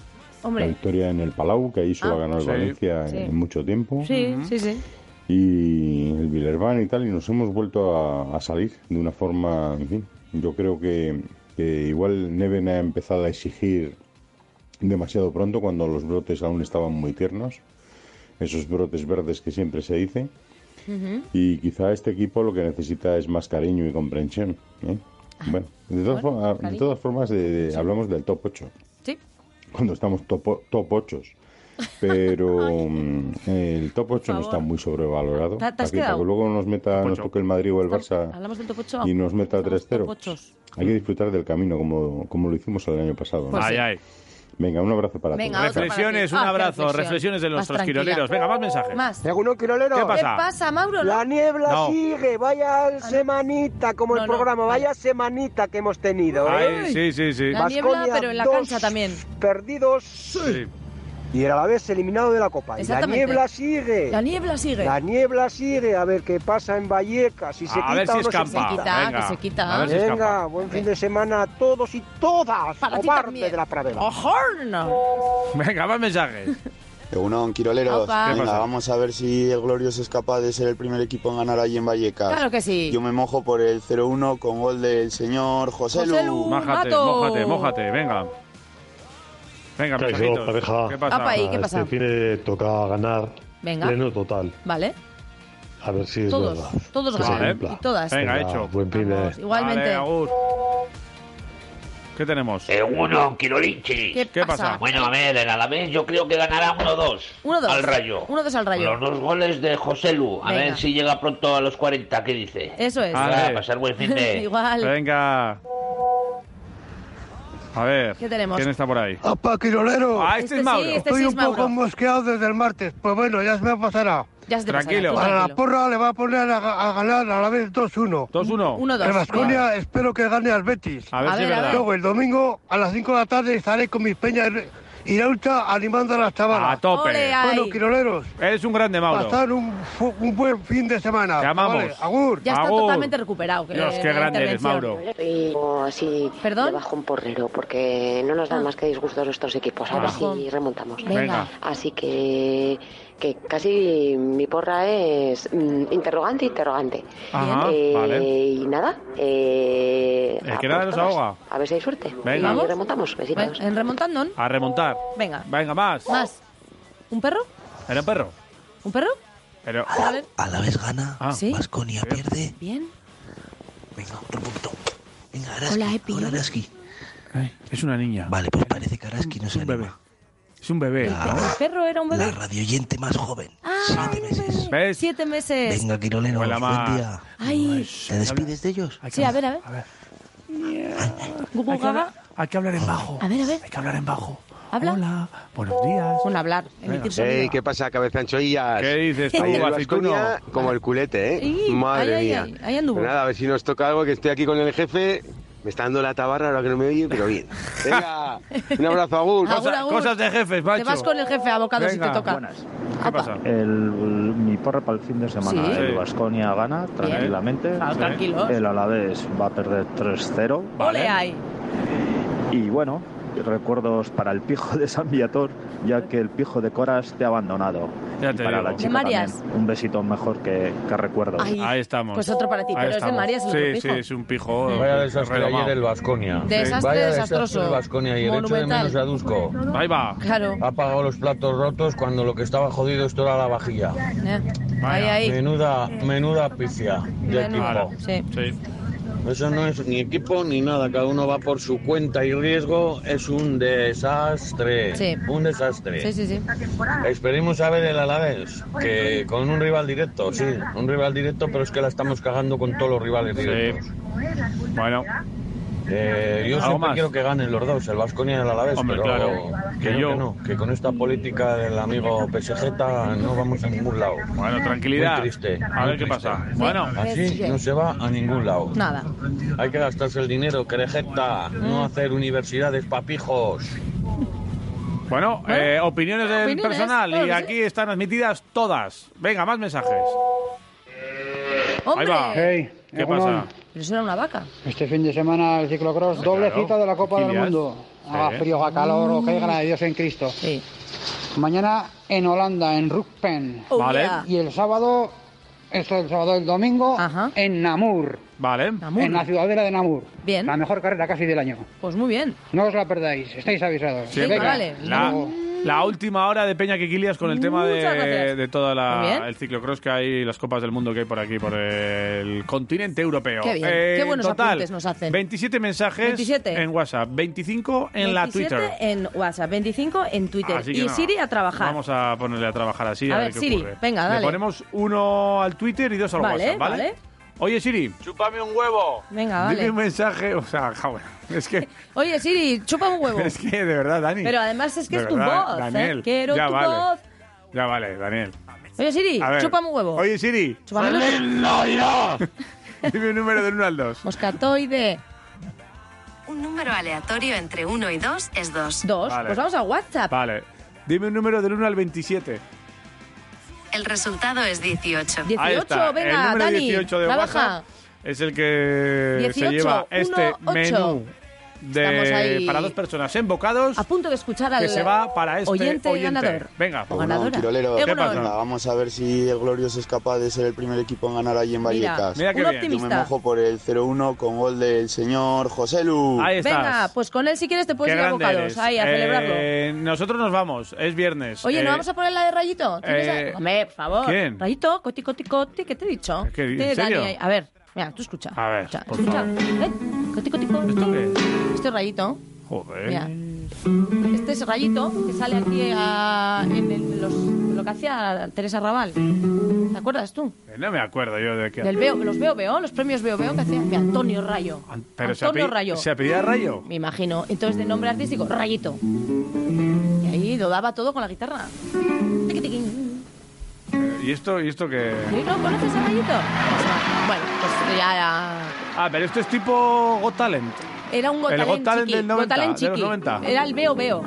Speaker 4: Hombre.
Speaker 37: La victoria en el Palau, que ahí solo
Speaker 4: Ah.
Speaker 37: ha ganado el
Speaker 4: Sí.
Speaker 37: Valencia
Speaker 4: Sí.
Speaker 37: en mucho tiempo.
Speaker 4: Sí, sí, sí.
Speaker 37: Y el Villerban y tal, y nos hemos vuelto a, a salir de una forma, en fin. Yo creo que, que igual Neven ha empezado a exigir demasiado pronto cuando los brotes aún estaban muy tiernos. Esos brotes verdes que siempre se dice. Y quizá este equipo lo que necesita es más cariño y comprensión. ¿eh? Bueno, de todas, forma- de
Speaker 4: Ah, cariño.
Speaker 37: todas formas, de- de- hablamos del top 8.
Speaker 4: Sí.
Speaker 37: cuando estamos top, top 8. Pero mm, el top 8 no está muy sobrevalorado.
Speaker 4: ¿Te- te has
Speaker 37: Paquita, que
Speaker 4: quedado?
Speaker 37: luego nos meta, nos toque el Madrid o el Barça
Speaker 4: Hablamos del topo ocho.
Speaker 37: y nos meta
Speaker 4: Hablamos del topo
Speaker 37: 3-0.
Speaker 4: ochos.
Speaker 37: Hay que disfrutar del camino como, como lo hicimos el año pasado. ¿no?
Speaker 3: Pues Ay, sí. ay.
Speaker 37: Venga, un abrazo para
Speaker 4: Venga,
Speaker 37: todos.
Speaker 4: otro para
Speaker 3: Reflexiones,
Speaker 4: ti.
Speaker 3: un
Speaker 4: Ah, qué
Speaker 3: abrazo,
Speaker 4: reflexión.
Speaker 3: reflexiones de
Speaker 4: Más
Speaker 3: nuestros
Speaker 4: tranquila. Oh,
Speaker 3: quiroleros. Venga, más mensajes.
Speaker 4: Más.
Speaker 9: ¿Alguno quirolero?
Speaker 3: ¿Qué pasa?
Speaker 4: ¿Qué pasa, Mauro?
Speaker 9: La niebla
Speaker 3: No.
Speaker 9: sigue, vaya semanita como
Speaker 4: No,
Speaker 9: el
Speaker 4: no.
Speaker 9: programa, vaya semanita que hemos tenido. ¿eh?
Speaker 3: Ay, sí, sí, sí.
Speaker 4: La niebla,
Speaker 9: Baskonia,
Speaker 4: pero en la
Speaker 9: dos
Speaker 4: cancha también.
Speaker 9: Perdidos y el Alavés eliminado de la Copa. Y la
Speaker 4: Exactamente.
Speaker 9: niebla sigue.
Speaker 4: La niebla sigue.
Speaker 9: La niebla sigue, a ver qué pasa en Vallecas, si se
Speaker 4: A
Speaker 9: quita
Speaker 4: ver si
Speaker 9: o no
Speaker 4: escampa,
Speaker 9: se
Speaker 4: venga.
Speaker 9: quita.
Speaker 4: Que se quita.
Speaker 9: Venga,
Speaker 4: A ver si escampa.
Speaker 9: buen fin de semana a todos y todas. Para
Speaker 4: ti también.
Speaker 9: de la pradera.
Speaker 3: Venga, más mensajes.
Speaker 5: Egunon, Quiroleros.
Speaker 4: Opa. ¿Qué
Speaker 5: Venga,
Speaker 4: pasa?
Speaker 5: vamos a ver si el Glorioso es capaz de ser el primer equipo en ganar allí en Vallecas.
Speaker 4: Claro que sí.
Speaker 5: Yo me mojo por el 0-1 con gol del señor José, Lu.
Speaker 4: Joselu,
Speaker 3: Mójate,
Speaker 4: Mato.
Speaker 3: mójate, mójate, venga. Venga,
Speaker 38: ¿Qué
Speaker 3: mensajitos.
Speaker 38: hizo, pareja?
Speaker 3: ¿Qué pasa?
Speaker 4: Apa ahí, ¿qué pasa?
Speaker 38: Este fin de toca ganar
Speaker 4: Venga.
Speaker 38: pleno total.
Speaker 4: Vale.
Speaker 38: A ver si es
Speaker 4: Todos,
Speaker 38: verdad.
Speaker 4: todos
Speaker 38: Que se
Speaker 4: ganan,
Speaker 38: cumpla.
Speaker 4: y todas. Venga, hecho.
Speaker 38: Buen fin de...
Speaker 4: pues Igualmente.
Speaker 3: Vale, Agur. ¿Qué tenemos?
Speaker 6: Eh, Uno, Kirolinchi.
Speaker 4: ¿Qué ¿Qué pasa? pasa?
Speaker 6: Bueno, a ver, el Alavés yo creo que ganará 1-2.
Speaker 4: Uno, dos.
Speaker 6: Al rayo.
Speaker 4: Uno, dos al rayo.
Speaker 6: Los dos goles de José Lu. A
Speaker 4: Venga.
Speaker 6: ver si llega pronto a los 40, ¿qué dice?
Speaker 4: Eso es.
Speaker 6: Venga, a pasar buen fin de...
Speaker 4: Igual.
Speaker 3: Venga. A ver.
Speaker 4: ¿Qué tenemos?
Speaker 3: ¿Quién está por ahí?
Speaker 39: ¡Apa, Quirolero!
Speaker 3: Ah, este Este es sí, Mauro. este
Speaker 39: Estoy
Speaker 3: sí
Speaker 39: un
Speaker 3: es
Speaker 39: poco
Speaker 3: Mauro.
Speaker 39: mosqueado desde el martes. Pues bueno, ya se me pasará.
Speaker 4: Ya se te pasará,
Speaker 3: Tranquilo. tú
Speaker 39: Para la
Speaker 3: tranquilo.
Speaker 39: porra le va a poner a, a ganar a la vez 2-1.
Speaker 3: 2-1. 1-2.
Speaker 39: El Baskonia espero que gane al Betis.
Speaker 3: A ver A si es ver, a verdad. ver.
Speaker 39: Luego el domingo a las 5 de la tarde estaré con mis peñas y Iraucha animando a las chavalas.
Speaker 3: A tope. Ole, ahí.
Speaker 39: Bueno, Quiroleros,
Speaker 3: Eres un grande, Mauro.
Speaker 39: pasar un, fu- un buen fin de semana.
Speaker 3: Te amamos.
Speaker 39: Vale, agur.
Speaker 4: Ya está
Speaker 3: Agur.
Speaker 4: totalmente recuperado. que
Speaker 3: Dios, qué
Speaker 4: la
Speaker 3: grande eres,
Speaker 4: intervención.
Speaker 3: Mauro.
Speaker 7: O así debajo un porrero, porque no nos dan más que disgustos estos equipos. A ver
Speaker 4: Abajo.
Speaker 7: si remontamos.
Speaker 4: Ah. Venga.
Speaker 7: Así que, que casi mi porra es mm, interrogante, interrogante.
Speaker 3: Ajá,
Speaker 7: Eh,
Speaker 3: vale.
Speaker 7: Y nada. Eh,
Speaker 3: El
Speaker 7: a
Speaker 3: que nada
Speaker 7: por
Speaker 3: nos
Speaker 7: todas.
Speaker 3: ahoga.
Speaker 7: A ver si hay suerte.
Speaker 3: Venga.
Speaker 7: Y
Speaker 3: Vamos.
Speaker 7: remontamos. Besitos.
Speaker 4: En remontando.
Speaker 3: A remontar.
Speaker 4: Venga.
Speaker 3: Venga, más.
Speaker 4: Más. ¿Un perro?
Speaker 3: Era un perro.
Speaker 4: ¿Un perro?
Speaker 3: Pero.
Speaker 4: Vale.
Speaker 39: A la vez gana,
Speaker 3: Ah.
Speaker 4: ¿Sí?
Speaker 39: Vasconia pierde.
Speaker 4: Bien.
Speaker 39: Venga, otro punto. Venga,
Speaker 4: Hola, Epi.
Speaker 3: es una niña.
Speaker 39: Vale, pues parece que Araski no se anima. Ah,
Speaker 3: Es un bebé.
Speaker 4: ¿El perro era un bebé? Ah,
Speaker 39: La radioyente más joven.
Speaker 3: ¿Ves?
Speaker 4: Siete meses.
Speaker 39: Venga, Quirolero,
Speaker 3: Hola, ma.
Speaker 39: buen día.
Speaker 4: Ay.
Speaker 39: ¿Te despides de ellos?
Speaker 4: Sí, a ver, a ver. Gugu Gaga.
Speaker 3: Hay que hablar en bajo.
Speaker 4: A ver, a ver.
Speaker 3: Hay que hablar en bajo.
Speaker 4: Habla.
Speaker 3: Hola. Buenos días.
Speaker 4: Bueno, hablar. Emitir
Speaker 39: Ey,
Speaker 4: sonido.
Speaker 39: ¿qué pasa, cabezanchoillas?
Speaker 3: ¿Qué dices tú,
Speaker 39: Ahí el
Speaker 3: aceituno?
Speaker 39: Baskonia, como el culete, ¿eh?
Speaker 4: Sí,
Speaker 39: Madre
Speaker 4: ahí,
Speaker 39: mía.
Speaker 4: ahí, ahí anduvo.
Speaker 39: Pues nada, a ver si nos toca algo, que estoy aquí con el jefe. Me está dando la tabarra ahora que no me oye, pero bien. Venga, un abrazo, Agur.
Speaker 4: Agur, Cosa- agur. cosas
Speaker 3: de jefes,
Speaker 4: Te vas con el jefe a bocados si te
Speaker 39: Venga,
Speaker 4: toca.
Speaker 3: ¿Qué pasa?
Speaker 17: El, mi porra para el fin de semana.
Speaker 4: Sí.
Speaker 17: El Vasconia gana tranquilamente.
Speaker 4: Claro, tranquilos.
Speaker 17: El Alavés va a perder 3-0.
Speaker 4: Ole ahí.
Speaker 17: Y bueno, recuerdos para el pijo de San Viator, ya que el pijo de Coras te ha abandonado.
Speaker 3: Ya
Speaker 17: y
Speaker 3: te
Speaker 17: para
Speaker 3: digo.
Speaker 17: la
Speaker 3: De
Speaker 17: chica
Speaker 4: Marias.
Speaker 17: también, un besito mejor que, que recuerdos.
Speaker 4: Ay,
Speaker 3: Ahí estamos.
Speaker 4: Pues otro para ti, pero es de Marías, el otro
Speaker 3: Sí,
Speaker 4: pijo.
Speaker 3: sí, es un pijo.
Speaker 31: Vaya desastre
Speaker 3: redomado.
Speaker 31: ayer el Vasconia.
Speaker 4: Desastre
Speaker 31: Vaya
Speaker 4: desastroso.
Speaker 31: desastre el Vasconia y el hecho de
Speaker 4: Monumental.
Speaker 31: menos a Dusko.
Speaker 3: Ahí va.
Speaker 4: Claro.
Speaker 31: Ha pagado los platos rotos cuando lo que estaba jodido esto era la vajilla.
Speaker 4: Eh, Ahí, ahí.
Speaker 31: Menuda, menuda pifia de
Speaker 4: Bueno,
Speaker 31: equipo.
Speaker 4: sí.
Speaker 31: Eso no es ni equipo ni nada, cada uno va por su cuenta y riesgo, es un desastre,
Speaker 4: Sí.
Speaker 31: un desastre.
Speaker 4: Sí, sí, sí.
Speaker 31: Esperemos a ver el Alavés, que con un rival directo, sí, un rival directo, pero es que la estamos cagando con todos los rivales directos.
Speaker 3: Bueno.
Speaker 31: Eh, yo
Speaker 3: ¿Algo
Speaker 31: siempre
Speaker 3: más?
Speaker 31: quiero que ganen los dos, el Vasconia y el Alavés,
Speaker 3: Hombre,
Speaker 31: pero
Speaker 3: claro,
Speaker 31: que, yo... que no, que con esta política del amigo PSG no vamos a ningún lado.
Speaker 3: Bueno, tranquilidad.
Speaker 31: Muy triste.
Speaker 3: A ver qué pasa. Bueno.
Speaker 31: así no se va a ningún lado.
Speaker 4: Nada.
Speaker 31: Hay que gastarse el dinero, querejeta, no hacer universidades papijos.
Speaker 3: Bueno, eh, opiniones ¿eh? del
Speaker 31: Opiniones,
Speaker 3: personal
Speaker 31: claro
Speaker 3: y
Speaker 31: que sí.
Speaker 3: aquí están admitidas todas. Venga, más mensajes.
Speaker 4: ¡Hombre!
Speaker 3: Ahí va.
Speaker 40: Hey,
Speaker 3: ¿Qué
Speaker 40: Egunon.
Speaker 3: pasa? Ah,
Speaker 4: Pero eso era una vaca.
Speaker 40: Este fin de semana el ciclocross, doble
Speaker 4: claro.
Speaker 40: cita de la Copa del
Speaker 4: Quilias.
Speaker 40: Mundo.
Speaker 4: Sí.
Speaker 40: Haga frío, haga calor, o que de Dios en Cristo. Mañana en Holanda, en Rukpen.
Speaker 4: Oh, Vale. yeah.
Speaker 40: Y el sábado, eso el sábado, el domingo, en Namur.
Speaker 3: Vale.
Speaker 40: En la ciudadela de Namur.
Speaker 4: Bien.
Speaker 40: La mejor carrera casi del año.
Speaker 4: Pues muy bien.
Speaker 40: No os la perdáis, estáis avisados.
Speaker 4: Siempre. Venga, vale.
Speaker 40: hasta luego.
Speaker 3: La última hora de Peña Quiquilias con el tema
Speaker 7: Muchas
Speaker 3: de,
Speaker 7: gracias.
Speaker 3: de todo
Speaker 7: Muy bien.
Speaker 3: el ciclocross que hay y las copas del mundo que hay por aquí, por el continente europeo.
Speaker 4: Qué bien,
Speaker 3: Eh,
Speaker 4: qué buenos
Speaker 3: total,
Speaker 4: apuntes nos hacen.
Speaker 3: 27 mensajes
Speaker 4: 27.
Speaker 3: en WhatsApp, 25 en la
Speaker 4: 27
Speaker 3: Twitter.
Speaker 4: en WhatsApp, 25 en Twitter.
Speaker 3: Así que
Speaker 4: Y
Speaker 3: nada,
Speaker 4: Siri a trabajar.
Speaker 3: Vamos a ponerle a trabajar así.
Speaker 4: A
Speaker 3: A,
Speaker 4: ver,
Speaker 3: qué
Speaker 4: Siri,
Speaker 3: ocurre.
Speaker 4: venga,
Speaker 3: Le
Speaker 4: dale.
Speaker 3: ponemos uno al Twitter y dos al
Speaker 4: Vale,
Speaker 3: WhatsApp, ¿vale?
Speaker 4: vale.
Speaker 3: Oye, Siri.
Speaker 7: Chúpame un huevo.
Speaker 4: Venga,
Speaker 3: Dime un
Speaker 4: vale.
Speaker 3: mensaje. O sea, ja, bueno, es que,
Speaker 4: Oye, Siri, chupa un huevo.
Speaker 3: es que, de verdad, Dani.
Speaker 4: Pero además es que
Speaker 3: de
Speaker 4: es tu
Speaker 3: verdad,
Speaker 4: voz, ¿eh?
Speaker 3: Daniel,
Speaker 4: Quiero
Speaker 3: ya
Speaker 4: tu
Speaker 3: vale.
Speaker 4: voz.
Speaker 3: Ya vale, Daniel.
Speaker 4: Oye, Siri,
Speaker 3: A ver.
Speaker 4: chupa un huevo.
Speaker 3: Oye, Siri.
Speaker 4: Chúpamelo. ¡Saléndolo!
Speaker 3: Dime un número del 1 al 2.
Speaker 4: Moscatoide.
Speaker 16: Un número aleatorio entre 1 y 2 es 2.
Speaker 4: 2.
Speaker 3: Vale.
Speaker 4: Pues vamos a WhatsApp.
Speaker 3: Vale. Dime un número del 1 al 27.
Speaker 16: El resultado es 18.
Speaker 3: Ahí está. el número 18 de WhatsApp es el que
Speaker 4: 18,
Speaker 3: se lleva
Speaker 4: uno,
Speaker 3: este
Speaker 4: ocho.
Speaker 3: menú
Speaker 4: Estamos
Speaker 3: de
Speaker 4: ahí.
Speaker 3: para dos personas en bocados
Speaker 4: A punto de escuchar al
Speaker 3: que se va para este
Speaker 4: oyente,
Speaker 3: oyente,
Speaker 4: ganador.
Speaker 3: Venga,
Speaker 5: Egunon, Tirolero.
Speaker 4: Egunon. ¿Qué pasa?
Speaker 5: Nada, vamos a ver si el Glorioso es capaz de ser el primer equipo en ganar ahí en
Speaker 4: Mira,
Speaker 5: Vallecas.
Speaker 4: mira qué un bien.
Speaker 5: Yo
Speaker 4: optimista.
Speaker 5: me mojo por el 0-1 con gol del señor José Lu.
Speaker 4: Venga, pues con él si quieres te puedes
Speaker 3: Qué
Speaker 4: ir a
Speaker 3: grande
Speaker 4: bocados.
Speaker 3: eres.
Speaker 4: Ahí, a
Speaker 3: Eh,
Speaker 4: celebrarlo.
Speaker 3: Nosotros nos vamos, es viernes.
Speaker 4: Oye, ¿no
Speaker 3: Eh,
Speaker 4: vamos a poner la de Rayito? ¿Tienes a-
Speaker 3: eh,
Speaker 4: Hombre, por favor.
Speaker 3: ¿quién?
Speaker 4: Rayito, coti, coti, coti, ¿qué te he dicho?
Speaker 3: ¿Qué- en
Speaker 4: Tiene Dani
Speaker 3: serio?
Speaker 4: ahí. A ver, mira, tú escucha.
Speaker 3: A ver, por
Speaker 4: escucha.
Speaker 3: favor.
Speaker 4: Eh, Coti, coti, coti.
Speaker 3: ¿Esto qué es?
Speaker 4: Este es Rayito.
Speaker 3: Joder.
Speaker 4: Mira. Este es Rayito que sale aquí a- en el- los, lo que hacía Teresa Raval. ¿Te acuerdas tú?
Speaker 3: Eh, No me acuerdo yo de qué.
Speaker 4: Del veo, los veo, veo, los premios veo, veo que hacía mi Antonio Rayo.
Speaker 3: Pero se
Speaker 4: Antonio
Speaker 3: ape-
Speaker 4: Rayo.
Speaker 3: ¿Se apellida Rayo?
Speaker 4: Me imagino. Entonces, de nombre artístico, Rayito. Y ahí lo daba todo con la guitarra. Tiqui, tiqui.
Speaker 3: Eh, ¿Y esto, y esto qué?
Speaker 4: ¿Y no conoces a Rayito? Pues no. Bueno, pues ya era...
Speaker 3: Ah, pero esto es tipo Got Talent.
Speaker 4: Era un Got
Speaker 3: El
Speaker 4: Talent
Speaker 3: Got Talent
Speaker 4: chiqui.
Speaker 3: del 90,
Speaker 4: Got Talent
Speaker 3: de los
Speaker 4: chiqui.
Speaker 3: 90.
Speaker 4: Era el veo, veo.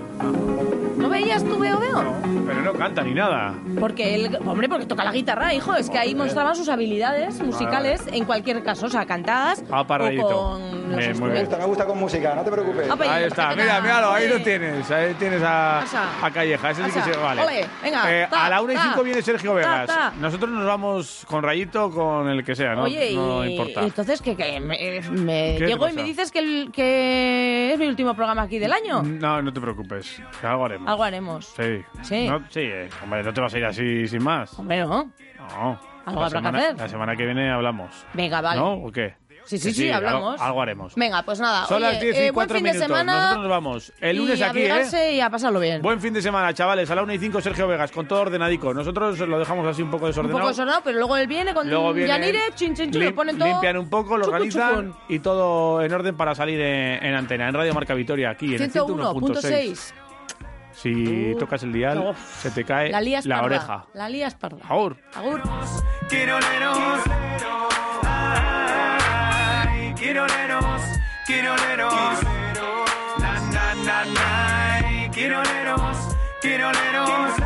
Speaker 4: ¿No veías tú veo, veo?
Speaker 3: Pero no canta ni nada.
Speaker 4: Porque él, hombre, porque toca la guitarra, hijo. Es que ahí mostraban sus habilidades musicales, en cualquier caso, o sea, cantadas
Speaker 3: Ah, para
Speaker 4: o
Speaker 3: Rayito.
Speaker 4: con los
Speaker 3: Bien, muy bien.
Speaker 4: instrumentos.
Speaker 9: Me gusta con música, no te preocupes.
Speaker 4: Ah, pues,
Speaker 3: Ahí está, mira, míralo, ahí lo tienes. Ahí tienes a,
Speaker 4: Asa.
Speaker 3: a Calleja. Ese sí que
Speaker 4: Asa,
Speaker 3: se vale.
Speaker 4: ole, venga,
Speaker 3: Eh,
Speaker 4: ta,
Speaker 3: a la 1 y
Speaker 4: ta,
Speaker 3: 5 viene Sergio
Speaker 4: ta,
Speaker 3: Vegas.
Speaker 4: ta.
Speaker 3: Nosotros nos vamos con Rayito, con el que sea, ¿no?
Speaker 4: Oye,
Speaker 3: no
Speaker 4: y,
Speaker 3: importa.
Speaker 4: y entonces que, que me, me
Speaker 3: ¿Qué te
Speaker 4: llego y
Speaker 3: pasa?
Speaker 4: me dices que, el- que es mi último programa aquí del año.
Speaker 3: No, no te preocupes. que algo haremos.
Speaker 4: Algo haremos.
Speaker 3: Sí.
Speaker 4: Sí.
Speaker 3: No, sí, eh, hombre, no te vas a ir así sin más.
Speaker 4: Hombre, no.
Speaker 3: No.
Speaker 4: Algo
Speaker 3: la
Speaker 4: habrá que
Speaker 3: semana,
Speaker 4: hacer.
Speaker 3: La semana que viene hablamos.
Speaker 4: Venga, vale.
Speaker 3: ¿No? ¿O qué?
Speaker 4: Sí, sí,
Speaker 3: Que
Speaker 4: sí,
Speaker 3: algo-
Speaker 4: hablamos.
Speaker 3: Algo, haremos.
Speaker 4: Venga, pues nada.
Speaker 3: Son
Speaker 4: oye,
Speaker 3: las 10 y
Speaker 4: eh, buen
Speaker 3: 4
Speaker 4: fin
Speaker 3: minutos.
Speaker 4: de semana.
Speaker 3: Nosotros nos vamos. El lunes
Speaker 4: y a
Speaker 3: aquí, ¿eh?
Speaker 4: abrigarse y a pasarlo bien.
Speaker 3: Buen fin de semana, chavales. A la 1 y 5, Sergio Vegas, con todo ordenadico. Nosotros lo dejamos así un poco
Speaker 4: Un
Speaker 3: desordenado.
Speaker 4: poco desordenado, pero luego él viene con
Speaker 3: Luego viene.
Speaker 4: Yanire, chin, chin, chin,
Speaker 3: lim-
Speaker 4: lo ponen todo.
Speaker 3: Limpian un poco, lo
Speaker 4: chucu,
Speaker 3: organizan
Speaker 4: chucun.
Speaker 3: y todo en orden para salir en, en antena, en Radio Marca Vitoria, aquí en el 101.6.
Speaker 4: 101.6.
Speaker 3: Si tocas el dial,
Speaker 4: Uf.
Speaker 3: se te cae
Speaker 4: Uh. La
Speaker 3: Eh, la,
Speaker 4: lías parda.
Speaker 3: oreja.
Speaker 4: La lías parda.
Speaker 3: Ahora.
Speaker 4: Agur.
Speaker 7: Quiroleros, ay, quiroleros, quiroleros, na na na na, ay, quiroleros, quiroleros,